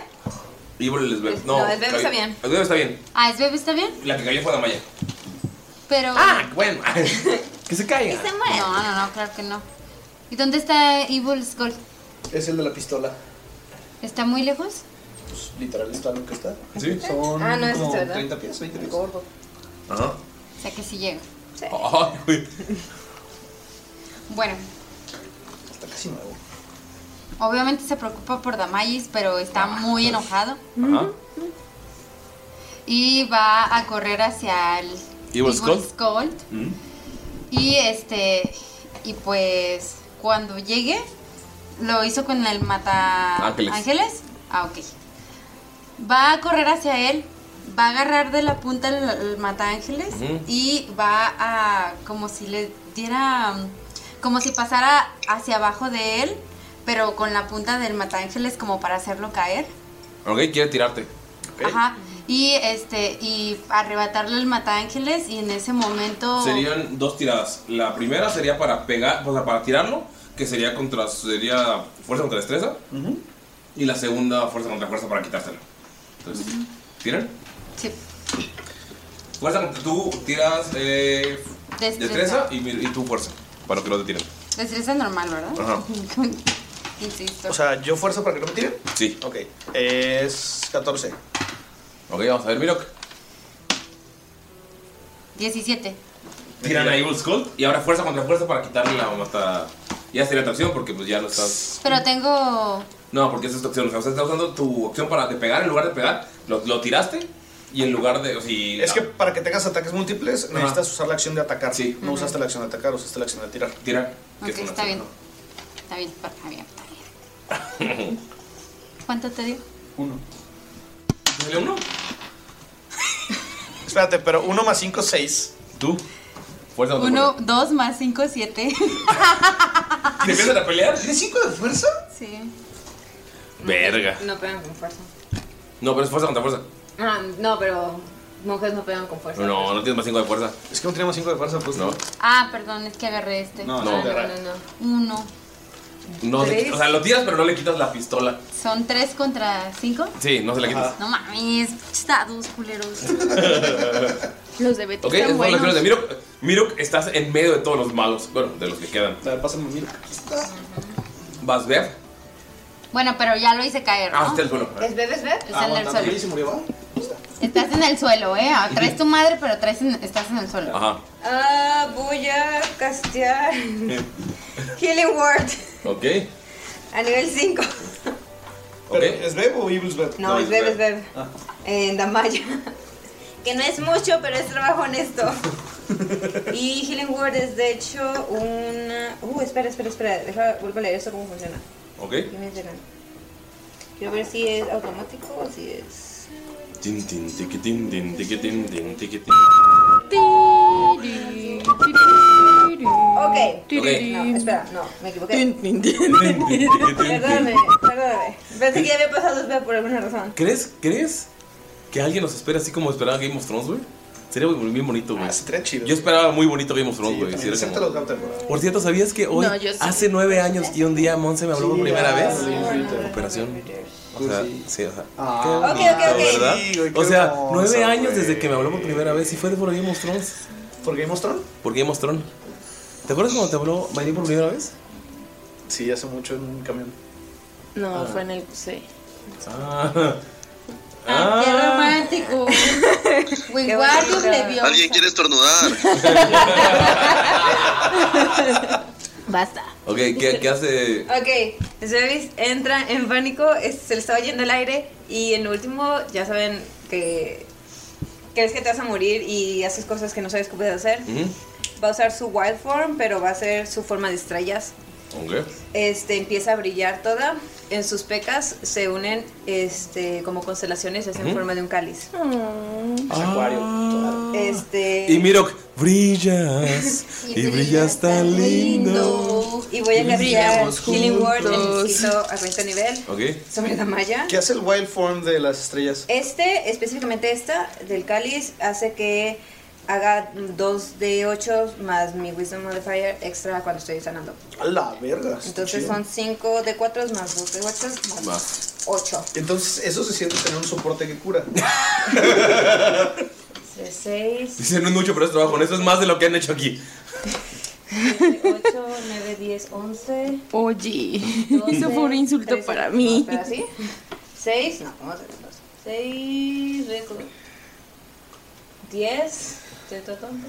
C: Evil Svev. No,
G: No, el Svev está bien.
C: El Svev está bien.
G: Ah, Sveb está bien,
C: La que cayó fue Damaya.
G: pero...
C: Ah, bueno. que se caiga.
G: No, no, no, claro que no. ¿Y dónde está Evil Skull?
F: Es el de la pistola.
G: ¿Está muy lejos?
F: Pues, literal, está lo que está.
C: Sí.
F: Son
G: Ah, no, es
F: como
G: este, ¿verdad?
F: 30 pies, 20 pies.
C: Ajá.
G: O sea que sí llega.
C: Ah. Ay, güey.
G: Bueno,
F: Está casi nuevo.
G: obviamente se preocupa por Damayis, pero está
C: Ah,
G: muy enojado.
C: Ajá.
G: Y va a correr hacia el
C: Evil Skull.
G: Skull.
C: Mm.
G: Y este. Y pues. Cuando llegue. Lo hizo con el mata.
C: Ángeles.
G: Ah, ok. Va a correr hacia él. Va a agarrar de la punta el, el mata ángeles.
H: Ujú.
G: Y va a. Como si le diera. mm, Como si pasara hacia abajo de él. Pero con la punta del mata ángeles. Como para hacerlo caer.
C: Ok, quiere tirarte.
G: Ajá. Y este, y arrebatarle el matángeles y en ese momento.
C: Serían dos tiradas. La primera sería para pegar, o sea, para tirarlo, que sería contra sería fuerza contra destreza. Y la segunda fuerza contra fuerza para quitárselo. Entonces, ¿tiran?
G: Sí.
C: Fuerza contra tú tiras eh,
G: Destreza.
C: destreza y, mi- y tu fuerza para que no te tiren.
G: Destreza normal, ¿verdad?
C: Ajá.
G: Insisto.
F: O sea, yo fuerzo para que no me tiren.
C: Sí.
F: Ok. Es 14.
C: Ok, vamos a ver, Mirok.
G: 17.
C: Tiran a Evil Skull y ahora fuerza contra fuerza para quitarle la mata. Ya sería tu acción porque pues ya lo estás.
G: Pero tengo.
C: No, porque esa es tu acción. O sea, estás usando tu opción para de pegar en lugar de pegar. Lo, lo tiraste y en lugar de. O si
F: Es que para que tengas ataques múltiples
C: Ajá.
F: necesitas usar la acción de atacar. Sí. No
G: Ujú.
F: usaste la acción de atacar, usaste la acción de tirar.
C: Tirar.
G: Ok, está bien. Está bien, está bien, está bien. ¿Cuánto te digo?
F: Uno.
C: ¿Sale uno?
F: Espérate, pero uno más cinco, seis.
C: ¿Tú? Fuerza contra
G: Uno, dos más cinco, siete.
C: fuerza. ¿Te empiezan a pelear?
F: ¿Tienes 5 de fuerza?
G: Sí.
C: Verga.
H: No pegan con fuerza.
C: No, pero es fuerza contra fuerza.
H: Ah, no, pero monjes no pegan con fuerza.
C: No, no tienes más 5 de fuerza.
F: Es que no tenemos 5 de fuerza, pues.
C: No,
G: Ah, perdón, es que agarré este.
C: No, no,
G: Ah,
C: te agarra-
G: Uno.
C: no se
G: Tres.
C: quita- o sea, lo tiras, pero no le quitas la pistola.
G: Son tres contra cinco.
C: Sí, no se la quitas.
G: No mames, estados culeros.
E: Los de Beto
C: Ok, esas son las acciones de Mirok. Mirok, estás en medio de todos los malos. Bueno, de los que quedan.
F: Pásame Mirok.
C: Vas a ver.
G: Bueno, pero ya lo hice caer,
C: Ah,
G: ¿no?
C: está el suelo.
G: ¿Es bebés, bebés? Está en el
F: Aguantando.
G: suelo.
F: ¿Y Ah, se murió?
G: Estás en el suelo, ¿eh? Ah, Traes tu madre, pero traes en- estás en el suelo.
C: Ajá.
H: Ah, voy a castear Healing Word
C: Ok.
H: a nivel 5.
F: Pero, ¿Es Beb o Evil's Beb?
H: No, es Beb, es Beb.
F: Ah.
H: En Damaya. Que no es mucho, pero es trabajo honesto. Y Healing Word es de hecho una. Uh, espera, espera, espera. Deja, vuelvo a leer esto cómo funciona.
C: Ok.
H: Give me a second. Quiero ver si es automático o si es.
C: Tin, tin, tiquitín, tin, tiquitín, tin, tiquitín.
H: Ok. No, espera, no, me equivoqué. Perdóname, perdóname. Pensé que ya había pasado espera por alguna razón.
C: ¿Crees, ¿Crees que alguien nos espera así como esperaba Game of Thrones, güey? Sería muy- bien bonito, güey. Yo esperaba muy bonito Game of Thrones, güey. si era como- Por cierto, ¿sabías que hoy,
F: No, yo sí.
C: hace nueve años y un día Monse me habló por
F: Sí,
C: primera
F: ah,
C: vez?
F: sí, ahorita.
C: Operación. O sea, sí, o sea.
F: Ah.
C: qué
F: Ok,
C: bonito,
F: ok, ok.
C: ¿verdad?
F: Sí, güey, qué
C: O sea,
F: hermosa,
C: nueve años
F: güey.
C: desde que me habló por primera vez y fue por Game of Thrones.
F: ¿Por Game of Thrones?
C: Por Game of Thrones. ¿Te acuerdas cuando te habló Mayri por primera vez?
F: Sí, hace mucho en un camión.
E: No,
C: Ah.
E: fue en el. Sí.
C: Ah.
E: Qué
G: romántico. Wingardium Leviosa.
D: Alguien quiere estornudar.
H: Basta.
C: Ok, ¿qué, qué hace?
H: Ok, Zevis entra en pánico, es- se le está yendo el aire y en lo último ya saben que crees que te vas a morir y haces cosas que no sabes cómo puedes hacer. Va a usar su wild form, pero va a ser su forma de estrellas.
C: Ok.
H: Este empieza a brillar toda. En sus pecas se unen este como constelaciones y hacen
C: Ujú.
H: forma de un cáliz.
C: Acuario.
H: Este
C: Y Mirok, brillas y brillas tan lindo.
H: y voy a castear
F: Brillamos
H: Healing Word en
F: juntos.
H: hechizo a cuarto nivel
C: Ok.
H: sobre Damaya.
F: ¿Qué hace el Wild Form de las estrellas?
H: Este, específicamente esta, del cáliz, hace que haga 2 de 8 más mi Wisdom Modifier extra cuando estoy sanando.
F: A la verga. está
H: Entonces
F: chido.
H: son 5 de 4 más 2 de 8 más 8.
F: Entonces, eso se siente tener un soporte que cura.
H: 6,
C: Dicen, no es mucho, pero es trabajo. Eso es más de lo que han hecho aquí.
H: 8, 9, 10, 11.
E: Oye, eso fue un insulto para mí.
H: Espera, ¿sí? 6, no, vamos a hacer 6, 10, estoy todo tonto.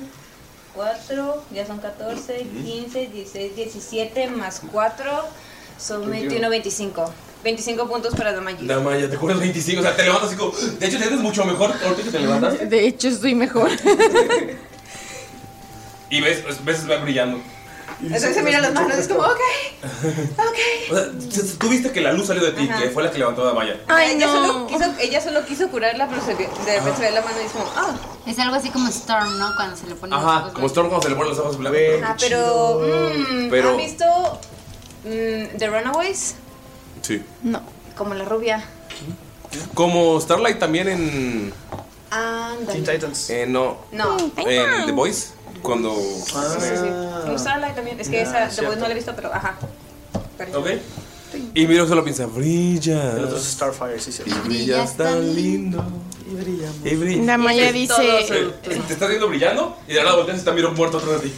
H: 4, ya son 14, 15, 16, 17 más 4 son 21, 25. 25 puntos para Damagi.
C: Nada más, ya te curas 25. O sea, te levantas y como. De hecho, te sientes mucho mejor ahorita que te levantas.
E: De hecho, estoy mejor.
C: Y ves, ves, ves va brillando.
H: Entonces se mira las manos, es como, ok.
C: O sea, tú- tú viste que la luz salió de ti,
H: Ajá.
C: que fue la que levantó a Damaya.
H: Ay, ella, solo quiso, ella solo quiso curarla, pero se, vio- de repente se ve la mano y es como, ah.
G: Es algo así como Storm, ¿no? Cuando se le pone.
C: Ajá, como Storm cuando se le ponen los ojos blancos.
H: Ah, pero, mm,
C: Pero-
H: ¿han visto mm, The Runaways?
C: Sí.
H: No. Como la rubia.
C: Como Starlight también en.
H: Anda.
C: Titans. Eh, no.
H: No.
E: Mm,
C: En The Voice. Cuando.
F: Ah,
H: Sí, sí. Me gusta la también. Es que
C: Ah,
H: esa, The
C: cierto.
H: Voice no la he visto, pero ajá.
C: Ok. Y Miro solo piensa, brilla.
F: El otro es Starfire, sí, sí.
C: Y brillas tan lindo.
F: Y brillamos.
C: Y brilla.
E: La Maya dice-
C: Eh, Te, estás viendo brillando y de la volteas y está Miro muerto atrás de ti.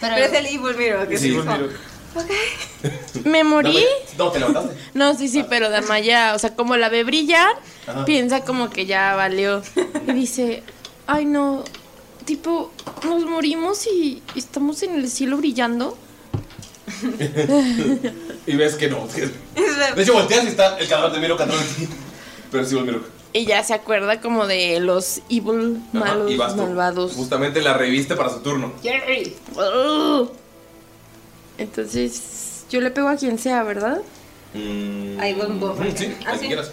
H: Pero, es el Evil Mirror. Que
C: Sí,
H: sí,
C: Evil Mirror.
E: Me morí.
C: No, te levantaste.
E: No, sí, sí, pero Damaya, o sea, como la ve brillar,
C: Ah. Ajá.
E: piensa como que ya valió. Y dice, ay no, tipo, nos morimos y estamos en el cielo brillando.
C: y ves que no. De hecho, volteas y está el cadáver de Miro atrás de ti. Pero sí, Miro.
E: Y ya se acuerda como de los evil,
C: Ajá,
E: malos,
C: Ah, y vas tú.
E: malvados.
C: Justamente la revista para su turno.
E: Oh. Entonces, yo le pego a quien sea, ¿verdad?
C: Mm,
E: Ahí va un bofre.
C: mm, Sí,
E: Ah,
C: al que
E: sí.
C: quieras.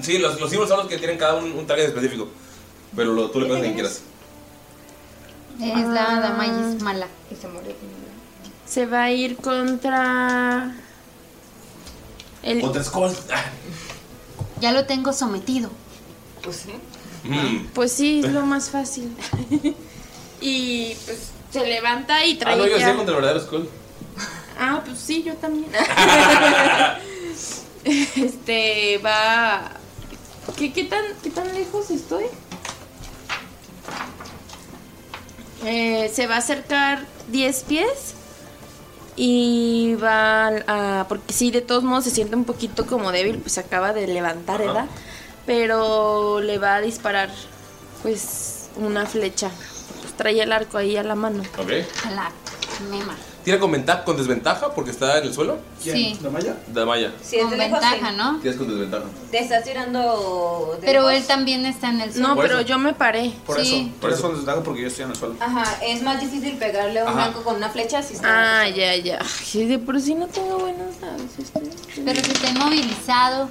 C: Sí, los, los símbolos son los que tienen cada uno un target específico. Pero lo- tú le pones a quien quieras.
G: Es
H: Ah.
G: la dama y es mala. Ah. Y se murió.
E: Se va a ir contra... El...
C: Contra Skull. Ah,
G: Ya lo tengo sometido.
H: Pues sí.
C: Mm.
E: Pues sí, es lo más fácil. y pues se levanta y trae.
C: Ah, no, yo
E: ya-
C: decía contra el verdadero Skull.
E: Ah, pues sí, yo también. este va. ¿Qué, qué, tan, ¿Qué tan lejos estoy? Eh, se va a acercar 10 pies y va a. Porque sí, de todos modos se siente un poquito como débil, pues se acaba de levantar,
M: Ajá.
E: ¿verdad? Pero le va a disparar, pues, una flecha. Pues trae el arco ahí a la mano.
C: Ok.
E: A la mema.
C: ¿Tira con ventaja, con desventaja porque está en el suelo?
H: ¿Quién? Sí.
C: ¿Damaya? Damaya.
H: Sí, es de lejos,
G: ventaja,
H: sí.
G: ¿no?
C: Tiras con desventaja.
H: Te estás tirando. de
G: Pero
H: lejos.
G: él también está en el
H: No,
G: suelo.
H: Por pero eso.
E: yo me paré.
F: Por
G: Sí.
F: eso. Por eso son desventaja porque yo estoy en el suelo.
H: Ajá, es más difícil pegarle a un
F: Ajá.
H: blanco con una flecha si está.
E: Ah, ya, ya. Ay, de por sí no tengo buenos este. dados. Estoy...
G: Pero si está inmovilizado.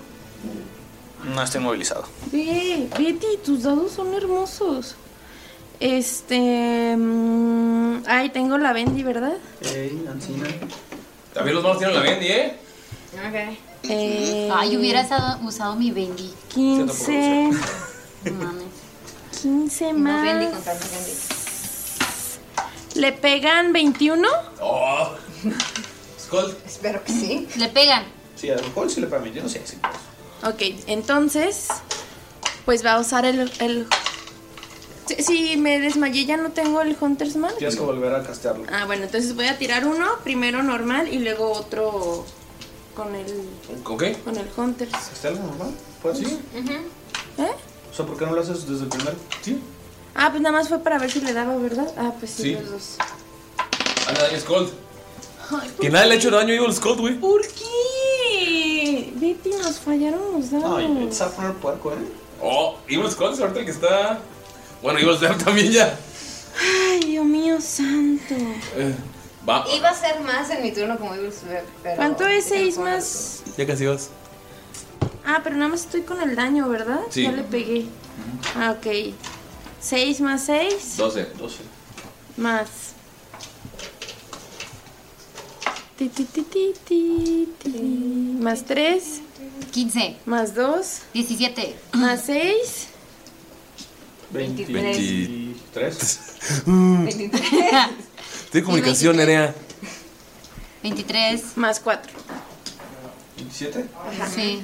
F: No estoy movilizado.
E: Ve, Betty, tus dados son hermosos. Este. mm, ay, tengo la Bendy, ¿verdad?
F: Ey, Ancina.
C: También los malos tienen la Bendy, ¿eh?
E: Ok.
G: Ay, hubiera usado, usado mi Bendy.
E: 15. 15 más.
G: Bendy
E: ¿Le pegan 21?
C: Oh. Skull.
H: Espero que sí.
E: Le pegan.
F: Sí, a lo mejor sí le permite. Yo no sé. Sí. pues,
E: Ok, entonces. Pues va a usar el. el... Si, si me desmayé, ya no tengo el Hunter's Man.
F: Tienes que volver a castearlo.
E: Ah, bueno, entonces voy a tirar uno, primero normal y luego otro con el
C: ¿Con qué?
E: con el Hunter.
C: ¿Ah,
F: ¿Está algo normal? ¿Puedes sí.
E: ¿Eh?
F: O sea, ¿por qué no lo haces desde el primer? Sí.
E: Ah, pues nada más fue para ver si le daba, ¿verdad? Ah, pues sí,
C: Sí.
E: los dos.
C: Hazle daño a Skull. Que nadie le ha hecho daño a Evil Skull, güey.
E: ¿Por qué? Betty, nos fallaron los dados.
C: el Saffron puerco, ¿eh? Oh, Evil Skull es ahorita el que está. Bueno, Evil Skull también ya.
E: Ay, Dios mío santo.
C: Eh, va.
H: Iba a ser más en mi turno como Evil Swear, pero.
E: ¿Cuánto es 6 más?
C: Ya casi vas.
E: Ah, pero nada más estoy con el daño, ¿verdad?
C: Sí.
E: Ya le pegué. Ah, ok. 6 más 6
C: 12. 12.
E: más. Ti, ti, ti, ti, ti, ti. Más 3.
G: 15.
E: Más 2.
G: 17.
E: Más 6.
C: 23. Tiene comunicación, Nerea.
G: 23.
E: Más 4.
F: ¿27?
G: Sí.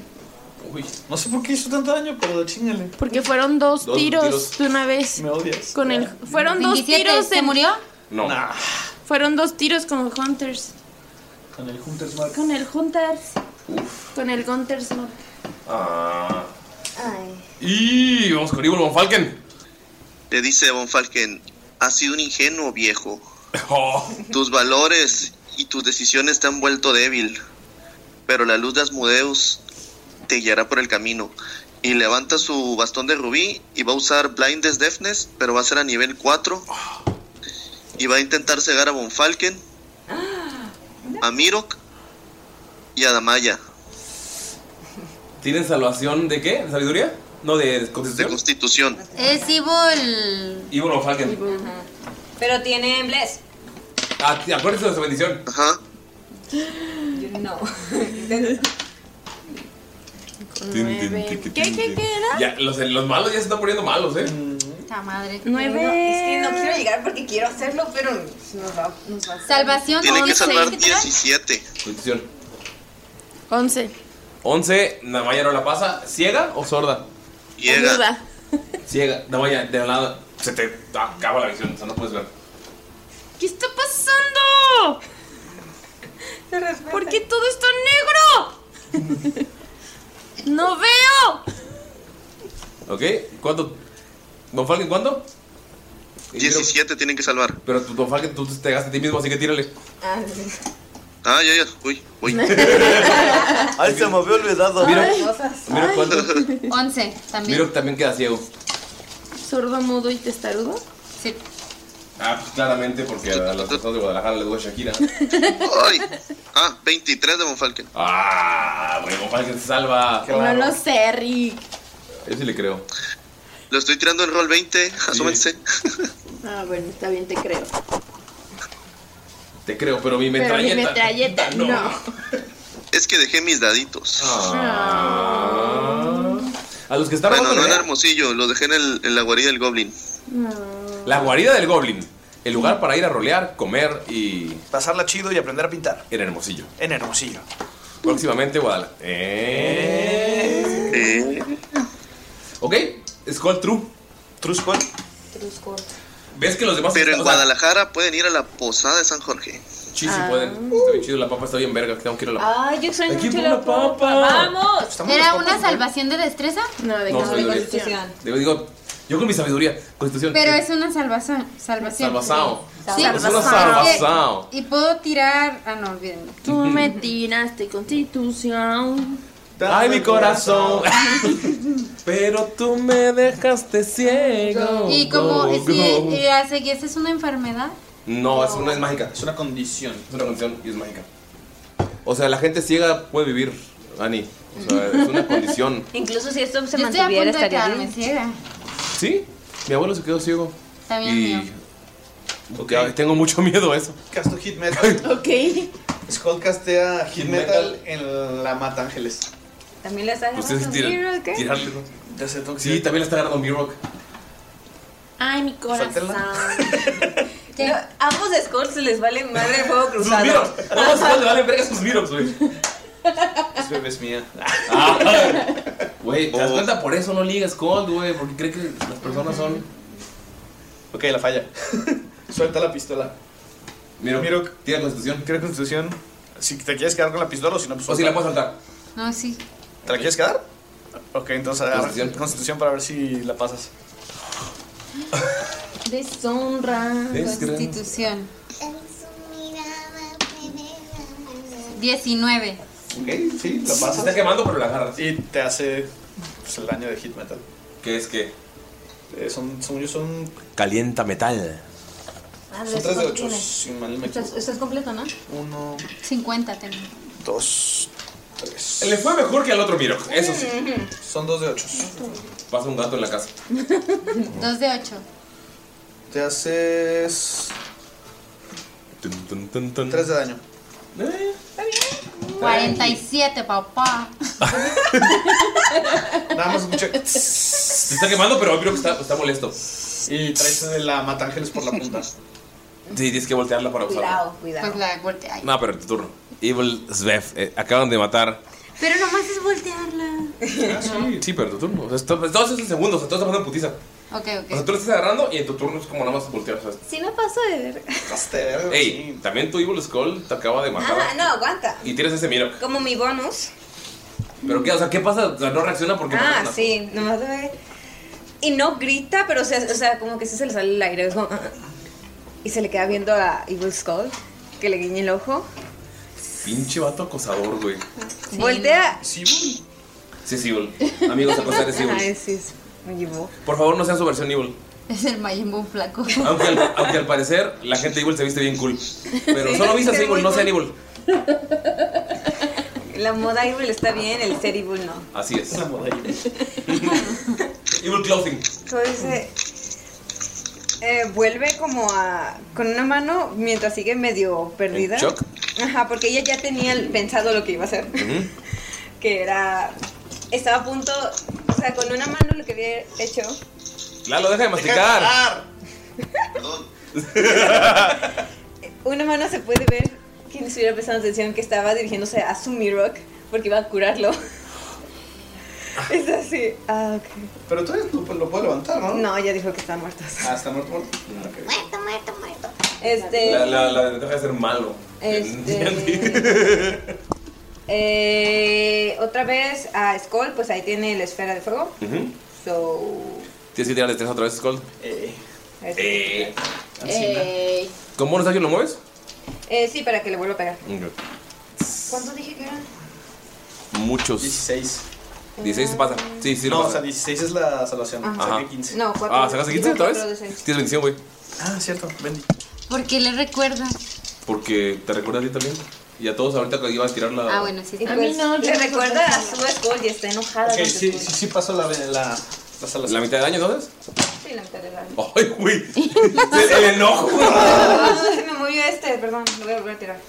C: Uy.
F: No sé por qué hizo tanto daño, pero chíñale.
E: Porque fueron dos,
F: Dos
E: tiros,
F: tiros.
E: de una vez.
F: Me odias.
E: Con el, fueron dos
G: 27,
E: tiros.
G: ¿se murió?
C: No.
E: Fueron dos tiros con Hunters.
F: Con el Hunter's Mark.
E: Con el Hunters. Con el Hunters. no.
C: Ah. Y vamos con Evil Von Falken.
D: Le dice Von Falken, has sido un ingenuo viejo.
C: Oh.
D: Tus valores y tus decisiones te han vuelto débil, pero la luz de Asmodeus te guiará por el camino. Y levanta su bastón de rubí y va a usar Blindness Deafness, pero va a ser a nivel 4. Y va a intentar cegar a Von Falken, a Mirok y a Damaya.
C: ¿Tienen salvación de qué? ¿De sabiduría? No, de constitución. De
D: constitución.
G: Es evil.
C: Evil Von Falken.
H: Pero tiene Bless.
C: Ah, sí, acuérdense de su bendición.
D: Ajá.
H: No.
E: ¿Qué, qué, qué era?
C: Ya, los, los malos ya se están poniendo malos, ¿eh?
G: La madre.
H: Nueve. es que no quiero llegar porque quiero hacerlo, pero nos va, nos va a
G: Salvación
C: Tiene
G: con
C: que
G: once.
C: salvar
G: ¿Qué tiras?
D: 17.
C: Constitución.
E: 11.
C: 11. Namaya no la pasa. ¿Ciega o sorda?
E: Ayuda.
C: Ciega. Namaya, de lado se te acaba la visión, o sea, no puedes ver.
E: ¿Qué está pasando? ¿Por qué todo está negro? ¡No veo!
C: ¿Ok? ¿Cuánto? ¿Don Falken cuánto?
D: 17 tienen que salvar.
C: Pero tu Don Falken, tú te gastas a ti mismo, así que tírale.
D: Ah, ya, ya. Uy, uy.
F: Ay, se me había olvidado.
C: Mira,
G: Ay.
C: mira cuánto.
G: Once también.
C: Miro también queda ciego.
E: ¿Sordo, mudo y testarudo? Sí.
C: Ah, pues claramente porque a los costados de Guadalajara le duele Shakira.
D: Ay. Ah, 23 de Von Falken.
C: Ah, güey, Von Falken se salva.
E: No lo sé, Rick.
C: Yo sí le creo.
D: Lo estoy tirando en roll 20, asómense.
E: Ah, bueno, está bien, te creo.
C: Te creo, pero mi
E: Pero mi
C: metralleta.
E: metralleta, no.
D: Es que dejé mis daditos.
C: Ah. A los que están
D: bueno,
C: robando
D: no en
C: en realidad,
D: Hermosillo, lo dejé en, el, en la guarida del Goblin.
C: La guarida del Goblin. El lugar Mm. para ir a rolear, comer y.
F: Pasarla chido y aprender a pintar.
C: En Hermosillo.
F: En Hermosillo.
C: Próximamente Guadalajara.
F: Eh.
C: Ok, Skull True.
F: True Skull.
C: ¿Ves que los demás
D: Pero
C: están-
D: en
C: o sea,
D: Guadalajara pueden ir a la posada de San Jorge.
C: Sí, sí
H: Ah.
C: pueden. Está bien chido, la papa está bien verga. Tengo que ir a la
E: Ah,
C: papa.
H: Ay, yo extraño
C: Aquí
H: mucho
C: fue
H: la
C: una
H: papa.
C: papa.
H: ¡Vamos!
C: Estamos ¿Era locos, una güey.
G: salvación de destreza? No, de
C: No, de constitución. constitución. Digo, digo, yo con mi sabiduría, constitución.
G: Pero es una salvación. Salvación.
C: Salvazao.
G: Sí.
C: Es una
G: Salvazao.
C: salvazao.
G: Y puedo tirar. Ah, no, olvídenlo.
E: Tú me tiraste constitución.
C: Ay, mi corazón. Pero tú me dejaste ciego.
G: Y como
C: Go,
G: eh, si
C: go.
G: eh, la cegueza es una enfermedad,
C: No, es una es mágica. Es una condición. Es una condición y es mágica. O sea, la gente ciega puede vivir, Ani. O sea, es una condición.
H: Incluso si esto se
G: yo estoy a punto
H: mantuviera,
G: de
H: estaría
G: quedarme
H: bien.
G: ciega.
C: ¿Sí? Mi abuelo se quedó ciego.
G: También
C: Y. Ya, Tengo mucho miedo a eso.
F: Casto Hit Metal.
E: ok.
F: Skull castea Hit Metal en la Mata Ángeles.
H: También le está
C: Ustedes
H: agarrando
C: tiran.
H: Hero, ¿qué?
C: Tirarle. Sí, también la está agarrando Mirok.
E: Ay, mi corazón.
H: No, ambos scores les vale madre el juego
C: Sus Miroks.
H: cruzado.
C: Vamos a le valen verga sus Miroks, güey. Ah.
F: Es bebé es mía.
C: Güey, ¿te das cuenta? Por eso no ligas Cold, güey. Porque cree que las personas son.
F: Ok, la falla. Suelta la pistola.
C: Miro, Miro. Tira constitución.
F: Tira constitución. Si te quieres quedar con la pistola o si no, pues.
C: O si la puedes soltar.
G: No, sí.
F: ¿Te la quieres quedar? Ok, entonces agarra constitución. para ver si la pasas.
E: Deshonra.
F: Desgra-
G: Constitución. 19.
F: Ok, sí, la pasas.
C: Se está quemando, pero la agarras.
F: Y te hace pues, el daño de Hit Metal.
C: ¿Qué es qué?
F: Eh, son, según yo, son,
C: Calienta metal.
F: son 3 de 8. Si mal me equivoco.
G: Estás completo, ¿no?
F: 1,
G: 50 tengo.
F: 2, 3.
C: Le fue mejor que al otro Miro. Eso sí.
G: Mm.
F: Son 2 de 8.
C: Pasa un gato en la casa.
G: 2 de 8.
F: Te haces. 3 de daño.
G: 47, papá.
F: Nada más escuché.
C: Se está quemando, pero Miro está, está molesto.
F: Y traes de la Matángeles por la punta.
C: Sí, tienes que voltearla para usarla.
G: cuidado. Pues la voltea.
C: No, pero tu turno. Evil Svev. eh, acaban de matar.
G: Pero nomás es voltearla.
C: Sí, pero tu turno. O sea, esto- pues, todos esos segundos, o sea, todos están en putiza.
G: ok,
C: O
G: ok.
C: sea, tú lo estás agarrando y en tu turno es como nada más voltear. O sea,
H: Sí me paso de ver.
C: Ey, también tu Evil Skull te acaba de matar.
H: Ajá, no, aguanta.
C: Y tienes ese miro.
H: Como mi bonus.
C: Pero qué, o sea, ¿qué pasa? O sea, no reacciona porque no
H: Ah,
C: reacciona.
H: sí, nomás de ver. Y no grita, pero se hace- o sea, como que sí se le sale el aire. es como, ah, ah. Y se le queda viendo a Evil Skull, que le guiñe el ojo.
C: Pinche vato acosador, güey.
H: Voltea.
F: Sí,
C: Sí, es Evil. Amigos, acosar Ah, es Evil.
H: Ay, sí, es- me llevó.
C: Por favor, no sean su versión Evil.
G: Es el Mayimbo flaco.
C: Aunque al, aunque al parecer la gente Evil se viste bien cool. Pero
H: Sí,
C: solo vistas
H: sí,
C: Evil, no
H: muy
C: sean
H: cool.
C: Evil.
H: La moda Evil está bien, el ser Evil no.
C: Así es. Evil Clothing.
H: Entonces eh, eh, vuelve como a con una mano mientras sigue medio perdida.
C: ¿En shock?
H: Ajá, porque ella ya tenía pensado lo que iba a hacer, que era estaba a punto, o sea, con una mano lo que había hecho.
C: Lalo, deja de masticar.
H: Una mano se puede ver quien estuviera prestando atención que estaba dirigiéndose a su Rock porque iba a curarlo. es así. Ah, ok.
F: Pero tú lo, lo puedo levantar, ¿no?
H: No, ya dijo que están muertos.
F: Ah, está muerto, muerto.
H: Muerto, muerto, muerto. Este
C: La, la, la ventaja de ser malo.
H: Este. eh, otra vez a Skull, pues ahí tiene la esfera de fuego.
C: Ujú.
H: So.
C: Tienes que tirar destreza otra vez, Skull.
H: es-
C: Eh.
H: Eh,
C: ¿Con bonus action lo mueves?
H: eh, sí, para que le vuelva a pegar.
C: Ok.
H: ¿Cuánto dije que era?
C: Muchos.
F: 16.
C: 16 se pasa. Sí, sí, lo
F: no,
C: pasa.
F: o sea, 16 es la salvación.
H: Ajá.
F: Saqué 15.
H: No, cuatro.
C: Ah, ¿sacaste 15 otra
H: Cuatro
C: vez?
H: de seis.
C: Tienes bendición, güey.
F: Ah, cierto, Bendy.
G: ¿Por qué le recuerda?
C: Porque te recuerda a ti también. Y a todos ahorita que iban a tirar la.
G: Ah, bueno, sí.
H: Y pues, Le recuerda a su Skull y está enojada.
F: Ok,
H: con su
F: sí, sí,
H: Skull.
F: sí pasó la, la, la salvación.
C: ¿La mitad de daño entonces?
H: Sí, la mitad del daño.
C: ¡Ay, güey! ¡El enojo!
H: Ah, no, se me movió este, perdón, lo voy a volver a tirar.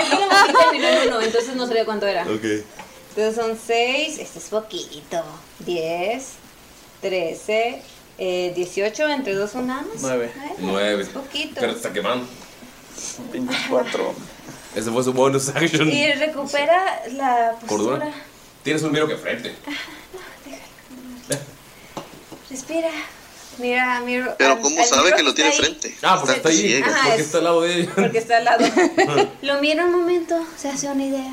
H: Es que la mosquita vino en uno, entonces no sabía cuánto era.
C: Ok.
H: Entonces son 6, este es poquito. 10, 13, eh, 18, entre dos son nada más.
C: Nueve.
H: Es poquito.
C: Pero te está quemando.
F: 24.
C: Ese fue su bonus action.
H: Y recupera la postura.
C: Cordura. Tienes un miro que frente.
H: Respira. Mira, miro.
D: Pero
H: al-
D: ¿cómo
H: al
D: sabe
H: miro
D: que lo tiene
H: está ahí,
D: frente?
C: Ah, porque está ahí.
H: ciego. Ajá,
C: Porque
H: es-
C: está al lado de ella.
H: Porque está al lado.
J: Lo miro un momento, se hace una idea.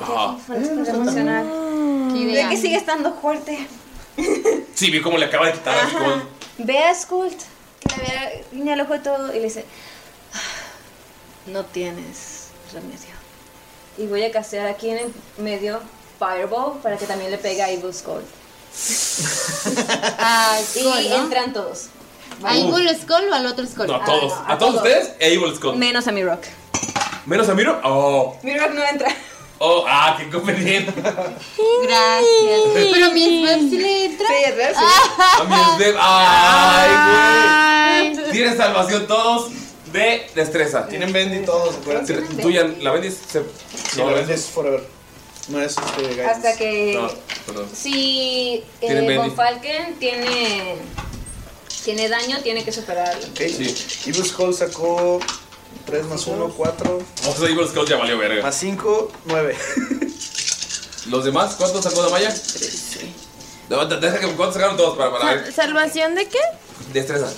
C: Ah.
H: Fue después de emocionar. Ve
J: idea.
H: que sigue estando fuerte.
C: Sí, vi cómo le acaba de quitar así como-
H: Ve a Skult, que le vea guiña el ojo y todo, y le dice: "Ah, No tienes remedio. Y voy a castear aquí en el medio Fireball para que también le pegue a Evil Scold. y
G: Skull, Ah, ¿no?
H: entran todos. Ah,
G: ¿A
C: Uh.
G: Evil Skull o al otro Skull?
C: No, a todos. A, todos ustedes e Evil Scott.
H: Menos a mi Rock.
C: Menos a Miro. Oh,
H: Mi Rock no entra.
C: oh, ah, qué conveniente.
G: Gracias. Pero mi Swerve sí le entra. Ah.
H: Sí, es verdad.
C: A mi Sdev- Ay,
G: Ay.
C: güey. Tienen salvación todos de destreza.
F: Tienen Bendy todos, acuérdense.
C: Tienen- Tú ya la Bendy se.
F: Sí, la Bendy es forever. No es este guidance.
H: Hasta que.
C: No, perdón.
H: Si
F: Tiene
H: eh,
F: Bendy.
H: Von Falken tiene, tiene daño, tiene que superarlo.
F: Ok. Evil Skull sacó 3 más 1, 4.
C: O sea, Evil Scott pues, ya valió verga.
F: Más 5, 9.
C: ¿Los demás? ¿Cuántos sacó Damaya? Sí. Deja que cuántos sacaron todos para, para ver.
E: ¿Salvación de qué?
C: Destreza.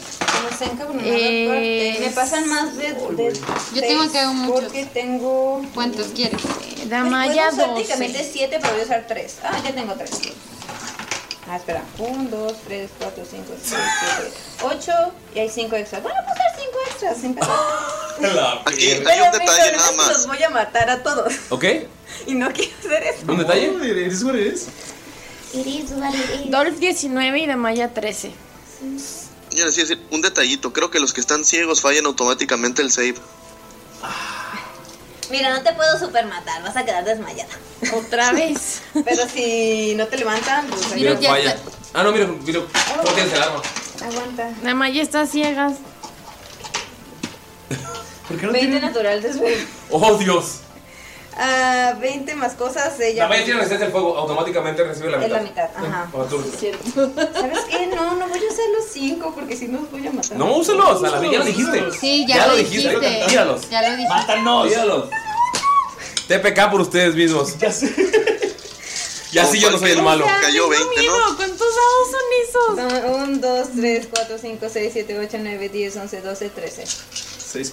E: Eh,
H: Me pasan más de. de
G: Yo tengo
H: seis,
G: que hago muchos.
H: Porque tengo. Eh, pues,
G: ¿Cuántos quieres?
H: Puedo usar técnicamente 7, pero voy a usar 3. Ah, ya tengo 3. Ah, espera. 1, 2, 3, 4, 5, 6, 7, 8. Y hay 5 extras. Bueno, puedo usar 5 extras sin pensar.
D: Aquí
H: Pero
D: hay un detalle
H: mi problema
D: nada
H: es que
D: más.
H: Los voy a matar a todos.
C: ¿Ok?
H: Y no quiero hacer eso.
C: ¿Un detalle?
F: ¿Eres what it is?
E: Dolph 19 y Damaya 13.
D: Yo les iba a decir, un detallito. Creo que los que están ciegos fallan automáticamente el save.
H: Mira, no te puedo supermatar, vas a quedar desmayada.
E: Otra vez.
H: Pero si no te levantan, pues ahí-
C: Miro falla. Ah, no, miro, miro. ¿Cómo tienes el arma?
H: aguanta.
E: Damaya está ciegas.
F: ¿Por qué no
H: 20
F: tienen?
H: natural después.
C: Oh, Dios.
H: Ah, 20 más cosas, ella.
C: Damaya tiene resistencia al fuego. Automáticamente recibe la
H: Es
C: mitad.
H: la mitad, ajá.
C: O sea, tú-
H: ¿Sabes qué? No, no voy a usar los 5 porque si no los voy a matar.
C: No, úsalos. A la ya lo dijiste.
G: Sí, ya, lo, dijiste.
C: Tíralos.
G: Ya lo dijiste.
F: ¡Mátanos!
C: Tíralos. TPK por ustedes mismos.
F: Ya sé.
C: Y así yo no soy el malo.
D: Cayó 20, ¿no?
E: ¿Cuántos dados son esos?
H: 1, 2, 3, 4, 5, 6, 7, 8, 9, 10, 11, 12, 13.
F: 6.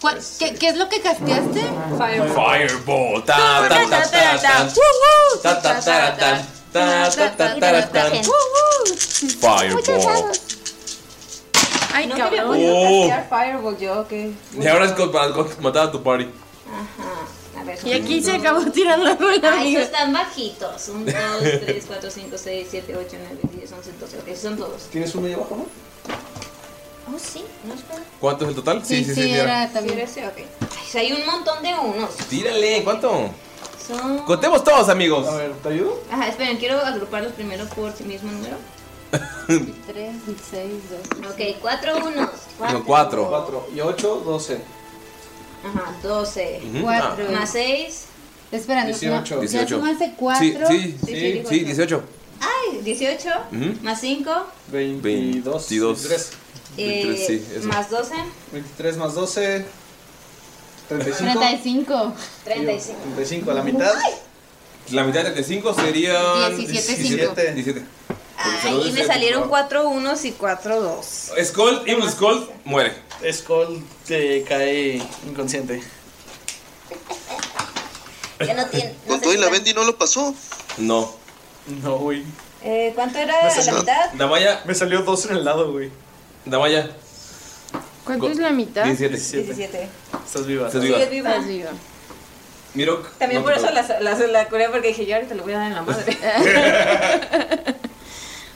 G: ¿Cuál- ¿Qué, qué es lo que casteaste?
H: Fireball.
C: Fireball. Ta, ta, ta, ta, ta. Ta, ta, ta, ta, ta, ta, ta, ta, ta. Fireball.
E: Ay,
H: No quería
E: cabrón.
H: poder
C: Oh.
H: castear Fireball yo, que.
C: Y ahora es con- para con- matar a tu party.
H: A ver.
E: Y aquí se acabó tirando con la
H: Ay, esos
E: amiga.
H: están bajitos. 1, 2, 3, 4, 5, 6, 7, 8, 9, 10, 11, 12. Ok, esos son todos.
F: ¿Tienes uno ahí abajo, no?
H: Oh, sí, no es verdad.
C: ¿Cuánto es el total?
G: Sí, sí,
C: tira.
G: era también.
H: ese? Ok. Ay, sí, hay un montón de unos.
C: Tírale, ¿cuánto?
H: Son.
C: Contemos todos, amigos.
F: A ver, ¿te ayudo?
H: Ajá, esperen, quiero agruparlos primero por sí mismo número.
G: 3, 6, 2.
H: Ok, 4 unos.
C: No, cuatro.
F: 4 y 8, 12.
H: Ajá, 12.
C: Ujú.
G: Cuatro.
H: Más 6.
G: Espera, no,
F: Dieciocho.
G: no, ya
C: Dieciocho.
G: sumaste 4.
C: Sí, sí, sí,
H: Sí,
C: sí, 18.
H: Ay, 18.
C: Ujú.
H: Más 5.
F: 22.
C: 22.
F: 23.
H: Eh,
C: 23, sí, eso.
H: más 12.
F: 23 más 12. 35.
G: 35.
H: 35.
F: 35 a la mitad.
C: Pues La mitad de 35 sería.
G: 17,
F: 17.
C: 17.
H: Ay, y me salieron 4 unos y 4 dos.
C: Skull, Evil Skull muere.
F: Skull te cae inconsciente.
H: Ya no tiene. no
D: Con todo
H: sé
D: Pues y
H: si
D: la
H: la-
D: Bendy no lo pasó.
C: No.
F: No, güey.
H: Eh, ¿Cuánto era? ¿La mitad?
C: Damaya,
F: Me salió 2 en el lado, güey.
C: Damaya,
E: ¿Cuánto es la mitad?
C: 17.
H: 17.
F: Estás viva.
C: Estás
H: Sí,
C: viva.
H: es viva.
E: Estás viva.
C: Miro.
H: También
C: no
H: por
C: te
H: eso
C: toca.
H: la, la, la curé, porque dije, yo ahorita lo voy a dar en la madre.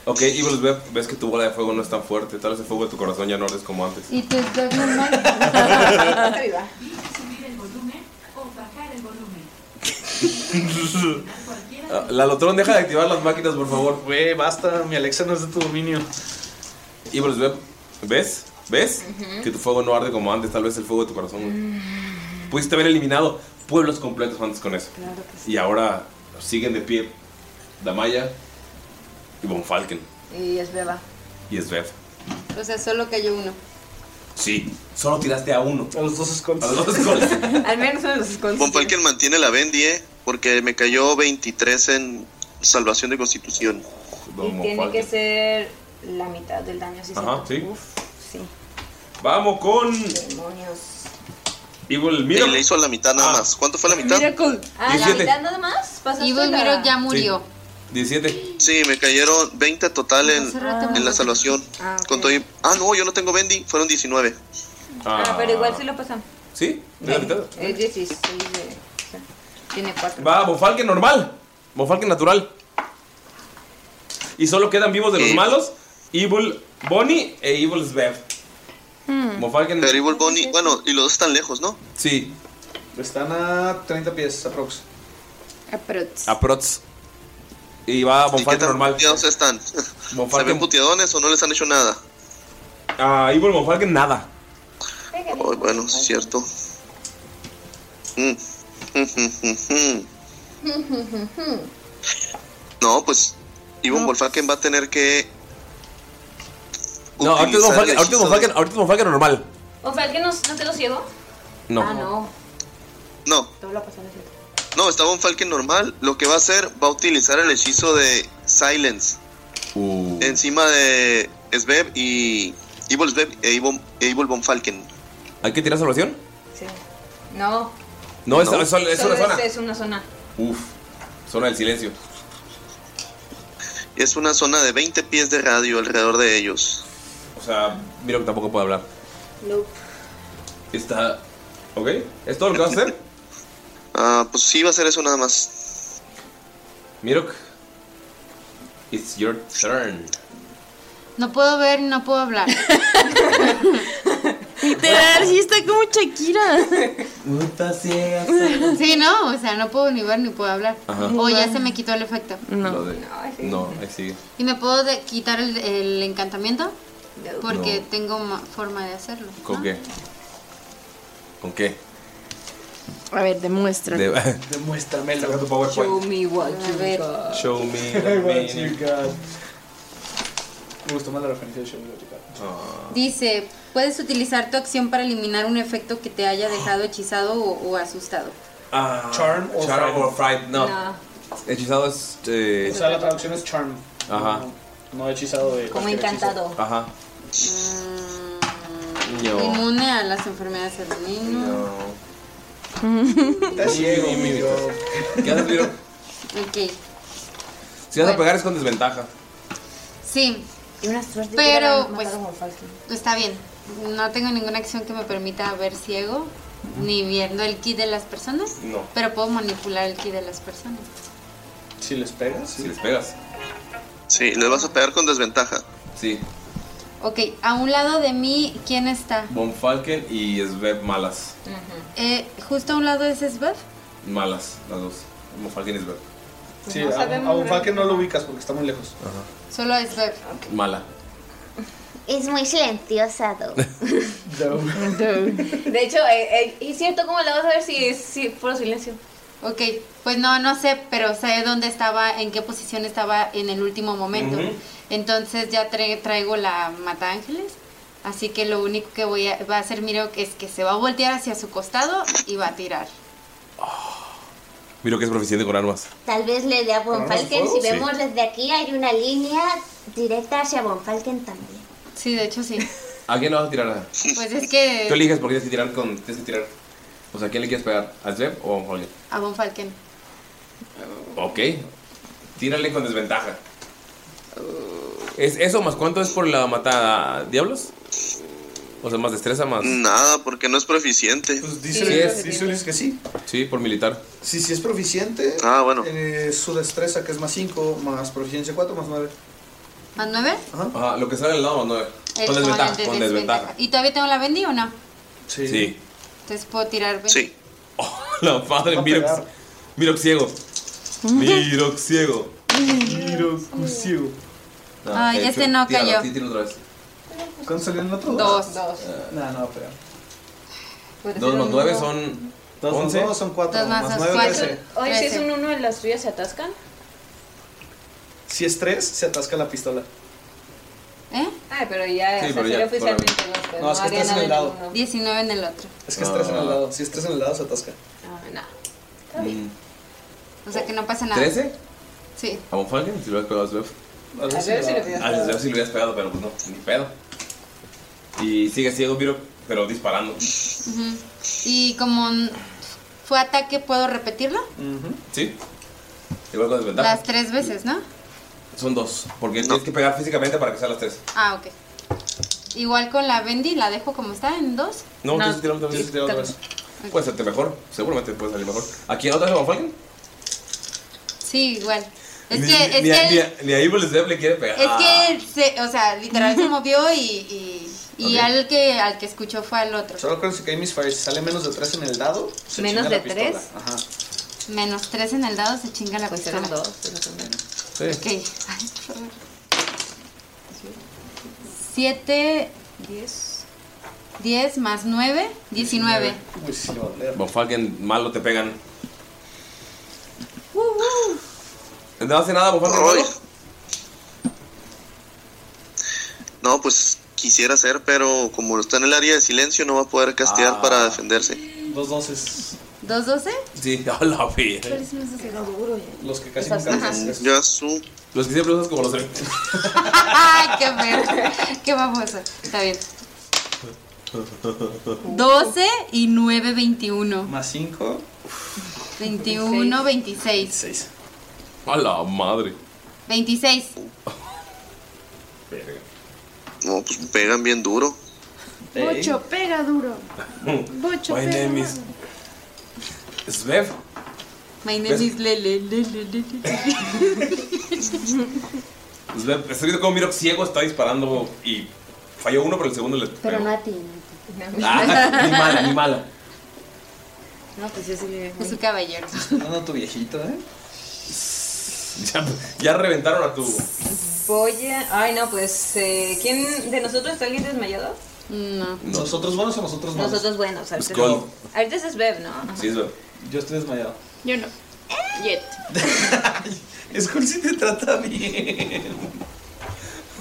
C: Ok, Evil Beb, ves que tu bola de fuego no es tan fuerte. Tal vez el fuego de tu corazón ya no eres como antes.
G: Y tus dos normales.
H: Está viva.
C: Ah, Lalotron, deja de activar las máquinas, por favor.
F: Güey, Eh, basta. Mi Alexa no es de tu dominio.
C: Evil Beb, ¿ves? ¿Ves? Que tu fuego no arde como antes. Tal vez el fuego de tu corazón. güey. Pudiste haber eliminado pueblos completos antes con eso. y ahora Siguen de pie Damaya y Von Falken
H: Y es beba.
C: y Svev.
H: O sea, solo cayó uno.
C: Sí, solo tiraste a uno.
F: A los dos escoltas.
C: A los dos escoltas.
H: Al menos uno de los escondidos.
D: Von Falken mantiene la Bendy, eh, porque me cayó 23 en salvación de constitución.
H: Y tiene que ser la mitad del daño. Si se
C: Ajá, sí.
H: Sí.
C: Vamos con
H: Demonios.
C: Evil Mira.
D: Le hizo a la mitad nada más. ¿Cuánto fue la mitad?
H: Ah, la
D: 17.
H: mitad nada más. Pasaste
G: Evil
H: la-
G: Mirror ya
D: murió.
C: 17.
D: Sí, me cayeron 20 total en,
H: rato me
D: en la salvación.
H: Ah, ok.
D: Con todo y- ah, no, yo no tengo Bendy, fueron 19.
H: Ah, pero igual sí lo pasan.
C: ¿Sí? ¿De la mitad?
H: Es 16 de. o sea, Tiene 4.
C: Va, Bofalken normal. Bofalken natural. Y solo quedan vivos de los malos. Evil Bonnie e Evil Svev. Bofalken.
D: Pero Evil Bonnie, bueno, y los dos están lejos, ¿no?
C: Sí.
F: Están a 30 pies, aprox.
C: Aprox. Y va Bonfalken Ah, normal.
D: puteados están? ¿Se ven puteadones o no les han hecho nada?
C: Ah, Evil Bonfalken nada.
D: Ay, bueno, es cierto. Mm. No, pues Ivonne Wolfaken va a tener que.
C: No, ahorita es
D: utilizar
C: Bonfalken,
D: el
C: ahorita es
D: hechizo
C: Bonfalken, ahorita es Bonfalken normal.
H: ¿O fue alguien no, no quedó ciego?
C: No.
H: Ah, no.
D: No,
H: Todo lo pasó, no es cierto.
D: no, está Bonfalken normal. Lo que va a hacer, va a utilizar el hechizo de Silence
C: Uh.
D: encima de Sveb y. Evil Sveb e Evil, e Evil Bonfalken.
C: ¿Hay que tirar salvación?
H: Sí. No.
C: No, es, es solo- es
H: Solo
C: una zona.
H: Es una zona.
C: Uf, zona del silencio.
D: Es una zona de 20 pies de radio alrededor de ellos.
C: O sea, mira que tampoco puedo hablar. Está. ¿Ok? ¿Es todo lo que vas a hacer?
D: Ah, pues sí, va a ser eso nada más.
C: Mirok, it's your turn.
G: No puedo ver, no puedo hablar.
E: Literal, sí está como Shakira.
G: Sí, no, o sea, no puedo ni ver ni puedo hablar.
C: Ajá.
G: O ya se me quitó el efecto.
C: Lo de- No, ahí sigue.
G: ¿Y me puedo de- quitar el, el encantamiento? Porque
C: No.
G: tengo ma- forma de hacerlo.
C: ¿Con qué? ¿Con qué?
E: A ver, demuéstrame.
C: De-
F: Demuéstramelo.
C: Saca tu PowerPoint. Show
H: me what you got.
C: Show me
F: Ay,
C: the
F: what you
C: meaning.
F: got. Me gustó más la referencia de Show Me What You Got.
G: Dice, puedes utilizar tu acción para eliminar un efecto que te haya dejado hechizado o, o asustado.
C: Ah,
F: Charm or
C: Charm
F: frightened.
C: or fright. No. Hechizado es. eh,
F: O sea, la traducción es charm.
C: Ajá.
F: No hechizado de.
G: Como
F: cualquier
G: encantado.
F: hechizo.
C: Ajá. No.
G: Inmune a las enfermedades del niño.
F: Está ciego,
C: Ni- ni
F: amigo.
C: mitad. ¿Qué haces, Mirok?
G: Ok,
C: Si vas a pegar es con desventaja.
G: sí,
H: Y una suerte.
G: pero pues está bien. No tengo ninguna acción que me permita ver ciego ni viendo el ki de las personas,
C: No.
G: pero puedo manipular el ki de las personas.
F: Si les pegas.
C: Si les pegas.
D: Sí, les vas a pegar con desventaja.
C: Sí.
G: Ok, a un lado de mí, ¿quién está?
C: Bonfalken y Sveb malas.
G: Eh, justo a un lado es Svev.
C: Malas, las dos. Bonfalken y Sveb. Pues
F: Sí,
G: No
F: a- a
G: sabemos
F: un fan que no lo ubicas porque está muy lejos.
G: Solo a Svev.
C: Mala.
K: Es muy silenciosa, though.
H: De hecho, eh, eh, es cierto, ¿cómo la vas a ver si es si, puro silencio?
G: Ok, pues no, no sé, pero sé dónde estaba, en qué posición estaba en el último momento.
H: Ujú.
G: Entonces ya tra- traigo la Mata Ángeles. Así que lo único que voy a, va a hacer Miro es que se va a voltear hacia su costado y va a tirar.
C: Miro que es proficiente con armas.
K: Tal vez le dé a Von
C: ¿Con armas de
K: Falken.
C: fuego?
K: Si
C: Sí.
K: vemos desde aquí, hay una línea directa hacia Von Falken también.
G: Sí, de hecho sí.
C: ¿A quién le vas a tirar? Ana?
G: Pues es que
C: Tú eliges porque tienes que tirar con. Tienes que tirar. O sea, ¿a quién le quieres pegar? ¿A Sveb o a Bonfalken?
G: a Von Falken.
D: Oh.
C: Ok. Tírale con desventaja. ¿Es eso más cuánto es por la matada diablos? O sea, más destreza, más.
D: Nada, porque no es proficiente.
F: Pues Dice, dice Ulises que sí.
C: Sí, por militar.
F: Sí, sí es proficiente.
D: Ah, bueno.
F: Eh, su destreza, que es más 5, más proficiencia 4, más 9.
G: ¿Más nueve?
C: Ajá, lo que sale al lado, no.
G: Eh,
C: Con
G: como
C: desventaja.
G: el de
C: Con desventaja.
G: ¿Y todavía tengo la Bendy o no?
F: Sí.
G: Entonces puedo tirar Bendy.
D: Sí.
C: La madre, Mirox. Mirox ciego. Mirox ciego. Mirox ciego.
G: Ay,
C: eh,
G: este no
C: tíralo,
G: cayó.
C: tí- tíralo otra vez.
F: ¿Cuánto salió en el otro? Ah,
G: Dos.
F: No, no, pero.
C: Dos más nueve son.
F: Dos más
C: Once.
F: dos son cuatro.
H: Dos más
F: más
H: dos,
F: nueve,
H: cuatro.
F: trece.
H: Oye, si es
I: Trece.
H: un uno en las tuyas, ¿se atascan?
F: Si es tres, se atasca la pistola.
H: ¿Eh? Ay, pero ya,
F: Sí,
H: o sea,
F: pero
H: sería
F: ya,
H: oficialmente
F: bueno.
H: dos, pero
F: No, es que
H: habría
F: estás en el
H: nada
F: lado.
H: uno.
G: 19 en el otro.
F: Es que es tres en
C: Ah.
F: el lado. Si es tres en el lado, se atasca.
G: Ah, no.
C: Mm.
G: O sea que no pasa nada.
C: ¿Trece?
G: Sí.
C: ¿A Bonfalken? Si lo hubieras pegado a Svev.
F: A ver si
G: A ver si lo hubieras
C: A ver si lo hubieras pegado, pero pues no, ni pedo. Y sigue ciego, Viro, pero disparando.
G: Ujú. Y como n- fue ataque, ¿puedo repetirlo?
C: ¿Sí? Igual con desventaja.
G: Las tres veces, ¿no?
C: Son dos, porque tienes que pegar físicamente para que sean las tres.
G: Ah, ok. Igual con la Bendy, la dejo como está, en dos.
C: No, tienes que tirar otra vez. tienes que tirar otra vez. Puede serte mejor, seguramente puede salir mejor. ¿A quién otra vez a Bonfalken?
G: Sí, igual. Es
C: Ni-
G: que, es
C: ni, a-
G: que,
C: ni a- ni a Evil Zeb le quiere pegar.
G: es que se, o sea, literal se movió y, y, y
F: Ok.
G: al que al que escuchó fue al otro.
F: Solo acuérdense que hay misfire. Si sale menos de tres en el dado, se
G: ¿Menos
F: chinga
G: de
F: la pistola.
G: tres?
F: Ajá.
G: Menos tres en el dado se chinga la pistola. dos,
F: Sí.
G: Ok. Ay, por favor. Siete, diez, diez más nueve, diecinueve.
F: Uy, Ah, pues sí, le va a doler.
C: Bonfalken malo te pegan.
G: Uh, uh.
C: No hace nada, Bonfalken malo.
D: No, pues quisiera hacer, pero como está en el área de silencio, no va a poder castear
C: Ah.
D: para defenderse.
F: Dos doces.
G: ¿Dos doce?
C: Sí, a la vida.
K: ¿eh?
F: Los que casi
G: Esas-
F: nunca
G: Ajá.
F: usas.
D: Ya su.
C: Los que siempre usas como los 20.
G: ¡Ay, qué ver! ¡Qué baboso! Está bien. 12 y 9, 21.
F: Más cinco.
G: 21, 26.
C: A la madre.
G: 26.
D: No, pues pegan bien duro.
E: Bocho, pega duro. Bocho,
C: My
E: pega
C: name
E: duro.
C: is Svev.
G: My
C: ¿Ves?
G: name is Lele. Lele, Lele.
C: Svev, estoy viendo cómo Miro ciego está disparando y falló uno, pero el segundo le.
K: Pero no a ti.
C: Ah, ni mala, ni mala.
G: No, pues yo soy Es un caballero.
F: No, tu viejito, ¿eh?
C: Ya, ya reventaron a tu.
H: Voy a... Ay, no, pues, eh, ¿quién de nosotros está alguien desmayado?
G: No.
F: ¿Nosotros buenos o nosotros malos?
H: Nosotros, bueno, o sea,
F: Pues
H: ahorita-
F: Gold.
H: ahorita es Bev, ¿no? Eh.
C: Sí, Svev.
F: Yo estoy desmayado.
H: Yo no. Yet.
F: Es que si te trata bien.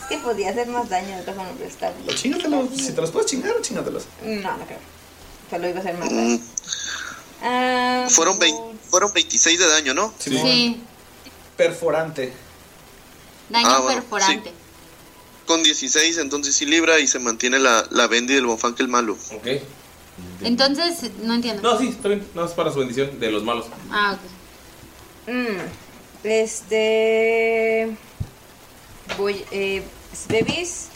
H: Es que podía hacer más daño de otra forma, pero está bien.
F: Chíngatelo. Si te los puedes chingar, chíngatelos.
H: No, no creo. Solo iba a hacer más daño. Ah,
D: Mm, Fueron, vein- fueron 26 de daño, ¿no?
F: Sí. Perforante.
G: Daño
D: Ah, bueno,
G: perforante.
D: Con 16, entonces sí libra y se mantiene la, la bendy del bonfán que el malo.
C: Ok.
G: Entonces, no entiendo.
C: No, sí, está bien. Nada más para su bendición de los malos.
G: Ah,
H: mm, este... Voy... Eh, Bebis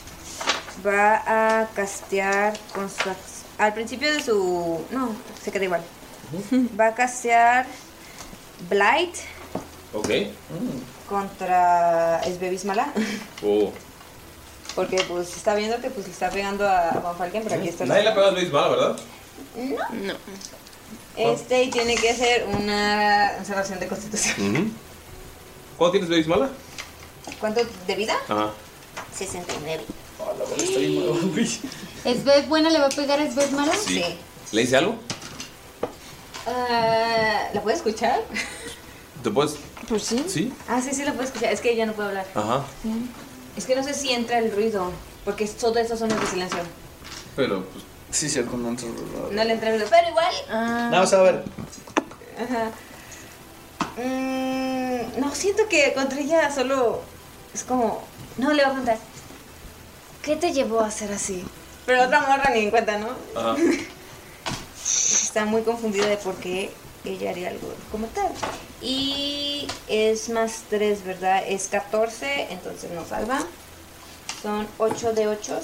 H: va a castear con su... ac- Al principio de su... No, se queda igual. Va a castear Blight
C: Ok.
F: Mm.
H: contra Esbebis Mala.
C: Oh.
H: Porque pues está viendo que pues le está pegando a Juan Falken, pero aquí está
C: Nadie le ha pegado a Luis Mala, ¿verdad?
H: No. No. Este y tiene que hacer una observación de constitución.
C: ¿Cuándo tienes Luis Mala?
H: ¿Cuánto de vida?
C: Ajá.
H: 69.
G: ¿Es Beth buena? ¿Le va a pegar a Beth mala?
C: Sí. ¿Le dice algo?
H: Ah, ¿La puedo escuchar?
C: ¿Te puedes?
H: Pues sí.
C: Sí.
H: Ah, sí, sí, la puedo escuchar. Es que ella no puede hablar.
C: Ajá.
H: Es que no sé si entra el ruido, porque es- todo eso son de silencio.
C: Pero, pues.
F: Sí, cierto, no entro.
H: No le entra el ruido, pero igual. Ah.
F: Vamos a ver.
H: Ajá. Mm, no, siento que contra ella solo es como... No, le voy a preguntar. ¿Qué te llevó a ser así? Pero la otra morra ni en cuenta, ¿no?
C: Ajá.
H: Está muy confundida de por qué ella haría algo como tal. Y es más 3, ¿verdad? Es 14, entonces nos salva. Son 8 de 8.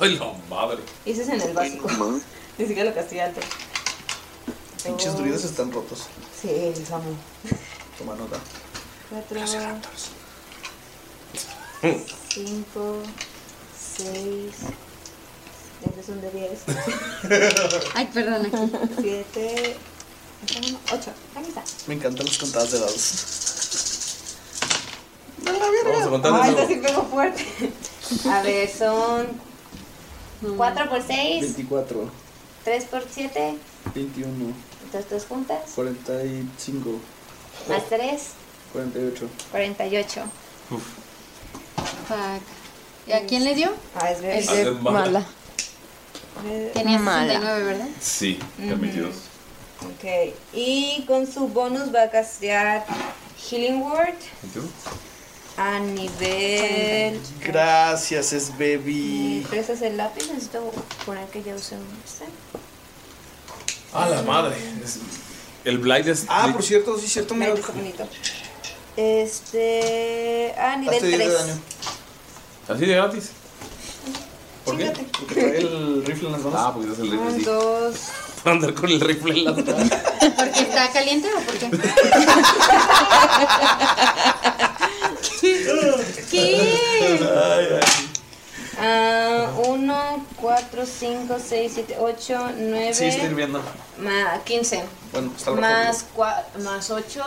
C: ¡Ay, la madre!
H: Y ese es en el básico. Ni siquiera lo castiga alto.
F: Pinches
H: Dos.
F: druidas están rotos.
H: Sí, los amo.
F: Toma nota.
H: 4, 5, 6. Este es un de 10.
G: Ay, perdón, aquí.
H: 7, 8. Ahí está.
F: Me encantan las contadas de dados.
C: Vamos a contar de
H: Ah,
C: nuevo.
H: esta sí pegó fuerte. A ver, son 4 por 6,
F: 24,
H: 3 por 7,
F: 21,
G: Entonces dos juntas.
N: 45,
F: Oh.
G: Más tres,
N: 48.
G: 48.
N: Uf.
G: ¿Y a quién le dio?
H: Ah, es
C: Es de mala. mala.
H: Tenía
O: Mala.
H: 69, ¿verdad?
C: Sí, el
H: Ujú.
C: 22.
H: Ok. Y con su bonus va a castear Healing Word
C: ¿22?
H: a nivel.
F: Gracias, es baby.
H: ¿Tres es el lápiz? Necesito poner que ya usé un. este. set.
C: A Ah, la madre. Es- El Blight es.
F: Ah, por cierto, sí, cierto, mira.
H: Este. A nivel
F: Hazte 10 de
H: 3.
F: daño.
C: Así de gratis.
H: ¿Por qué? Chíngate.
F: Porque trae el rifle en las manos.
C: Ah, porque es el rifle,
H: Un,
C: sí.
H: dos.
C: Para andar con el rifle en la
H: ¿Porque está caliente o por qué?
F: Ay, ay.
H: Ah, 1, 4, 5, 6, 7, 8, 9.
F: Sí, estoy hirviendo.
H: Más 15.
F: Bueno, está rojo.
H: Más, 8.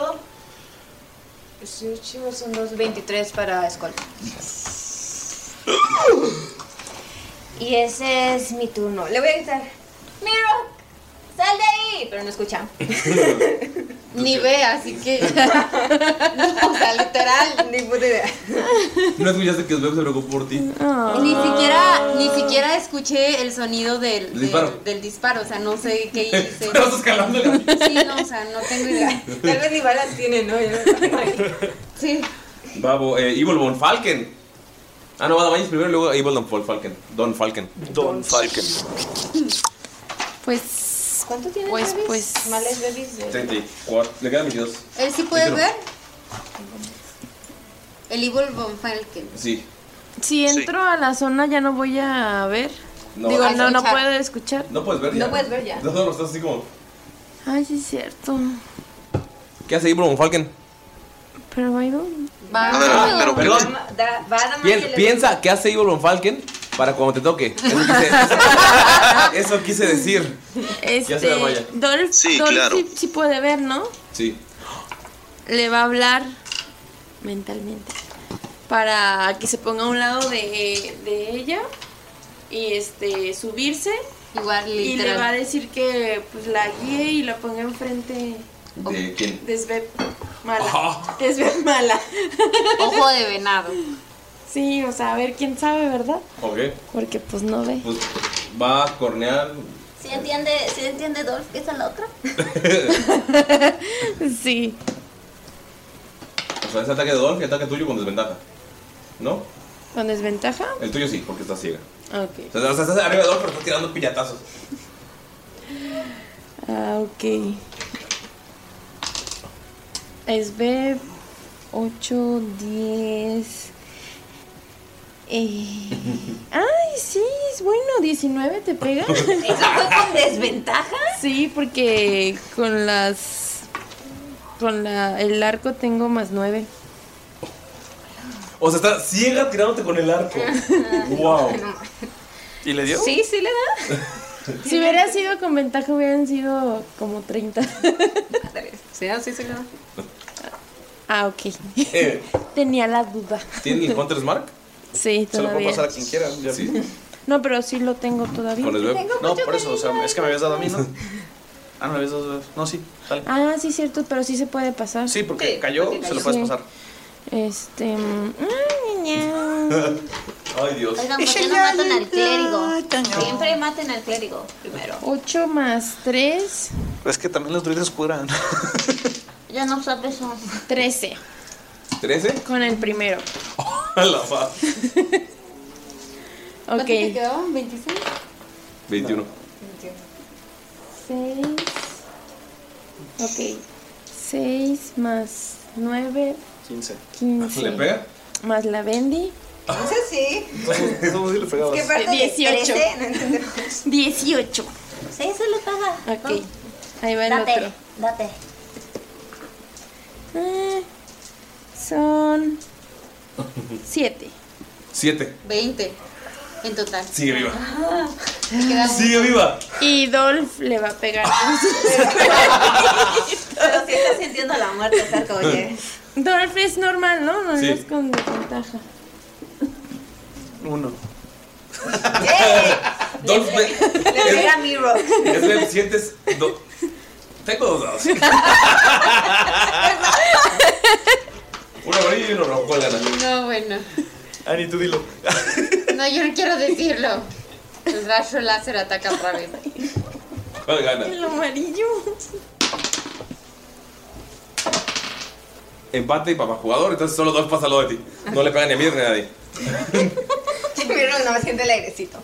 H: 18 son 2, 23 para escolta. Y ese es mi turno. Le voy a gritar: ¡Miro! ¡Sal de ahí! Pero no escucha.
E: Ni ve, así que.
H: o sea, literal, ni puta idea.
C: No escuchaste que Sveb se preocupó por ti.
H: Ni siquiera, ni siquiera escuché el sonido del,
C: El
H: del,
C: disparo.
H: del disparo, o sea, no sé qué hice.
C: Estás escalándole.
H: Sí, no, o sea, no tengo idea. Tal vez ni balas tiene, ¿no? Sí.
C: Babo, eh, Evil Von Falken. Ah, no, Badamañez primero y luego Evil Don Fal- Falken. Don Falken. Don Falken.
E: Pues.
H: ¿Cuánto tiene
E: Pues,
H: Travis?
E: pues.
H: Males Travis de-
C: 34. Le quedan 22.
H: ¿Él sí puede
C: Díselo.
H: ver? El Evil Von Falken.
C: Sí.
E: Si entro a la zona ya no voy a ver.
C: No.
E: Digo,
C: A
E: no, no
C: escuchar.
E: puedo escuchar.
C: No puedes ver ya.
E: ver ya.
C: No, no, estás así como.
E: Ay, sí es cierto.
C: ¿Qué hace Evil Von Falken?
E: Pero Byron.
H: Va,
C: A ver, a ver, pero- Perdón.
H: Da- va a
E: Ah,
H: dar más
C: Pien-
H: que le-
C: piensa, ¿qué hace Evil Von Falken para cuando te toque? Eso quise, eso, eso quise decir.
E: Este,
C: hace la malla?
E: Dolph,
C: Sí,
E: Dolph
C: claro.
E: sí, sí puede ver, ¿no?
C: Sí.
E: Le va a hablar mentalmente para que se ponga a un lado de, de ella y este subirse
H: igual
E: y
H: literal.
E: le va a decir que pues la guíe y la ponga enfrente
C: ¿De quién?
E: de Sveb mala.
C: Ajá.
E: De Sveb mala.
H: Ojo de venado.
E: Sí, o sea, a ver quién sabe, ¿verdad?
C: Ok.
E: Porque pues no ve.
C: Pues va a cornear.
G: ¿Sí entiende, ¿sí entiende Dolph que es a la otra?
E: sí.
C: O sea, es ataque de Dolph y ataque tuyo con desventaja. ¿No?
E: ¿Con desventaja?
C: El tuyo sí, porque estás ciega.
E: Ok.
C: O sea, o sea, estás arriba de Dolph, pero estás tirando pillatazos.
E: Ah, ok. Es B 8, 10. Eh, Ay, sí, es bueno, 19 te pega. ¿Eso fue
H: con desventaja?
E: Sí, porque con las. Con la, el arco tengo más 9.
C: O sea, está ciega tirándote con el arco. Ah, wow.
F: ¿Y le dio?
E: Sí, sí le da. si hubiera sido con ventaja, hubieran sido como 30.
P: Sí, ah, sí, sí, claro.
E: Ah, ok.
F: Eh,
E: Tenía la duda.
C: ¿Tiene el Hunter's Mark?
E: Sí,
F: Se lo puedo
E: todavía.
F: pasar a quien quiera. Ya. Sí.
E: No, pero sí lo tengo todavía.
F: Con el bebé. No, por eso, o sea, es que me habías dado a mí, ¿no? Ah, no, me habías dado a No, sí, dale.
E: Ah, sí, cierto, pero sí se puede pasar.
F: Sí, porque cayó,
E: porque
F: se
E: cayó.
F: lo puedes
E: Sí.
F: pasar.
E: Este. mm, mm, ña, ña.
C: Ay, Dios.
G: Oigan, ¿por
E: Ella
G: qué no
E: ya
G: matan al
E: está,
G: clérigo?
E: Tania.
G: Siempre maten al clérigo primero.
E: 8 más 3,
F: Es que también los druides curan.
G: Ya no sabe eso.
E: 13.
C: ¿13?
E: Con el primero.
C: A la va.
E: Ok.
H: te quedó? ¿26?
C: 21.
E: 6. Ok. 6 más 9,
F: 15.
E: 15.
C: ¿Le pega?
E: Más la Bendy.
H: No sé si.
F: ¿Cómo si le pegabas?
H: ¿Qué parte de
E: 18.
H: 13? No entendemos.
E: 18.
G: Sí, se le paga.
E: Ok. Ahí va el
G: Date,
E: otro.
G: date.
E: Eh, son 7.
C: 7.
H: 20 en total.
C: Sigue viva.
H: Te queda un-
C: Sigue viva.
E: Y Dolph le va a pegar. con su-
H: Pero sí estás sintiendo la muerte, Sarko, oye.
E: Dolph es normal, ¿no? No no
C: Sí.
E: es con desventaja.
F: Uno.
C: Dolph, ve-
H: Le pega a mi rock.
C: es- sientes do- Tengo dos dados. uno amarillo y uno rojo. ¿Cuál gana?
G: No, bueno.
F: Ani, tú dilo.
G: No, yo no quiero decirlo.
H: Pues
G: El rayo láser ataca otra vez.
C: ¿Cuál gana?
G: amarillo.
C: Empate y papá jugador, entonces solo dos pasan lo de ti. No le pegan ni a mí ni a nadie.
H: Pero no, siente el airecito.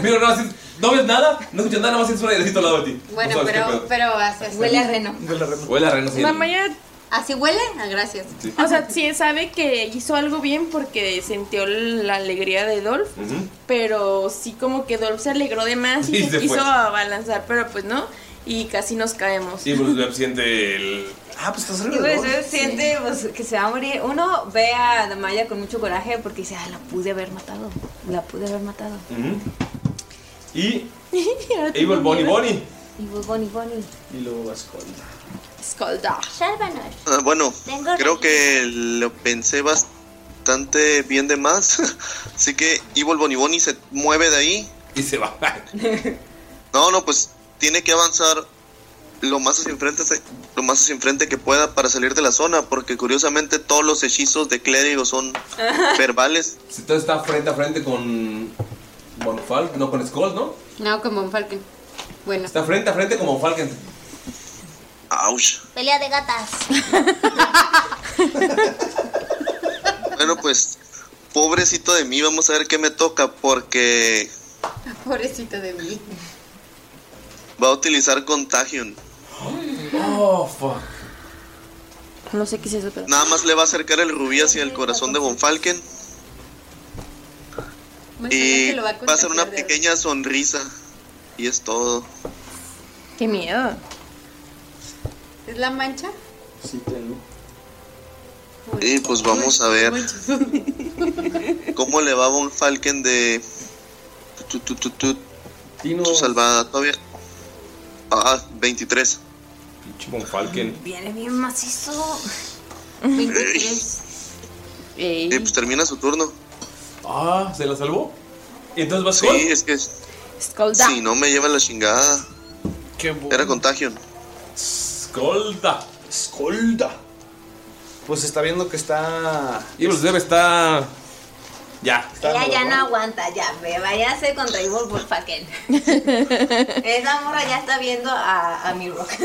C: Mira, no, haces- no ves nada, no escuchas nada, más sientes un airecito al lado de ti.
G: Bueno,
C: No sabes qué
G: pero,
C: pedo.
G: pero hace así. Huele a reno.
C: Huele a reno. Huele a reno, sí.
E: ya...
G: ¿Así huele? Ah, gracias.
E: O sea, sí sabe que hizo algo bien porque sintió la alegría de Dolph.
C: Ujú.
E: Pero sí como que Dolph se alegró de más y,
C: Y
E: se
C: se
E: quiso
C: fue.
E: abalanzar, pero pues no. Y casi nos caemos.
C: Y Bruce Wayne siente pues, el. Ah, pues estás
H: Y pues él siente pues, que se va a morir. Uno ve a Damaya con mucho coraje porque dice, ah, la pude haber matado. La pude haber matado.
C: Ujú. Y
H: Evil
C: Evil Bonnie Bonnie.
H: Evil
E: pues,
H: Bonnie Bonnie.
M: Y luego Ascolda.
E: Skolda.
K: Sálvanos.
D: Ah, bueno,
K: Tengo
D: creo que lo pensé bastante bien de más. Así que Evil Boniboni se mueve de ahí.
C: Y se va.
D: No, no, pues tiene que avanzar lo más hacia enfrente, lo más hacia enfrente que pueda para salir de la zona, porque curiosamente todos los hechizos de clérigo son verbales.
C: Entonces está frente a frente con. Bonfalk, no con Skull, ¿no?
G: No, como un falcon. Bueno.
C: Está frente a frente como Falcon.
D: Ouch.
K: Pelea de gatas.
D: Bueno, pues pobrecito de mí, vamos a ver qué me toca, porque
G: Pobrecito de mí.
D: va a utilizar Contagion.
C: Oh, fuck.
E: No sé qué es eso, pero.
D: Nada más le va a acercar el rubí hacia el corazón de Bonfalken y
E: que lo
D: va
E: va a
D: a hacer una
E: contagiar de-
D: pequeña sonrisa. Y es todo.
E: Qué miedo.
G: ¿Es la mancha?
M: Sí tengo.
D: Y pues vamos a ver cómo le va a Bonfalken de tu, tu, tu, tu, su salvada. Todavía. Ah, 23.
C: Pinche Bonfalken.
H: Viene bien macizo.
G: 23.
D: Y pues termina su turno.
C: Ah, ¿se la salvó? ¿Y entonces va
D: Sí,
C: Skull?
D: es que
E: Skolda.
D: si no me lleva la chingada. Era Contagion.
C: Skolda.
F: Skolda. Pues está viendo que está.
C: Evil Zeb está. pues Ya.
H: Ella ya no aguanta, ya, ve, váyase contra Evil Wolfaken. Esa morra ya está viendo a, a mi rock.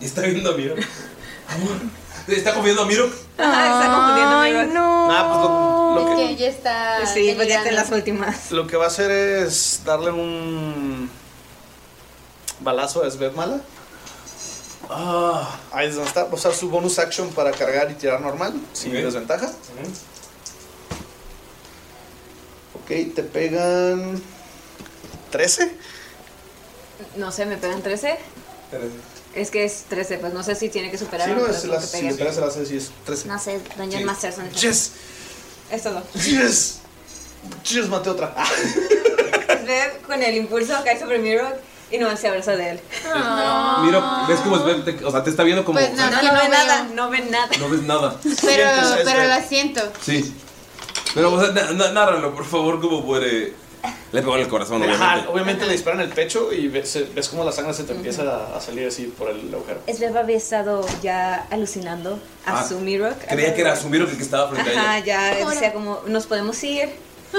C: Y está viendo a Miro. Amor, Está comiendo a Miro.
H: está confundiendo a mi rock.
E: no.
F: Ah, pues lo, lo que,
G: ella está.
H: Sí, pues ya está en las
G: delirando.
H: últimas.
F: lo que va a hacer es darle un. Balazo a Svebmala. Ah, ahí es donde está. Va a usar su bonus action para cargar y tirar normal, sin
C: Ok.
F: desventaja. Ok, te pegan. 13.
H: No sé, me pegan 13. Es que es 13, pues no sé si tiene que superar
F: Si
H: o
F: no,
H: no
F: es
H: sé
F: las,
H: que
F: si
H: pegue.
F: le pegas se las hace, sí es 13.
H: No sé, Dungeon
F: Sí.
H: Master son
F: Yes,
H: Es todo.
F: yes. Yes, maté otra. Ah.
H: Ve con el impulso cae sobre mi rock y no se abraza de él.
C: Miro, ves como Sveb te- o sea, te está viendo como.
H: no, no,
G: Ah. Pues no
H: ve
G: veo.
H: nada, no ve nada.
C: No ves nada.
G: Pero,
C: Sientes a
G: pero
C: Sveb.
G: la siento.
C: Sí. Pero, o sea, na- na- nárralo, por favor, como puede. Le pegó en el corazón,
F: Ajá,
C: obviamente.
F: obviamente le disparan el pecho y ves, ves como la sangre se te empieza a- a salir así por el agujero.
H: Sveva había estado ya alucinando a
C: Ah,
H: su Mirok.
C: Creía que era su Miro el que estaba frente a
H: Ajá,
C: ella.
H: ya decía como, nos podemos ir.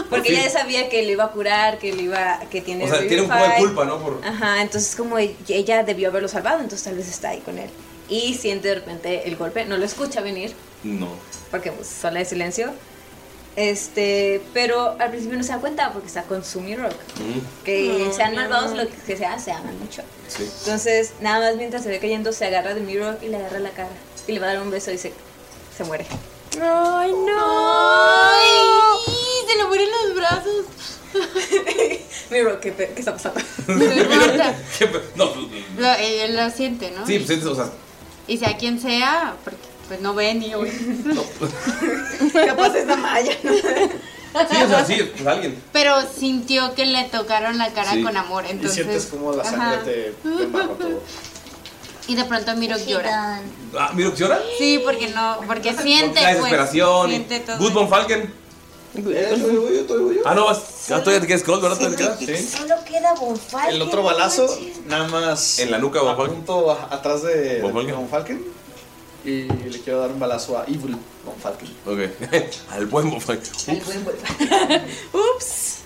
H: Porque
C: Sí.
H: ella ya sabía que le iba a curar, que le iba, que tiene
C: O sea, tiene un poco de
H: Revivify.
C: culpa, ¿no? Por...
H: Ajá, entonces como e- ella debió haberlo salvado, entonces tal vez está ahí con él. Y siente de repente el golpe, no lo escucha venir,
C: No.
H: porque pues solo hay silencio. Este, pero al principio no se da cuenta porque está con su Mirok. Que sean malvados lo que sea, se aman mucho.
C: Sí.
H: Entonces, nada más mientras se ve cayendo, se agarra de Mirok y le agarra la cara. Y le va a dar un beso y se, se muere.
E: Ay, no.
H: Ay,
E: se le mueren los brazos.
H: Mirok, ¿qué, te- qué está pasando?
C: ¿Qué pe- No,
G: Lo, eh, lo siente, ¿no?
C: sí, pues sientes, o sea,
G: Y sea quien sea, porque pues no ve ni oye.
C: pues.
H: Capaz es Damaya, ¿no?
C: sí, o sea, sí, pues alguien.
G: Pero sintió que le tocaron la cara
C: Sí.
G: con amor,
F: Y
G: entonces.
F: sientes como la sangre
G: ajá.
F: te, te embarra todo.
G: Y de pronto Miro llora.
C: Ah, Miro, ¿llora?
G: Sí, porque no, porque
C: Porque
G: siente
C: la
G: pues,
C: desesperación.
G: siente todo.
C: Good Von Falken.
M: ¿Todavía voy yo? ¿Todavía voy yo?
C: Ah, no, vas- ah, todavía te quedas cold, ¿verdad?
M: Sí.
C: Todavía te quedas.
K: Solo queda bonfire.
F: El otro balazo, nada más. En
C: la nuca,
F: Von Apunto a- atrás de de Von Falken. Y le quiero dar un balazo a Evil Von Falken.
C: Ok. Al buen bofán.
F: Ups.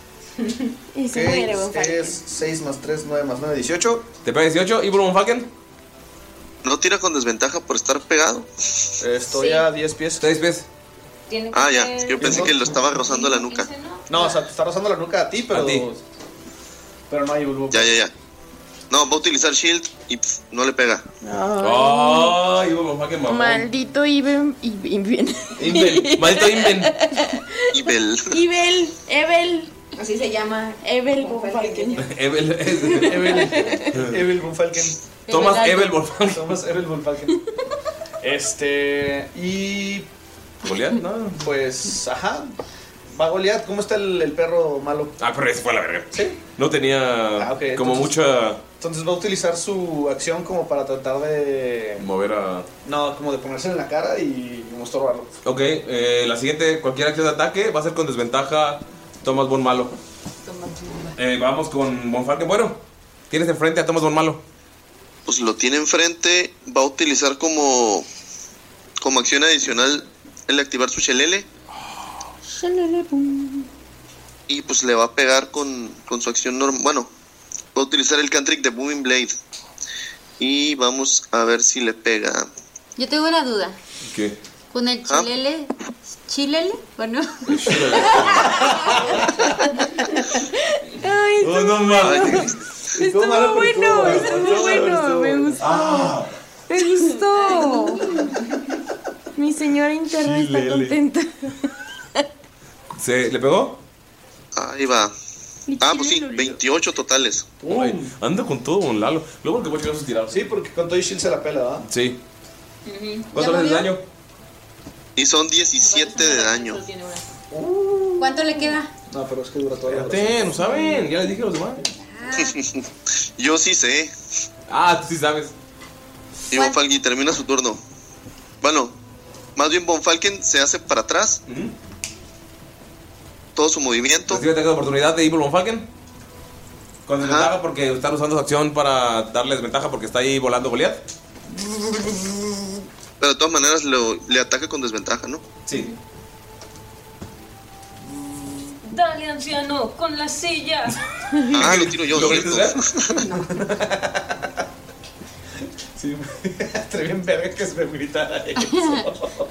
E: Y
C: se muere Von Falken.
F: es 6 más 3, 9 más 9, 18.
C: ¿Te pega 18? ¿Y Von Falken?
D: ¿No tira con desventaja por estar pegado?
F: Estoy a 10 pies.
C: 6 pies.
H: Tiene
D: Ah, ya. Yo pensé que lo estaba rozando la nuca.
F: No, o sea, te está rozando la nuca a ti, pero. Pero no hay bulbo.
D: Ya, ya, ya. No, va a utilizar shield y pf, no le pega.
C: Ay, Von Falken, mamón.
E: Maldito Iben. Iben.
C: Inven. Maldito Inven.
D: Ibel.
E: Ibel. Ebel. Así se llama. Ebel von Falken.
C: Evel. Evel.
F: Evil Von Falken.
C: Thomas Evel Von Falken.
F: Thomas Evil Von Falken. Este. Y.
C: ¿Goliat?
F: No, pues. Ajá. Va Goliat. ¿Cómo está el, el perro malo?
C: Ah, pero ese fue a la verga.
F: Sí.
C: No tenía
F: Ah, ok,
C: como
F: entonces-
C: mucha.
F: Entonces va a utilizar su acción como para tratar de.
C: Mover a.
F: No, como de ponerse en la cara y mostrarlo.
C: Ok, eh, la siguiente, cualquier acción de ataque va a ser con desventaja. Tomas Bon Malo. Eh, vamos con Von Falken. Bueno, tienes enfrente a Tomas Bon Malo.
D: Pues lo tiene enfrente. Va a utilizar como. Como acción adicional el activar su chelele. Y pues le va a pegar con, con su acción normal. Bueno, va a utilizar el cantric de Booming Blade. Y vamos a ver si le pega.
G: Yo tengo una duda.
C: ¿Qué?
G: Con el
D: Ah.
G: chilele. ¿Chilele? Bueno.
E: Ay,
C: Oh, no
E: Estuvo bueno, estuvo bueno. Me
C: Ah.
E: gustó. Me gustó. Mi señora interna está
C: Chilele.
E: contenta.
C: ¿Se le pegó?
D: Ahí va. Ah, pues sí, 28 totales.
C: Ay, anda con todo Bon Lalo. Luego porque voy a checar sus tirados.
F: Sí, porque con todo y shield se la pela, ¿verdad?
C: Sí. ¿Cuánto le haces daño?
D: Y son 17 de daño.
G: ¿Cuánto le queda?
F: No, pero es que dura todavía.
C: Espérate, no saben. Ya les dije a los demás.
D: Yo sí sé.
C: Ah, tú sí sabes.
D: Y Bonfalken termina su turno. Bueno, más bien Bonfalken se hace para atrás. Todo su movimiento.
C: Recibe ataque de oportunidad de Evil Von Falken. Con desventaja porque están usando su acción para darle desventaja porque está ahí volando Goliath.
D: Pero de todas maneras lo- le ataca con desventaja, ¿no?
C: Sí.
H: Dale, anciano, con la silla.
D: Ah, lo tiro yo. cierto.
F: Sí, está bien verga que se me gritara eso.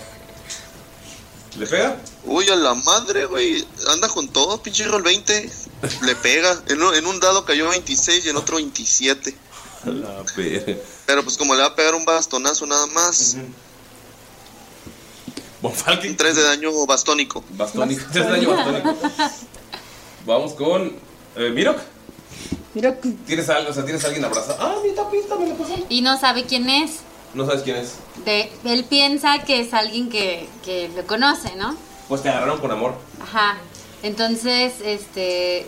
C: ¿Le pega?
D: Uy, a la madre, güey. Anda con todo, pinche roll 20. Le pega. En, un- en un dado cayó 26 y en otro 27.
C: La verga.
D: Pero pues como le va a pegar un bastonazo nada más.
C: Bonfalken.
D: 3 de daño bastónico.
C: Bastónico. Tres daño bastónico. Vamos con. Eh, Mirok.
E: Mirok.
C: Tienes a, o sea, tienes a alguien abrazado. Ah, mi tapita me la pasó.
G: Y no sabe quién es.
C: No sabes quién es.
G: De, él piensa que es alguien que, que lo conoce, ¿no?
C: Pues te agarraron con amor.
G: Ajá. Entonces, este.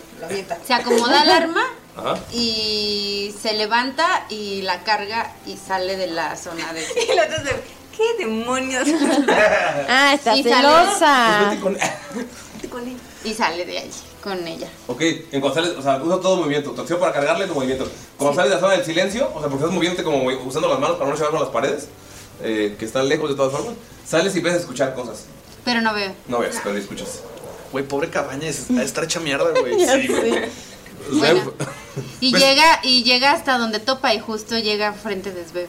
G: Se acomoda el arma
C: Ajá.
G: y se levanta y la carga y sale de la zona de.
H: Y la otra se- ¿Qué demonios?
E: Ah, está
G: Y
E: celosa.
G: salió. Y sale de ahí con ella.
C: Ok, en cuando sales, o sea, usa todo movimiento, tu acción para cargarle tu movimiento. Cuando sales de la zona del silencio, o sea, porque estás moviéndote como movi- usando las manos para no llevar con las paredes, eh, que están lejos de todas formas, sales y empiezas a escuchar cosas.
G: Pero no veo.
C: No ves, pero escuchas.
F: Güey, pobre cabañas, está hecha mierda, güey.
G: Ya
F: Sí, güey.
G: Bueno. Y
F: Pues-
G: llega y llega hasta donde topa y justo llega frente de Sveb.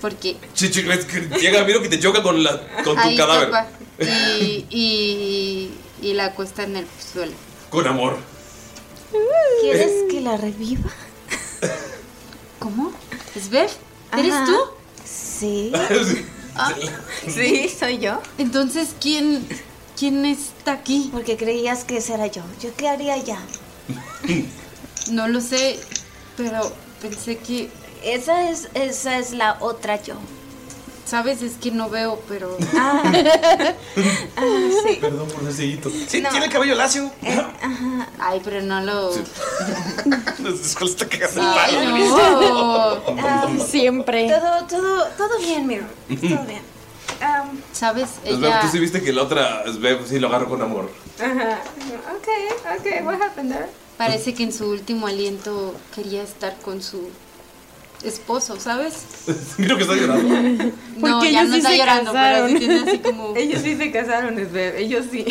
G: Porque
C: Chichi, es que llega Miro que te choca con, la, con tu
G: ahí
C: cadáver.
G: topa y, y, y la acuesta en el suelo.
C: Con amor. Eh.
G: ¿Quieres que la reviva? ¿Cómo? ¿Sveb? ¿Eres
J: Ajá.
G: tú?
J: Sí.
G: Ah,
J: Sí, soy yo.
G: Entonces, ¿quién, ¿quién está aquí?
J: Porque creías que ese era yo. ¿Yo qué haría ya?
G: no lo sé, pero pensé que...
J: Esa es, esa es la otra yo.
G: Sabes, es que no veo, pero...
J: Ah,
C: Perdón por ese hito.
F: Sí,
G: ah, No. Eh.
F: tiene el cabello lacio.
G: Ajá. Ay, pero no lo...
F: Nos nos está cagando el
G: Ay,
F: palo.
G: no.
E: Siempre.
H: ah,
I: Mm.
J: Todo, todo, todo bien, Miro. Todo bien.
G: ¿Sabes?
C: Sveb,
G: Ella.
C: tú sí viste que la otra Sveb sí lo agarró con amor.
G: Ajá. Ok, ok, what happened there? Parece que en su último aliento quería estar con su esposo, ¿sabes?
C: Miro que está llorando.
G: No, ya
I: ellos
G: no
I: sí
G: está
I: se
G: llorando, pero sí
I: casaron.
G: tiene así como.
I: Ellos sí se casaron, es bebé, ellos sí.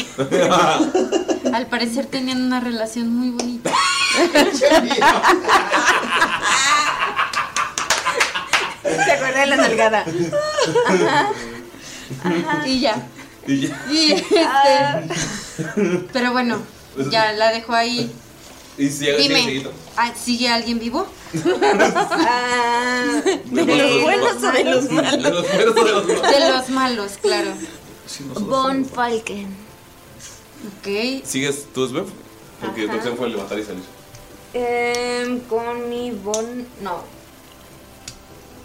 G: Al parecer tenían una relación muy bonita.
I: ¿Te acuerdas de la nalgada?
G: Ajá. Y ya.
C: Y ya.
G: Y este, Pero bueno, ya la dejo ahí.
C: Y si haga
G: Dime.
C: sigue seguido.
G: Ah, ¿Sigue alguien vivo?
C: Ah, De los los buenos o de los malos. De los buenos o de los malos.
G: De los malos, claro.
J: Von Falken.
G: Ok.
C: ¿Sigues tú, Sveb? Porque tu
H: Ajá.
C: opción fue levantar y salir.
H: Em, con mi bon. No.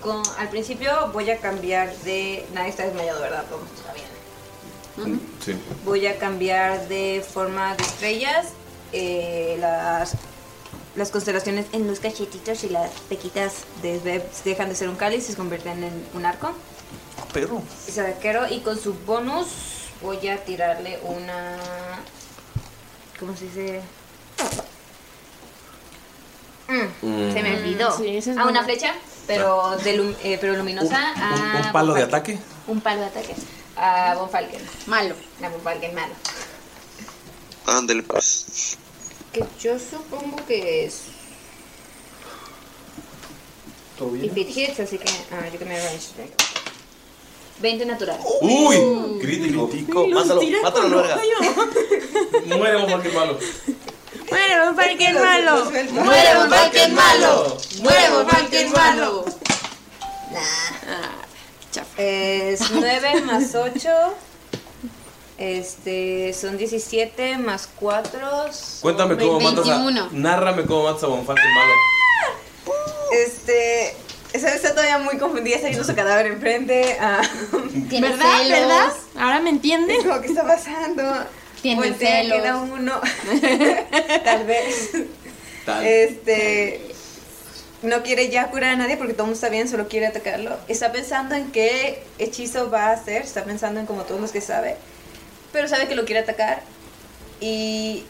H: Con, al principio voy a cambiar de. Nadie está desmayado, ¿verdad? Todo está bien.
C: Sí.
H: Voy a cambiar de forma de estrellas. eh, las, las constelaciones en los cachetitos y las pequitas de Sveb dejan de ser un cáliz y se convierten en un arco.
F: Perro.
H: Y se arquero. Y con su bonus voy a tirarle una. ¿Cómo se dice? Mm,
C: Mm.
H: Se me olvidó.
I: Sí, esa es
H: a
I: buena.
H: una flecha, pero, de lum- eh, pero luminosa. a
C: ¿Un palo de ataque?
H: un palo de ataque. A Von Falken. Malo. A Von Falken, malo.
D: Ándale, pues.
H: Que yo supongo que es.
D: ¿Todo
H: Y fit hits, así que. Ah, yo que me range strike. 20 natural.
C: ¡Uy! Crítico.
F: Tico, mátalo, mátalo,
C: con
F: verga.
C: Muere Von Falken malo.
E: Muere Von Falken malo.
C: Muere Von Falken malo.
E: Muere Von Falken malo.
H: Ah, Es 9 más 8. Este, son 17 más 4.
C: Cuéntame cómo matas a. Nárrame cómo matas a Von Falken malo.
H: Este.
I: Esa está todavía muy confundida, está viendo su cadáver enfrente. ah.
E: Tiene celos. Ahora me entiendes.
I: Como, ¿qué está pasando?
E: Tiene
I: Voltea,
E: celos.
I: queda uno. Tal vez. Este. No quiere ya curar a nadie porque todo el mundo está bien, solo quiere atacarlo. Está pensando en qué hechizo va a hacer, está pensando en como todos los que sabe. Pero sabe que lo quiere atacar. Y.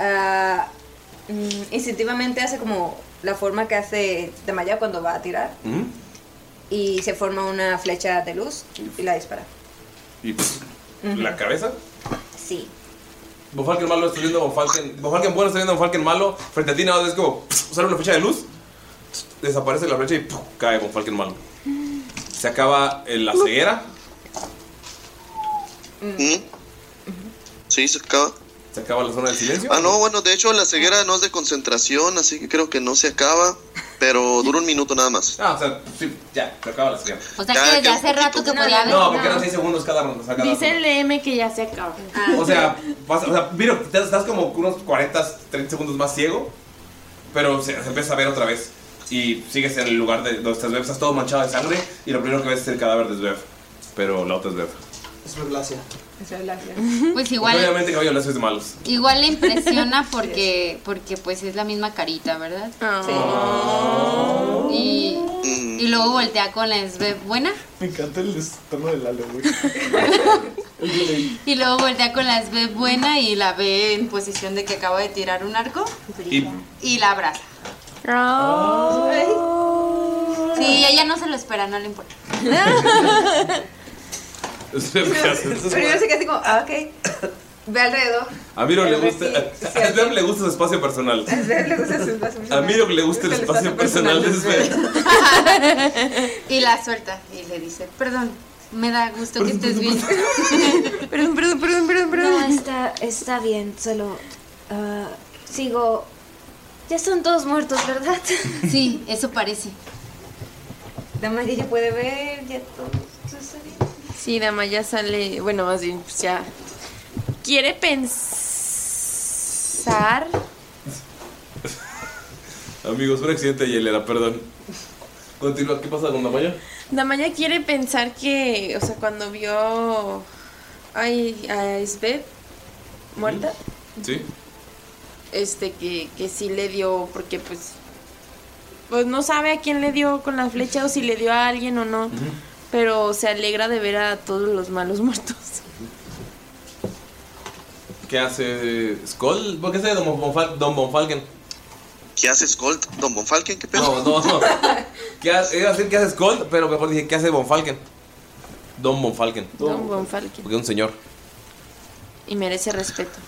I: ah, mm, instintivamente hace como la forma que hace Damaya cuando va a tirar.
C: ¿Mm?
I: Y se forma una flecha de luz y la dispara.
C: Y pues, la cabeza.
H: Sí.
C: Von Falken malo está viendo a Von Falken. Von Falken bueno está viendo a Von Falken malo. Frente a ti nada más es como. pss, Sale una flecha de luz. pss, Desaparece la flecha y ¡puf! cae Von Falken malo. Se acaba eh, la ceguera.
G: Mm.
D: Sí, se acaba.
C: Se acaba la zona del silencio.
D: Ah, no, bueno, de hecho la ceguera no es de concentración, así que creo que no se acaba, pero dura un minuto nada más.
C: Ah, o sea, sí, ya, se acaba la ceguera.
G: O sea
C: Ah,
G: que desde hace rato que podía haber.
C: No, porque eran 6 segundos cada ronda. o sea, cada
E: Dice el DM que ya se acaba.
I: Ah,
C: O sea, vas- o sea, miro, te- estás como unos 40, 30 segundos más ciego, pero se, se empieza a ver otra vez. Y sigues en el lugar de donde estás, Svev, estás todo manchado de sangre y lo primero que ves es el cadáver de Svev, pero la otra es Svev.
F: Es Beblacia.
G: Pues igual,
C: Obviamente caballo lazo es de malos.
G: igual le impresiona porque, porque pues es la misma carita, ¿verdad?
C: Ah.
G: Y, y luego voltea con la Sveb buena.
M: Me encanta el tono de Lalo, güey.
G: Y luego voltea con la Sveb buena y la ve en posición de que acaba de tirar un arco
C: Y
G: y la abraza. Sí, ella no se lo espera, no le importa.
C: Svev, ¿qué haces?
I: Pero yo sé que así como, ah, ok. Ve alrededor.
C: A Miro le gusta, a Svev le gusta su espacio personal.
I: A Svev le gusta su espacio
C: A Miro le gusta el espacio personal de Svev.
G: Y la suelta y le dice, perdón, me da gusto que estés bien.
E: Perdón, perdón, perdón, perdón,
J: No, está, está bien, solo ah, sigo... Ya son todos muertos, ¿verdad?
G: Sí, eso parece.
I: Damaya ya puede ver, ya todo. todo está bien.
E: Sí, Dama ya sale. Bueno, más bien, pues ya. Quiere pensar.
C: Amigos, un accidente de hielera, perdón. Continúa, ¿qué pasa con Damaya?
E: Damaya quiere pensar que, o sea, cuando vio ay, a Sveb muerta,
C: ¿Sí?
E: este, que, que sí le dio, porque pues, pues no sabe a quién le dio con la flecha o si le dio a alguien o no, Pero se alegra de ver a todos los malos muertos.
C: ¿Qué hace Skull? ¿Por qué hace Don, Bonfal- Don Bonfalken?
D: ¿Qué hace Skull? ¿Don Bonfalken? ¿Qué pedo?
C: No, no, no. ¿Qué hace, iba a decir qué hace Skull, pero mejor dije qué hace Bonfalken. Don Bonfalken.
E: Don
F: pues.
E: Bonfalken.
C: Porque es un señor.
E: Y merece respeto.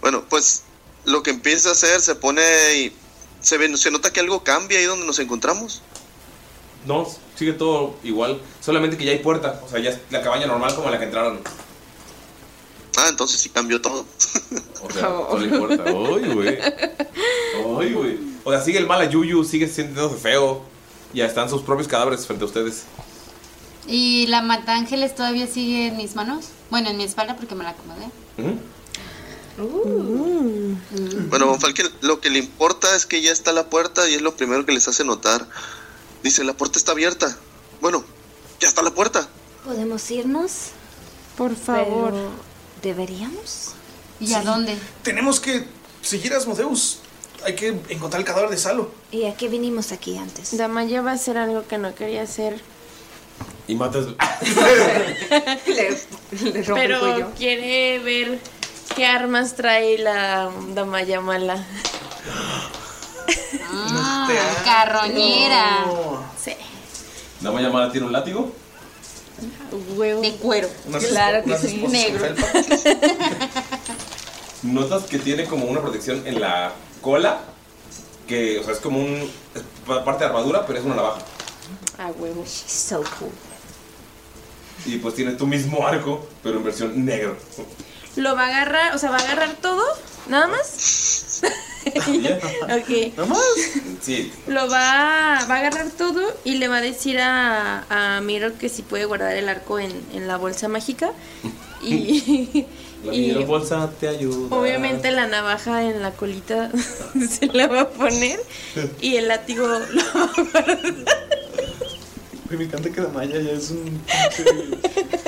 D: Bueno, pues lo que empieza a hacer se pone y se, ve, se nota que algo cambia ahí donde nos encontramos.
C: No, sigue todo igual. Solamente que ya hay puerta. O sea, ya es la cabaña normal como la que entraron.
D: Ah, entonces sí cambió todo.
C: O sea,
Q: Oh.
C: solo hay puerta. Uy, güey. Uy, güey. O sea, sigue el mal a Yuyu, sigue sintiéndose feo. Ya están sus propios cadáveres frente a ustedes.
G: ¿Y la matángeles todavía sigue en mis manos? Bueno, en mi espalda porque me la acomodé.
F: Uh.
J: Uh.
D: Bueno, Bonfalken lo que le importa es que ya está la puerta y es lo primero que les hace notar. Dice, la puerta está abierta. Bueno, ya está la puerta.
J: ¿Podemos irnos?
E: Por favor.
J: ¿Deberíamos?
G: ¿Y
F: Sí.
G: a dónde?
F: Tenemos que seguir a Asmodeus. Hay que encontrar el cadáver de Salo.
J: ¿Y a qué vinimos aquí antes?
E: Damaya va a hacer algo que no quería hacer.
C: Y matas.
F: rompe el
E: Pero
F: cuello.
E: quiere ver qué armas trae la Damaya mala.
G: Ah, carroñera.
E: Sí.
C: Dama llamada tiene un látigo.
G: De cuero.
C: Unas Claro que esposas- sí. unas esposas
G: Negro.
C: Notas que tiene como una protección en la cola. Que, o sea, es como un. es pa- parte de armadura, pero es una navaja.
E: A Ah, huevo.
J: So cool.
C: Y pues tiene tu mismo arco, pero en versión negro.
E: Lo va a agarrar, o sea, va a agarrar todo, nada más. ok.
C: ¿Nada más? Sí.
E: Lo va, va a agarrar todo y le va a decir a, a Miro que si puede guardar el arco en, en la bolsa mágica. Y
C: La
E: Y-
C: microbolsa te ayuda.
E: obviamente la navaja en la colita se la va a poner y el látigo lo va a
M: Me encanta que Damaya ya es un.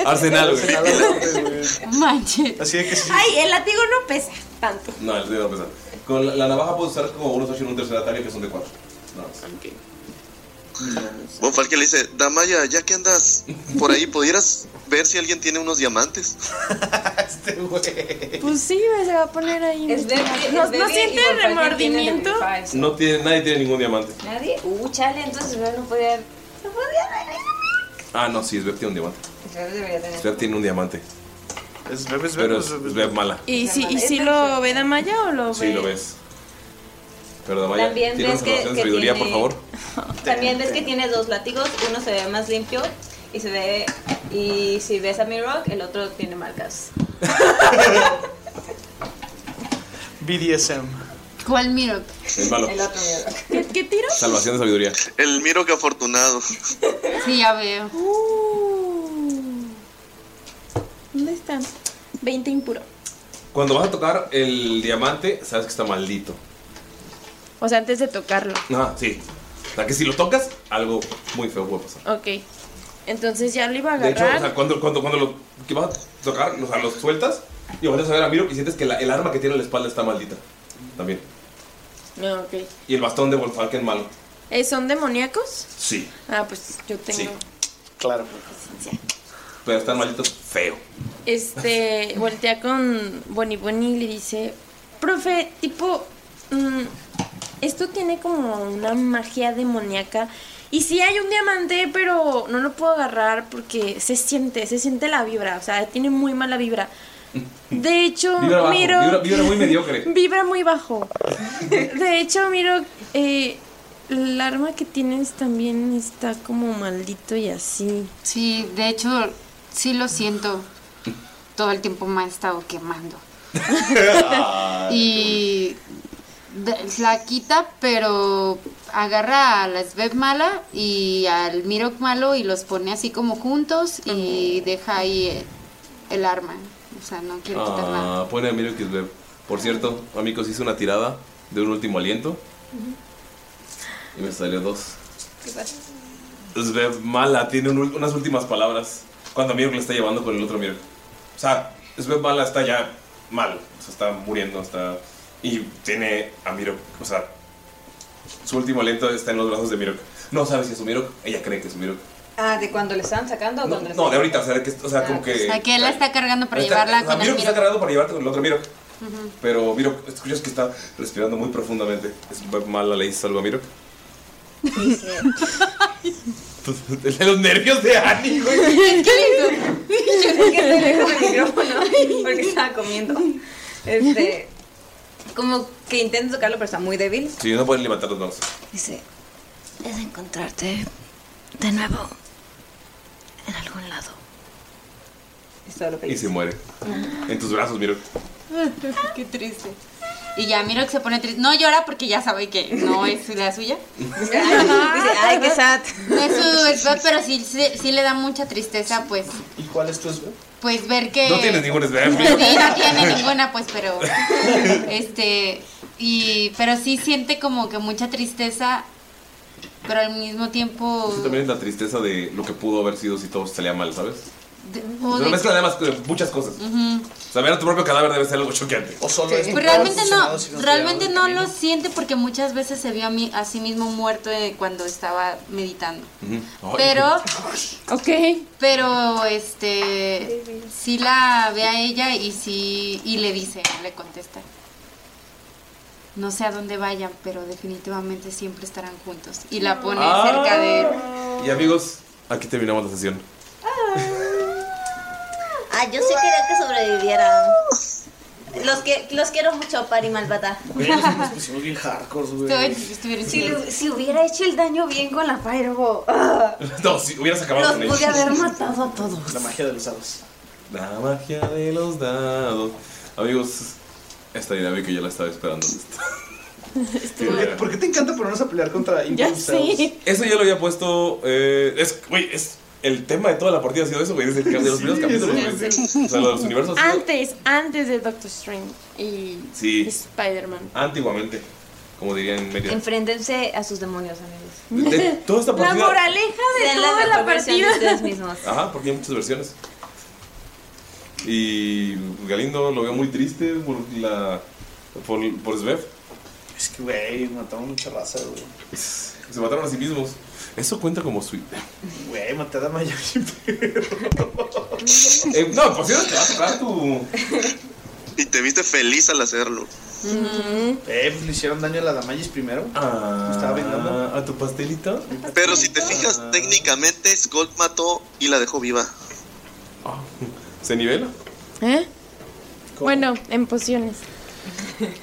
C: Arsenal, güey.
G: Manche.
F: Así de que sí.
E: Ay, el látigo no pesa tanto.
C: No, el dedo va a pesar. Con la, la navaja puedes usar como bonus action un tercer ataque que son de cuatro. No.
D: Bonfalken le dice, Damaya, ya que andas por ahí, ¿pudieras ver si alguien tiene unos diamantes?
E: Pues sí, se va a poner ahí.
H: Es bebé, es
E: ¿No,
H: bebé
E: ¿no
H: y
E: siente
H: por cualquier
E: remordimiento?
H: tiene de fives.
C: No tiene, nadie tiene ningún diamante.
H: Nadie. Uh, chale, entonces Rev no podía. No podía ver.
C: Ah, no, sí, Sveb tiene un diamante.
H: Rev debería tener.
C: Sveb tiene un diamante.
F: Es Sveb, es
C: Pero es Sveb mala.
E: ¿Y si, y si lo ve Damaya o lo ve?
C: Sí, lo ves. Pero Damaya,
H: También
C: ¿tienes
H: ves que-
C: información de
H: que
C: sabiduría,
H: tiene-
C: por favor?
H: También ves que tiene dos látigos, uno se ve más limpio y se ve y si ves a mi rock, el otro tiene marcas.
F: BDSM.
G: ¿Cuál miro?
C: Es malo.
G: El otro miro.
E: ¿Qué, tiro?
C: Salvación de sabiduría.
D: El miro que afortunado.
G: Sí, ya veo.
E: Uh. ¿Dónde está? 20 impuro.
C: Cuando vas a tocar el diamante, sabes que está maldito.
E: O sea, antes de tocarlo.
C: Ah, sí. O sea, que si lo tocas, algo muy feo puede pasar.
E: Ok. Entonces ya lo iba a
C: De hecho, o
E: agarrar.
C: sea, cuando, cuando, cuando lo que vas a tocar, o sea, lo sueltas y vuelves a ver a Miro y sientes que la- el arma que tiene en la espalda está maldita. También.
E: No, ok.
C: Y el bastón de Wolfalken malo.
E: Eh, ¿Son demoníacos?
C: Sí.
E: Ah, pues yo tengo.
C: Sí. Claro. Pero están malditos feo.
E: Este, voltea con Bonnie Bonnie y le dice, profe, tipo, mm, esto tiene como una magia demoníaca. Y sí hay un diamante, pero no lo puedo agarrar porque se siente, se siente la vibra, o sea, tiene muy mala vibra. De hecho,
C: Vibra bajo,
E: miro...
C: vibra- vibra muy mediocre.
E: Vibra muy bajo. De hecho, miro, eh, el arma que tienes también está como maldito y así.
G: Sí, de hecho, sí lo siento. Todo el tiempo me ha estado quemando. Y de- la quita, pero agarra a la Sveb mala y al Mirok malo y los pone así como juntos y deja ahí el, el arma. O sea, no quiere quitar nada.
C: Ah, pone a Miro que es bebé. Por cierto, amigos, hice una tirada de un último aliento y me salió dos.
H: ¿Qué pasa?
C: Svev Mala tiene un ul- unas últimas palabras cuando Mirko le está llevando con el otro Mirko. O sea, Svev Mala está ya mal, o sea, está muriendo, está... Y tiene a Mirko, o sea, su último aliento está en los brazos de Mirko. No sabe si es Sumirok. Ella cree que es Sumirok.
H: Ah, ¿de cuando le estaban sacando o cuando le
C: No, de ahorita. O sea, que, o sea como que.
G: O sea, Ah, pues que él la está cargando para llevarla
C: con
G: con el
C: está
G: Miro.
C: cargado para llevarte con el otro Mirok.
G: Ujú.
C: Pero Mirok, escuchas que está respirando muy profundamente. Es mala ley, salvo a Mirok. De los nervios de Annie, güey.
H: ¿Qué le hizo? Yo creo que estoy lejos del micrófono porque estaba comiendo. Este, como que intento tocarlo, pero está muy débil.
C: Sí, no pueden levantar los manos.
H: Dice,
J: Es encontrarte de nuevo en algún lado.
H: Es todo lo que
C: Y se muere. En tus brazos, Mirok.
G: Qué triste. Y ya Miro que se pone triste. No llora porque ya sabe que no es la suya.
H: Dice, ay, qué sad.
G: No es su esbab, pero sí, sí, sí le da mucha tristeza, pues,
F: ¿Y cuál es tu esbel?
G: pues ver que.
C: No tienes ningún esbel.
G: Sí, no tiene ninguna, pues, pero. Este. Y. Pero sí siente como que mucha tristeza. Pero al mismo tiempo.
C: Eso también es la tristeza de lo que pudo haber sido si todo salía mal, ¿sabes?
G: de-
C: Es
G: o
C: una
G: de-
C: mezcla además de muchas cosas.
G: Ujú.
C: Saber a tu propio cadáver debe ser algo choqueante.
F: O solo
G: Pues realmente no, realmente no lo siente porque muchas veces se vio a, mí, a sí mismo muerto eh, cuando estaba meditando. Pero,
E: ok.
G: Pero, este, sí la ve a ella y sí, y le dice, le contesta. No sé a dónde vayan, pero definitivamente siempre estarán juntos. Y la pone
C: Ah.
G: cerca de él.
C: Y amigos, aquí terminamos la sesión.
R: Ah, yo sí quería que sobrevivieran. Los, que, los quiero mucho, Pari Malvada.
F: Güey, nos nos pusimos bien hardcore, güey.
R: Si, le- si hubiera hecho el daño bien con la Fireball, ah,
C: No, si hubieras acabado
R: los
C: con
R: pude haber
C: ellos.
R: matado a todos.
F: La magia de los dados.
C: La magia de los dados. Amigos, esta dinámica ya la estaba esperando.
F: ¿Por qué- ¿Por qué te encanta ponernos a pelear contra impulsados?
C: Eso ya lo había puesto. eh, es, güey, es el tema de toda la partida ha sido eso, güey. Desde el- de los primeros capítulos, güey. O sea, lo de los universos.
E: Antes, antes de Doctor Strange y
C: Sí.
E: Spider-Man.
C: Antiguamente, como dirían en Mérida.
H: Enfréntense a sus demonios, amigos.
C: De toda esta
H: La
C: partida.
H: moraleja de
E: Sean la
H: toda la
E: mejor versión de
H: partida.
E: ustedes
H: mismos.
C: Ajá, porque hay muchas versiones. Y Galindo lo veo muy triste por la. por, por Svev.
F: Es que, güey, mataron mucha raza, güey.
C: Se mataron a sí mismos. Eso cuenta como suite.
F: Güey, maté a Damaya.
C: Eh, no, por cierto, te va a tocar tu.
D: Y te viste feliz al hacerlo.
F: Eh, pues le hicieron daño a la Damayis primero.
C: Ah,
F: estaba vengando.
C: ¿A tu pastelito?
D: Pero si te fijas,
C: Ah.
D: técnicamente Skull mató y la dejó viva.
C: ¿Se nivela?
E: ¿Eh? Bueno, en pociones.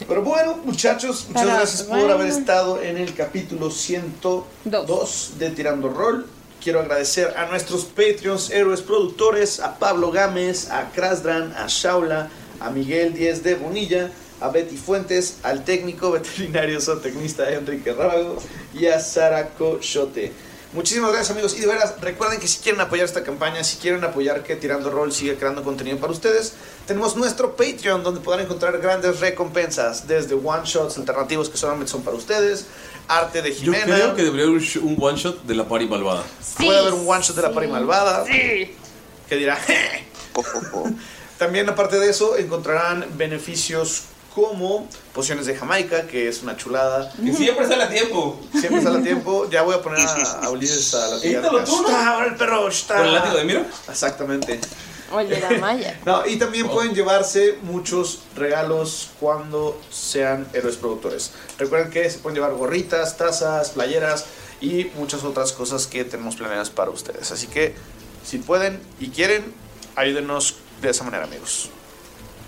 F: Pero bueno, muchachos, muchas
E: Pero
F: gracias por
E: bueno.
F: haber estado en el capítulo 102 de Tirando Roll. Quiero agradecer a nuestros Patreons, héroes productores, a Pablo Gámez, a Krasdran, a Shaula, a Miguel Díez de Bonilla, a Betty Fuentes, al técnico veterinario zootecnista Enrique Rábago y a Sara Cochote. Muchísimas gracias amigos y de veras recuerden que si quieren apoyar esta campaña, si quieren apoyar que Tirando Roll siga creando contenido para ustedes, tenemos nuestro Patreon donde podrán encontrar grandes recompensas, desde one shots alternativos que solamente son para ustedes, arte de
C: Yo
F: Jimena,
C: creo que debería haber un, sh- un one shot de la party malvada.
F: puede haber un one shot de la pari malvada
E: Sí.
F: que dirá. "Je". También aparte de eso encontrarán beneficios como pociones de Jamaica, que es una chulada.
C: Y siempre sale a tiempo.
F: Siempre sale a tiempo. Ya voy a poner a, a Ulises a la tía.
C: Edítalo tú, ¿no?
F: Está, ahora el perro! está.
C: ¿Con el látigo de Miro?
F: Exactamente.
E: Oye, la malla.
F: No, y también
C: Oh.
F: pueden llevarse muchos regalos cuando sean héroes productores. Recuerden que se pueden llevar gorritas, tazas, playeras y muchas otras cosas que tenemos planeadas para ustedes. Así que si pueden y quieren, ayúdenos de esa manera, amigos.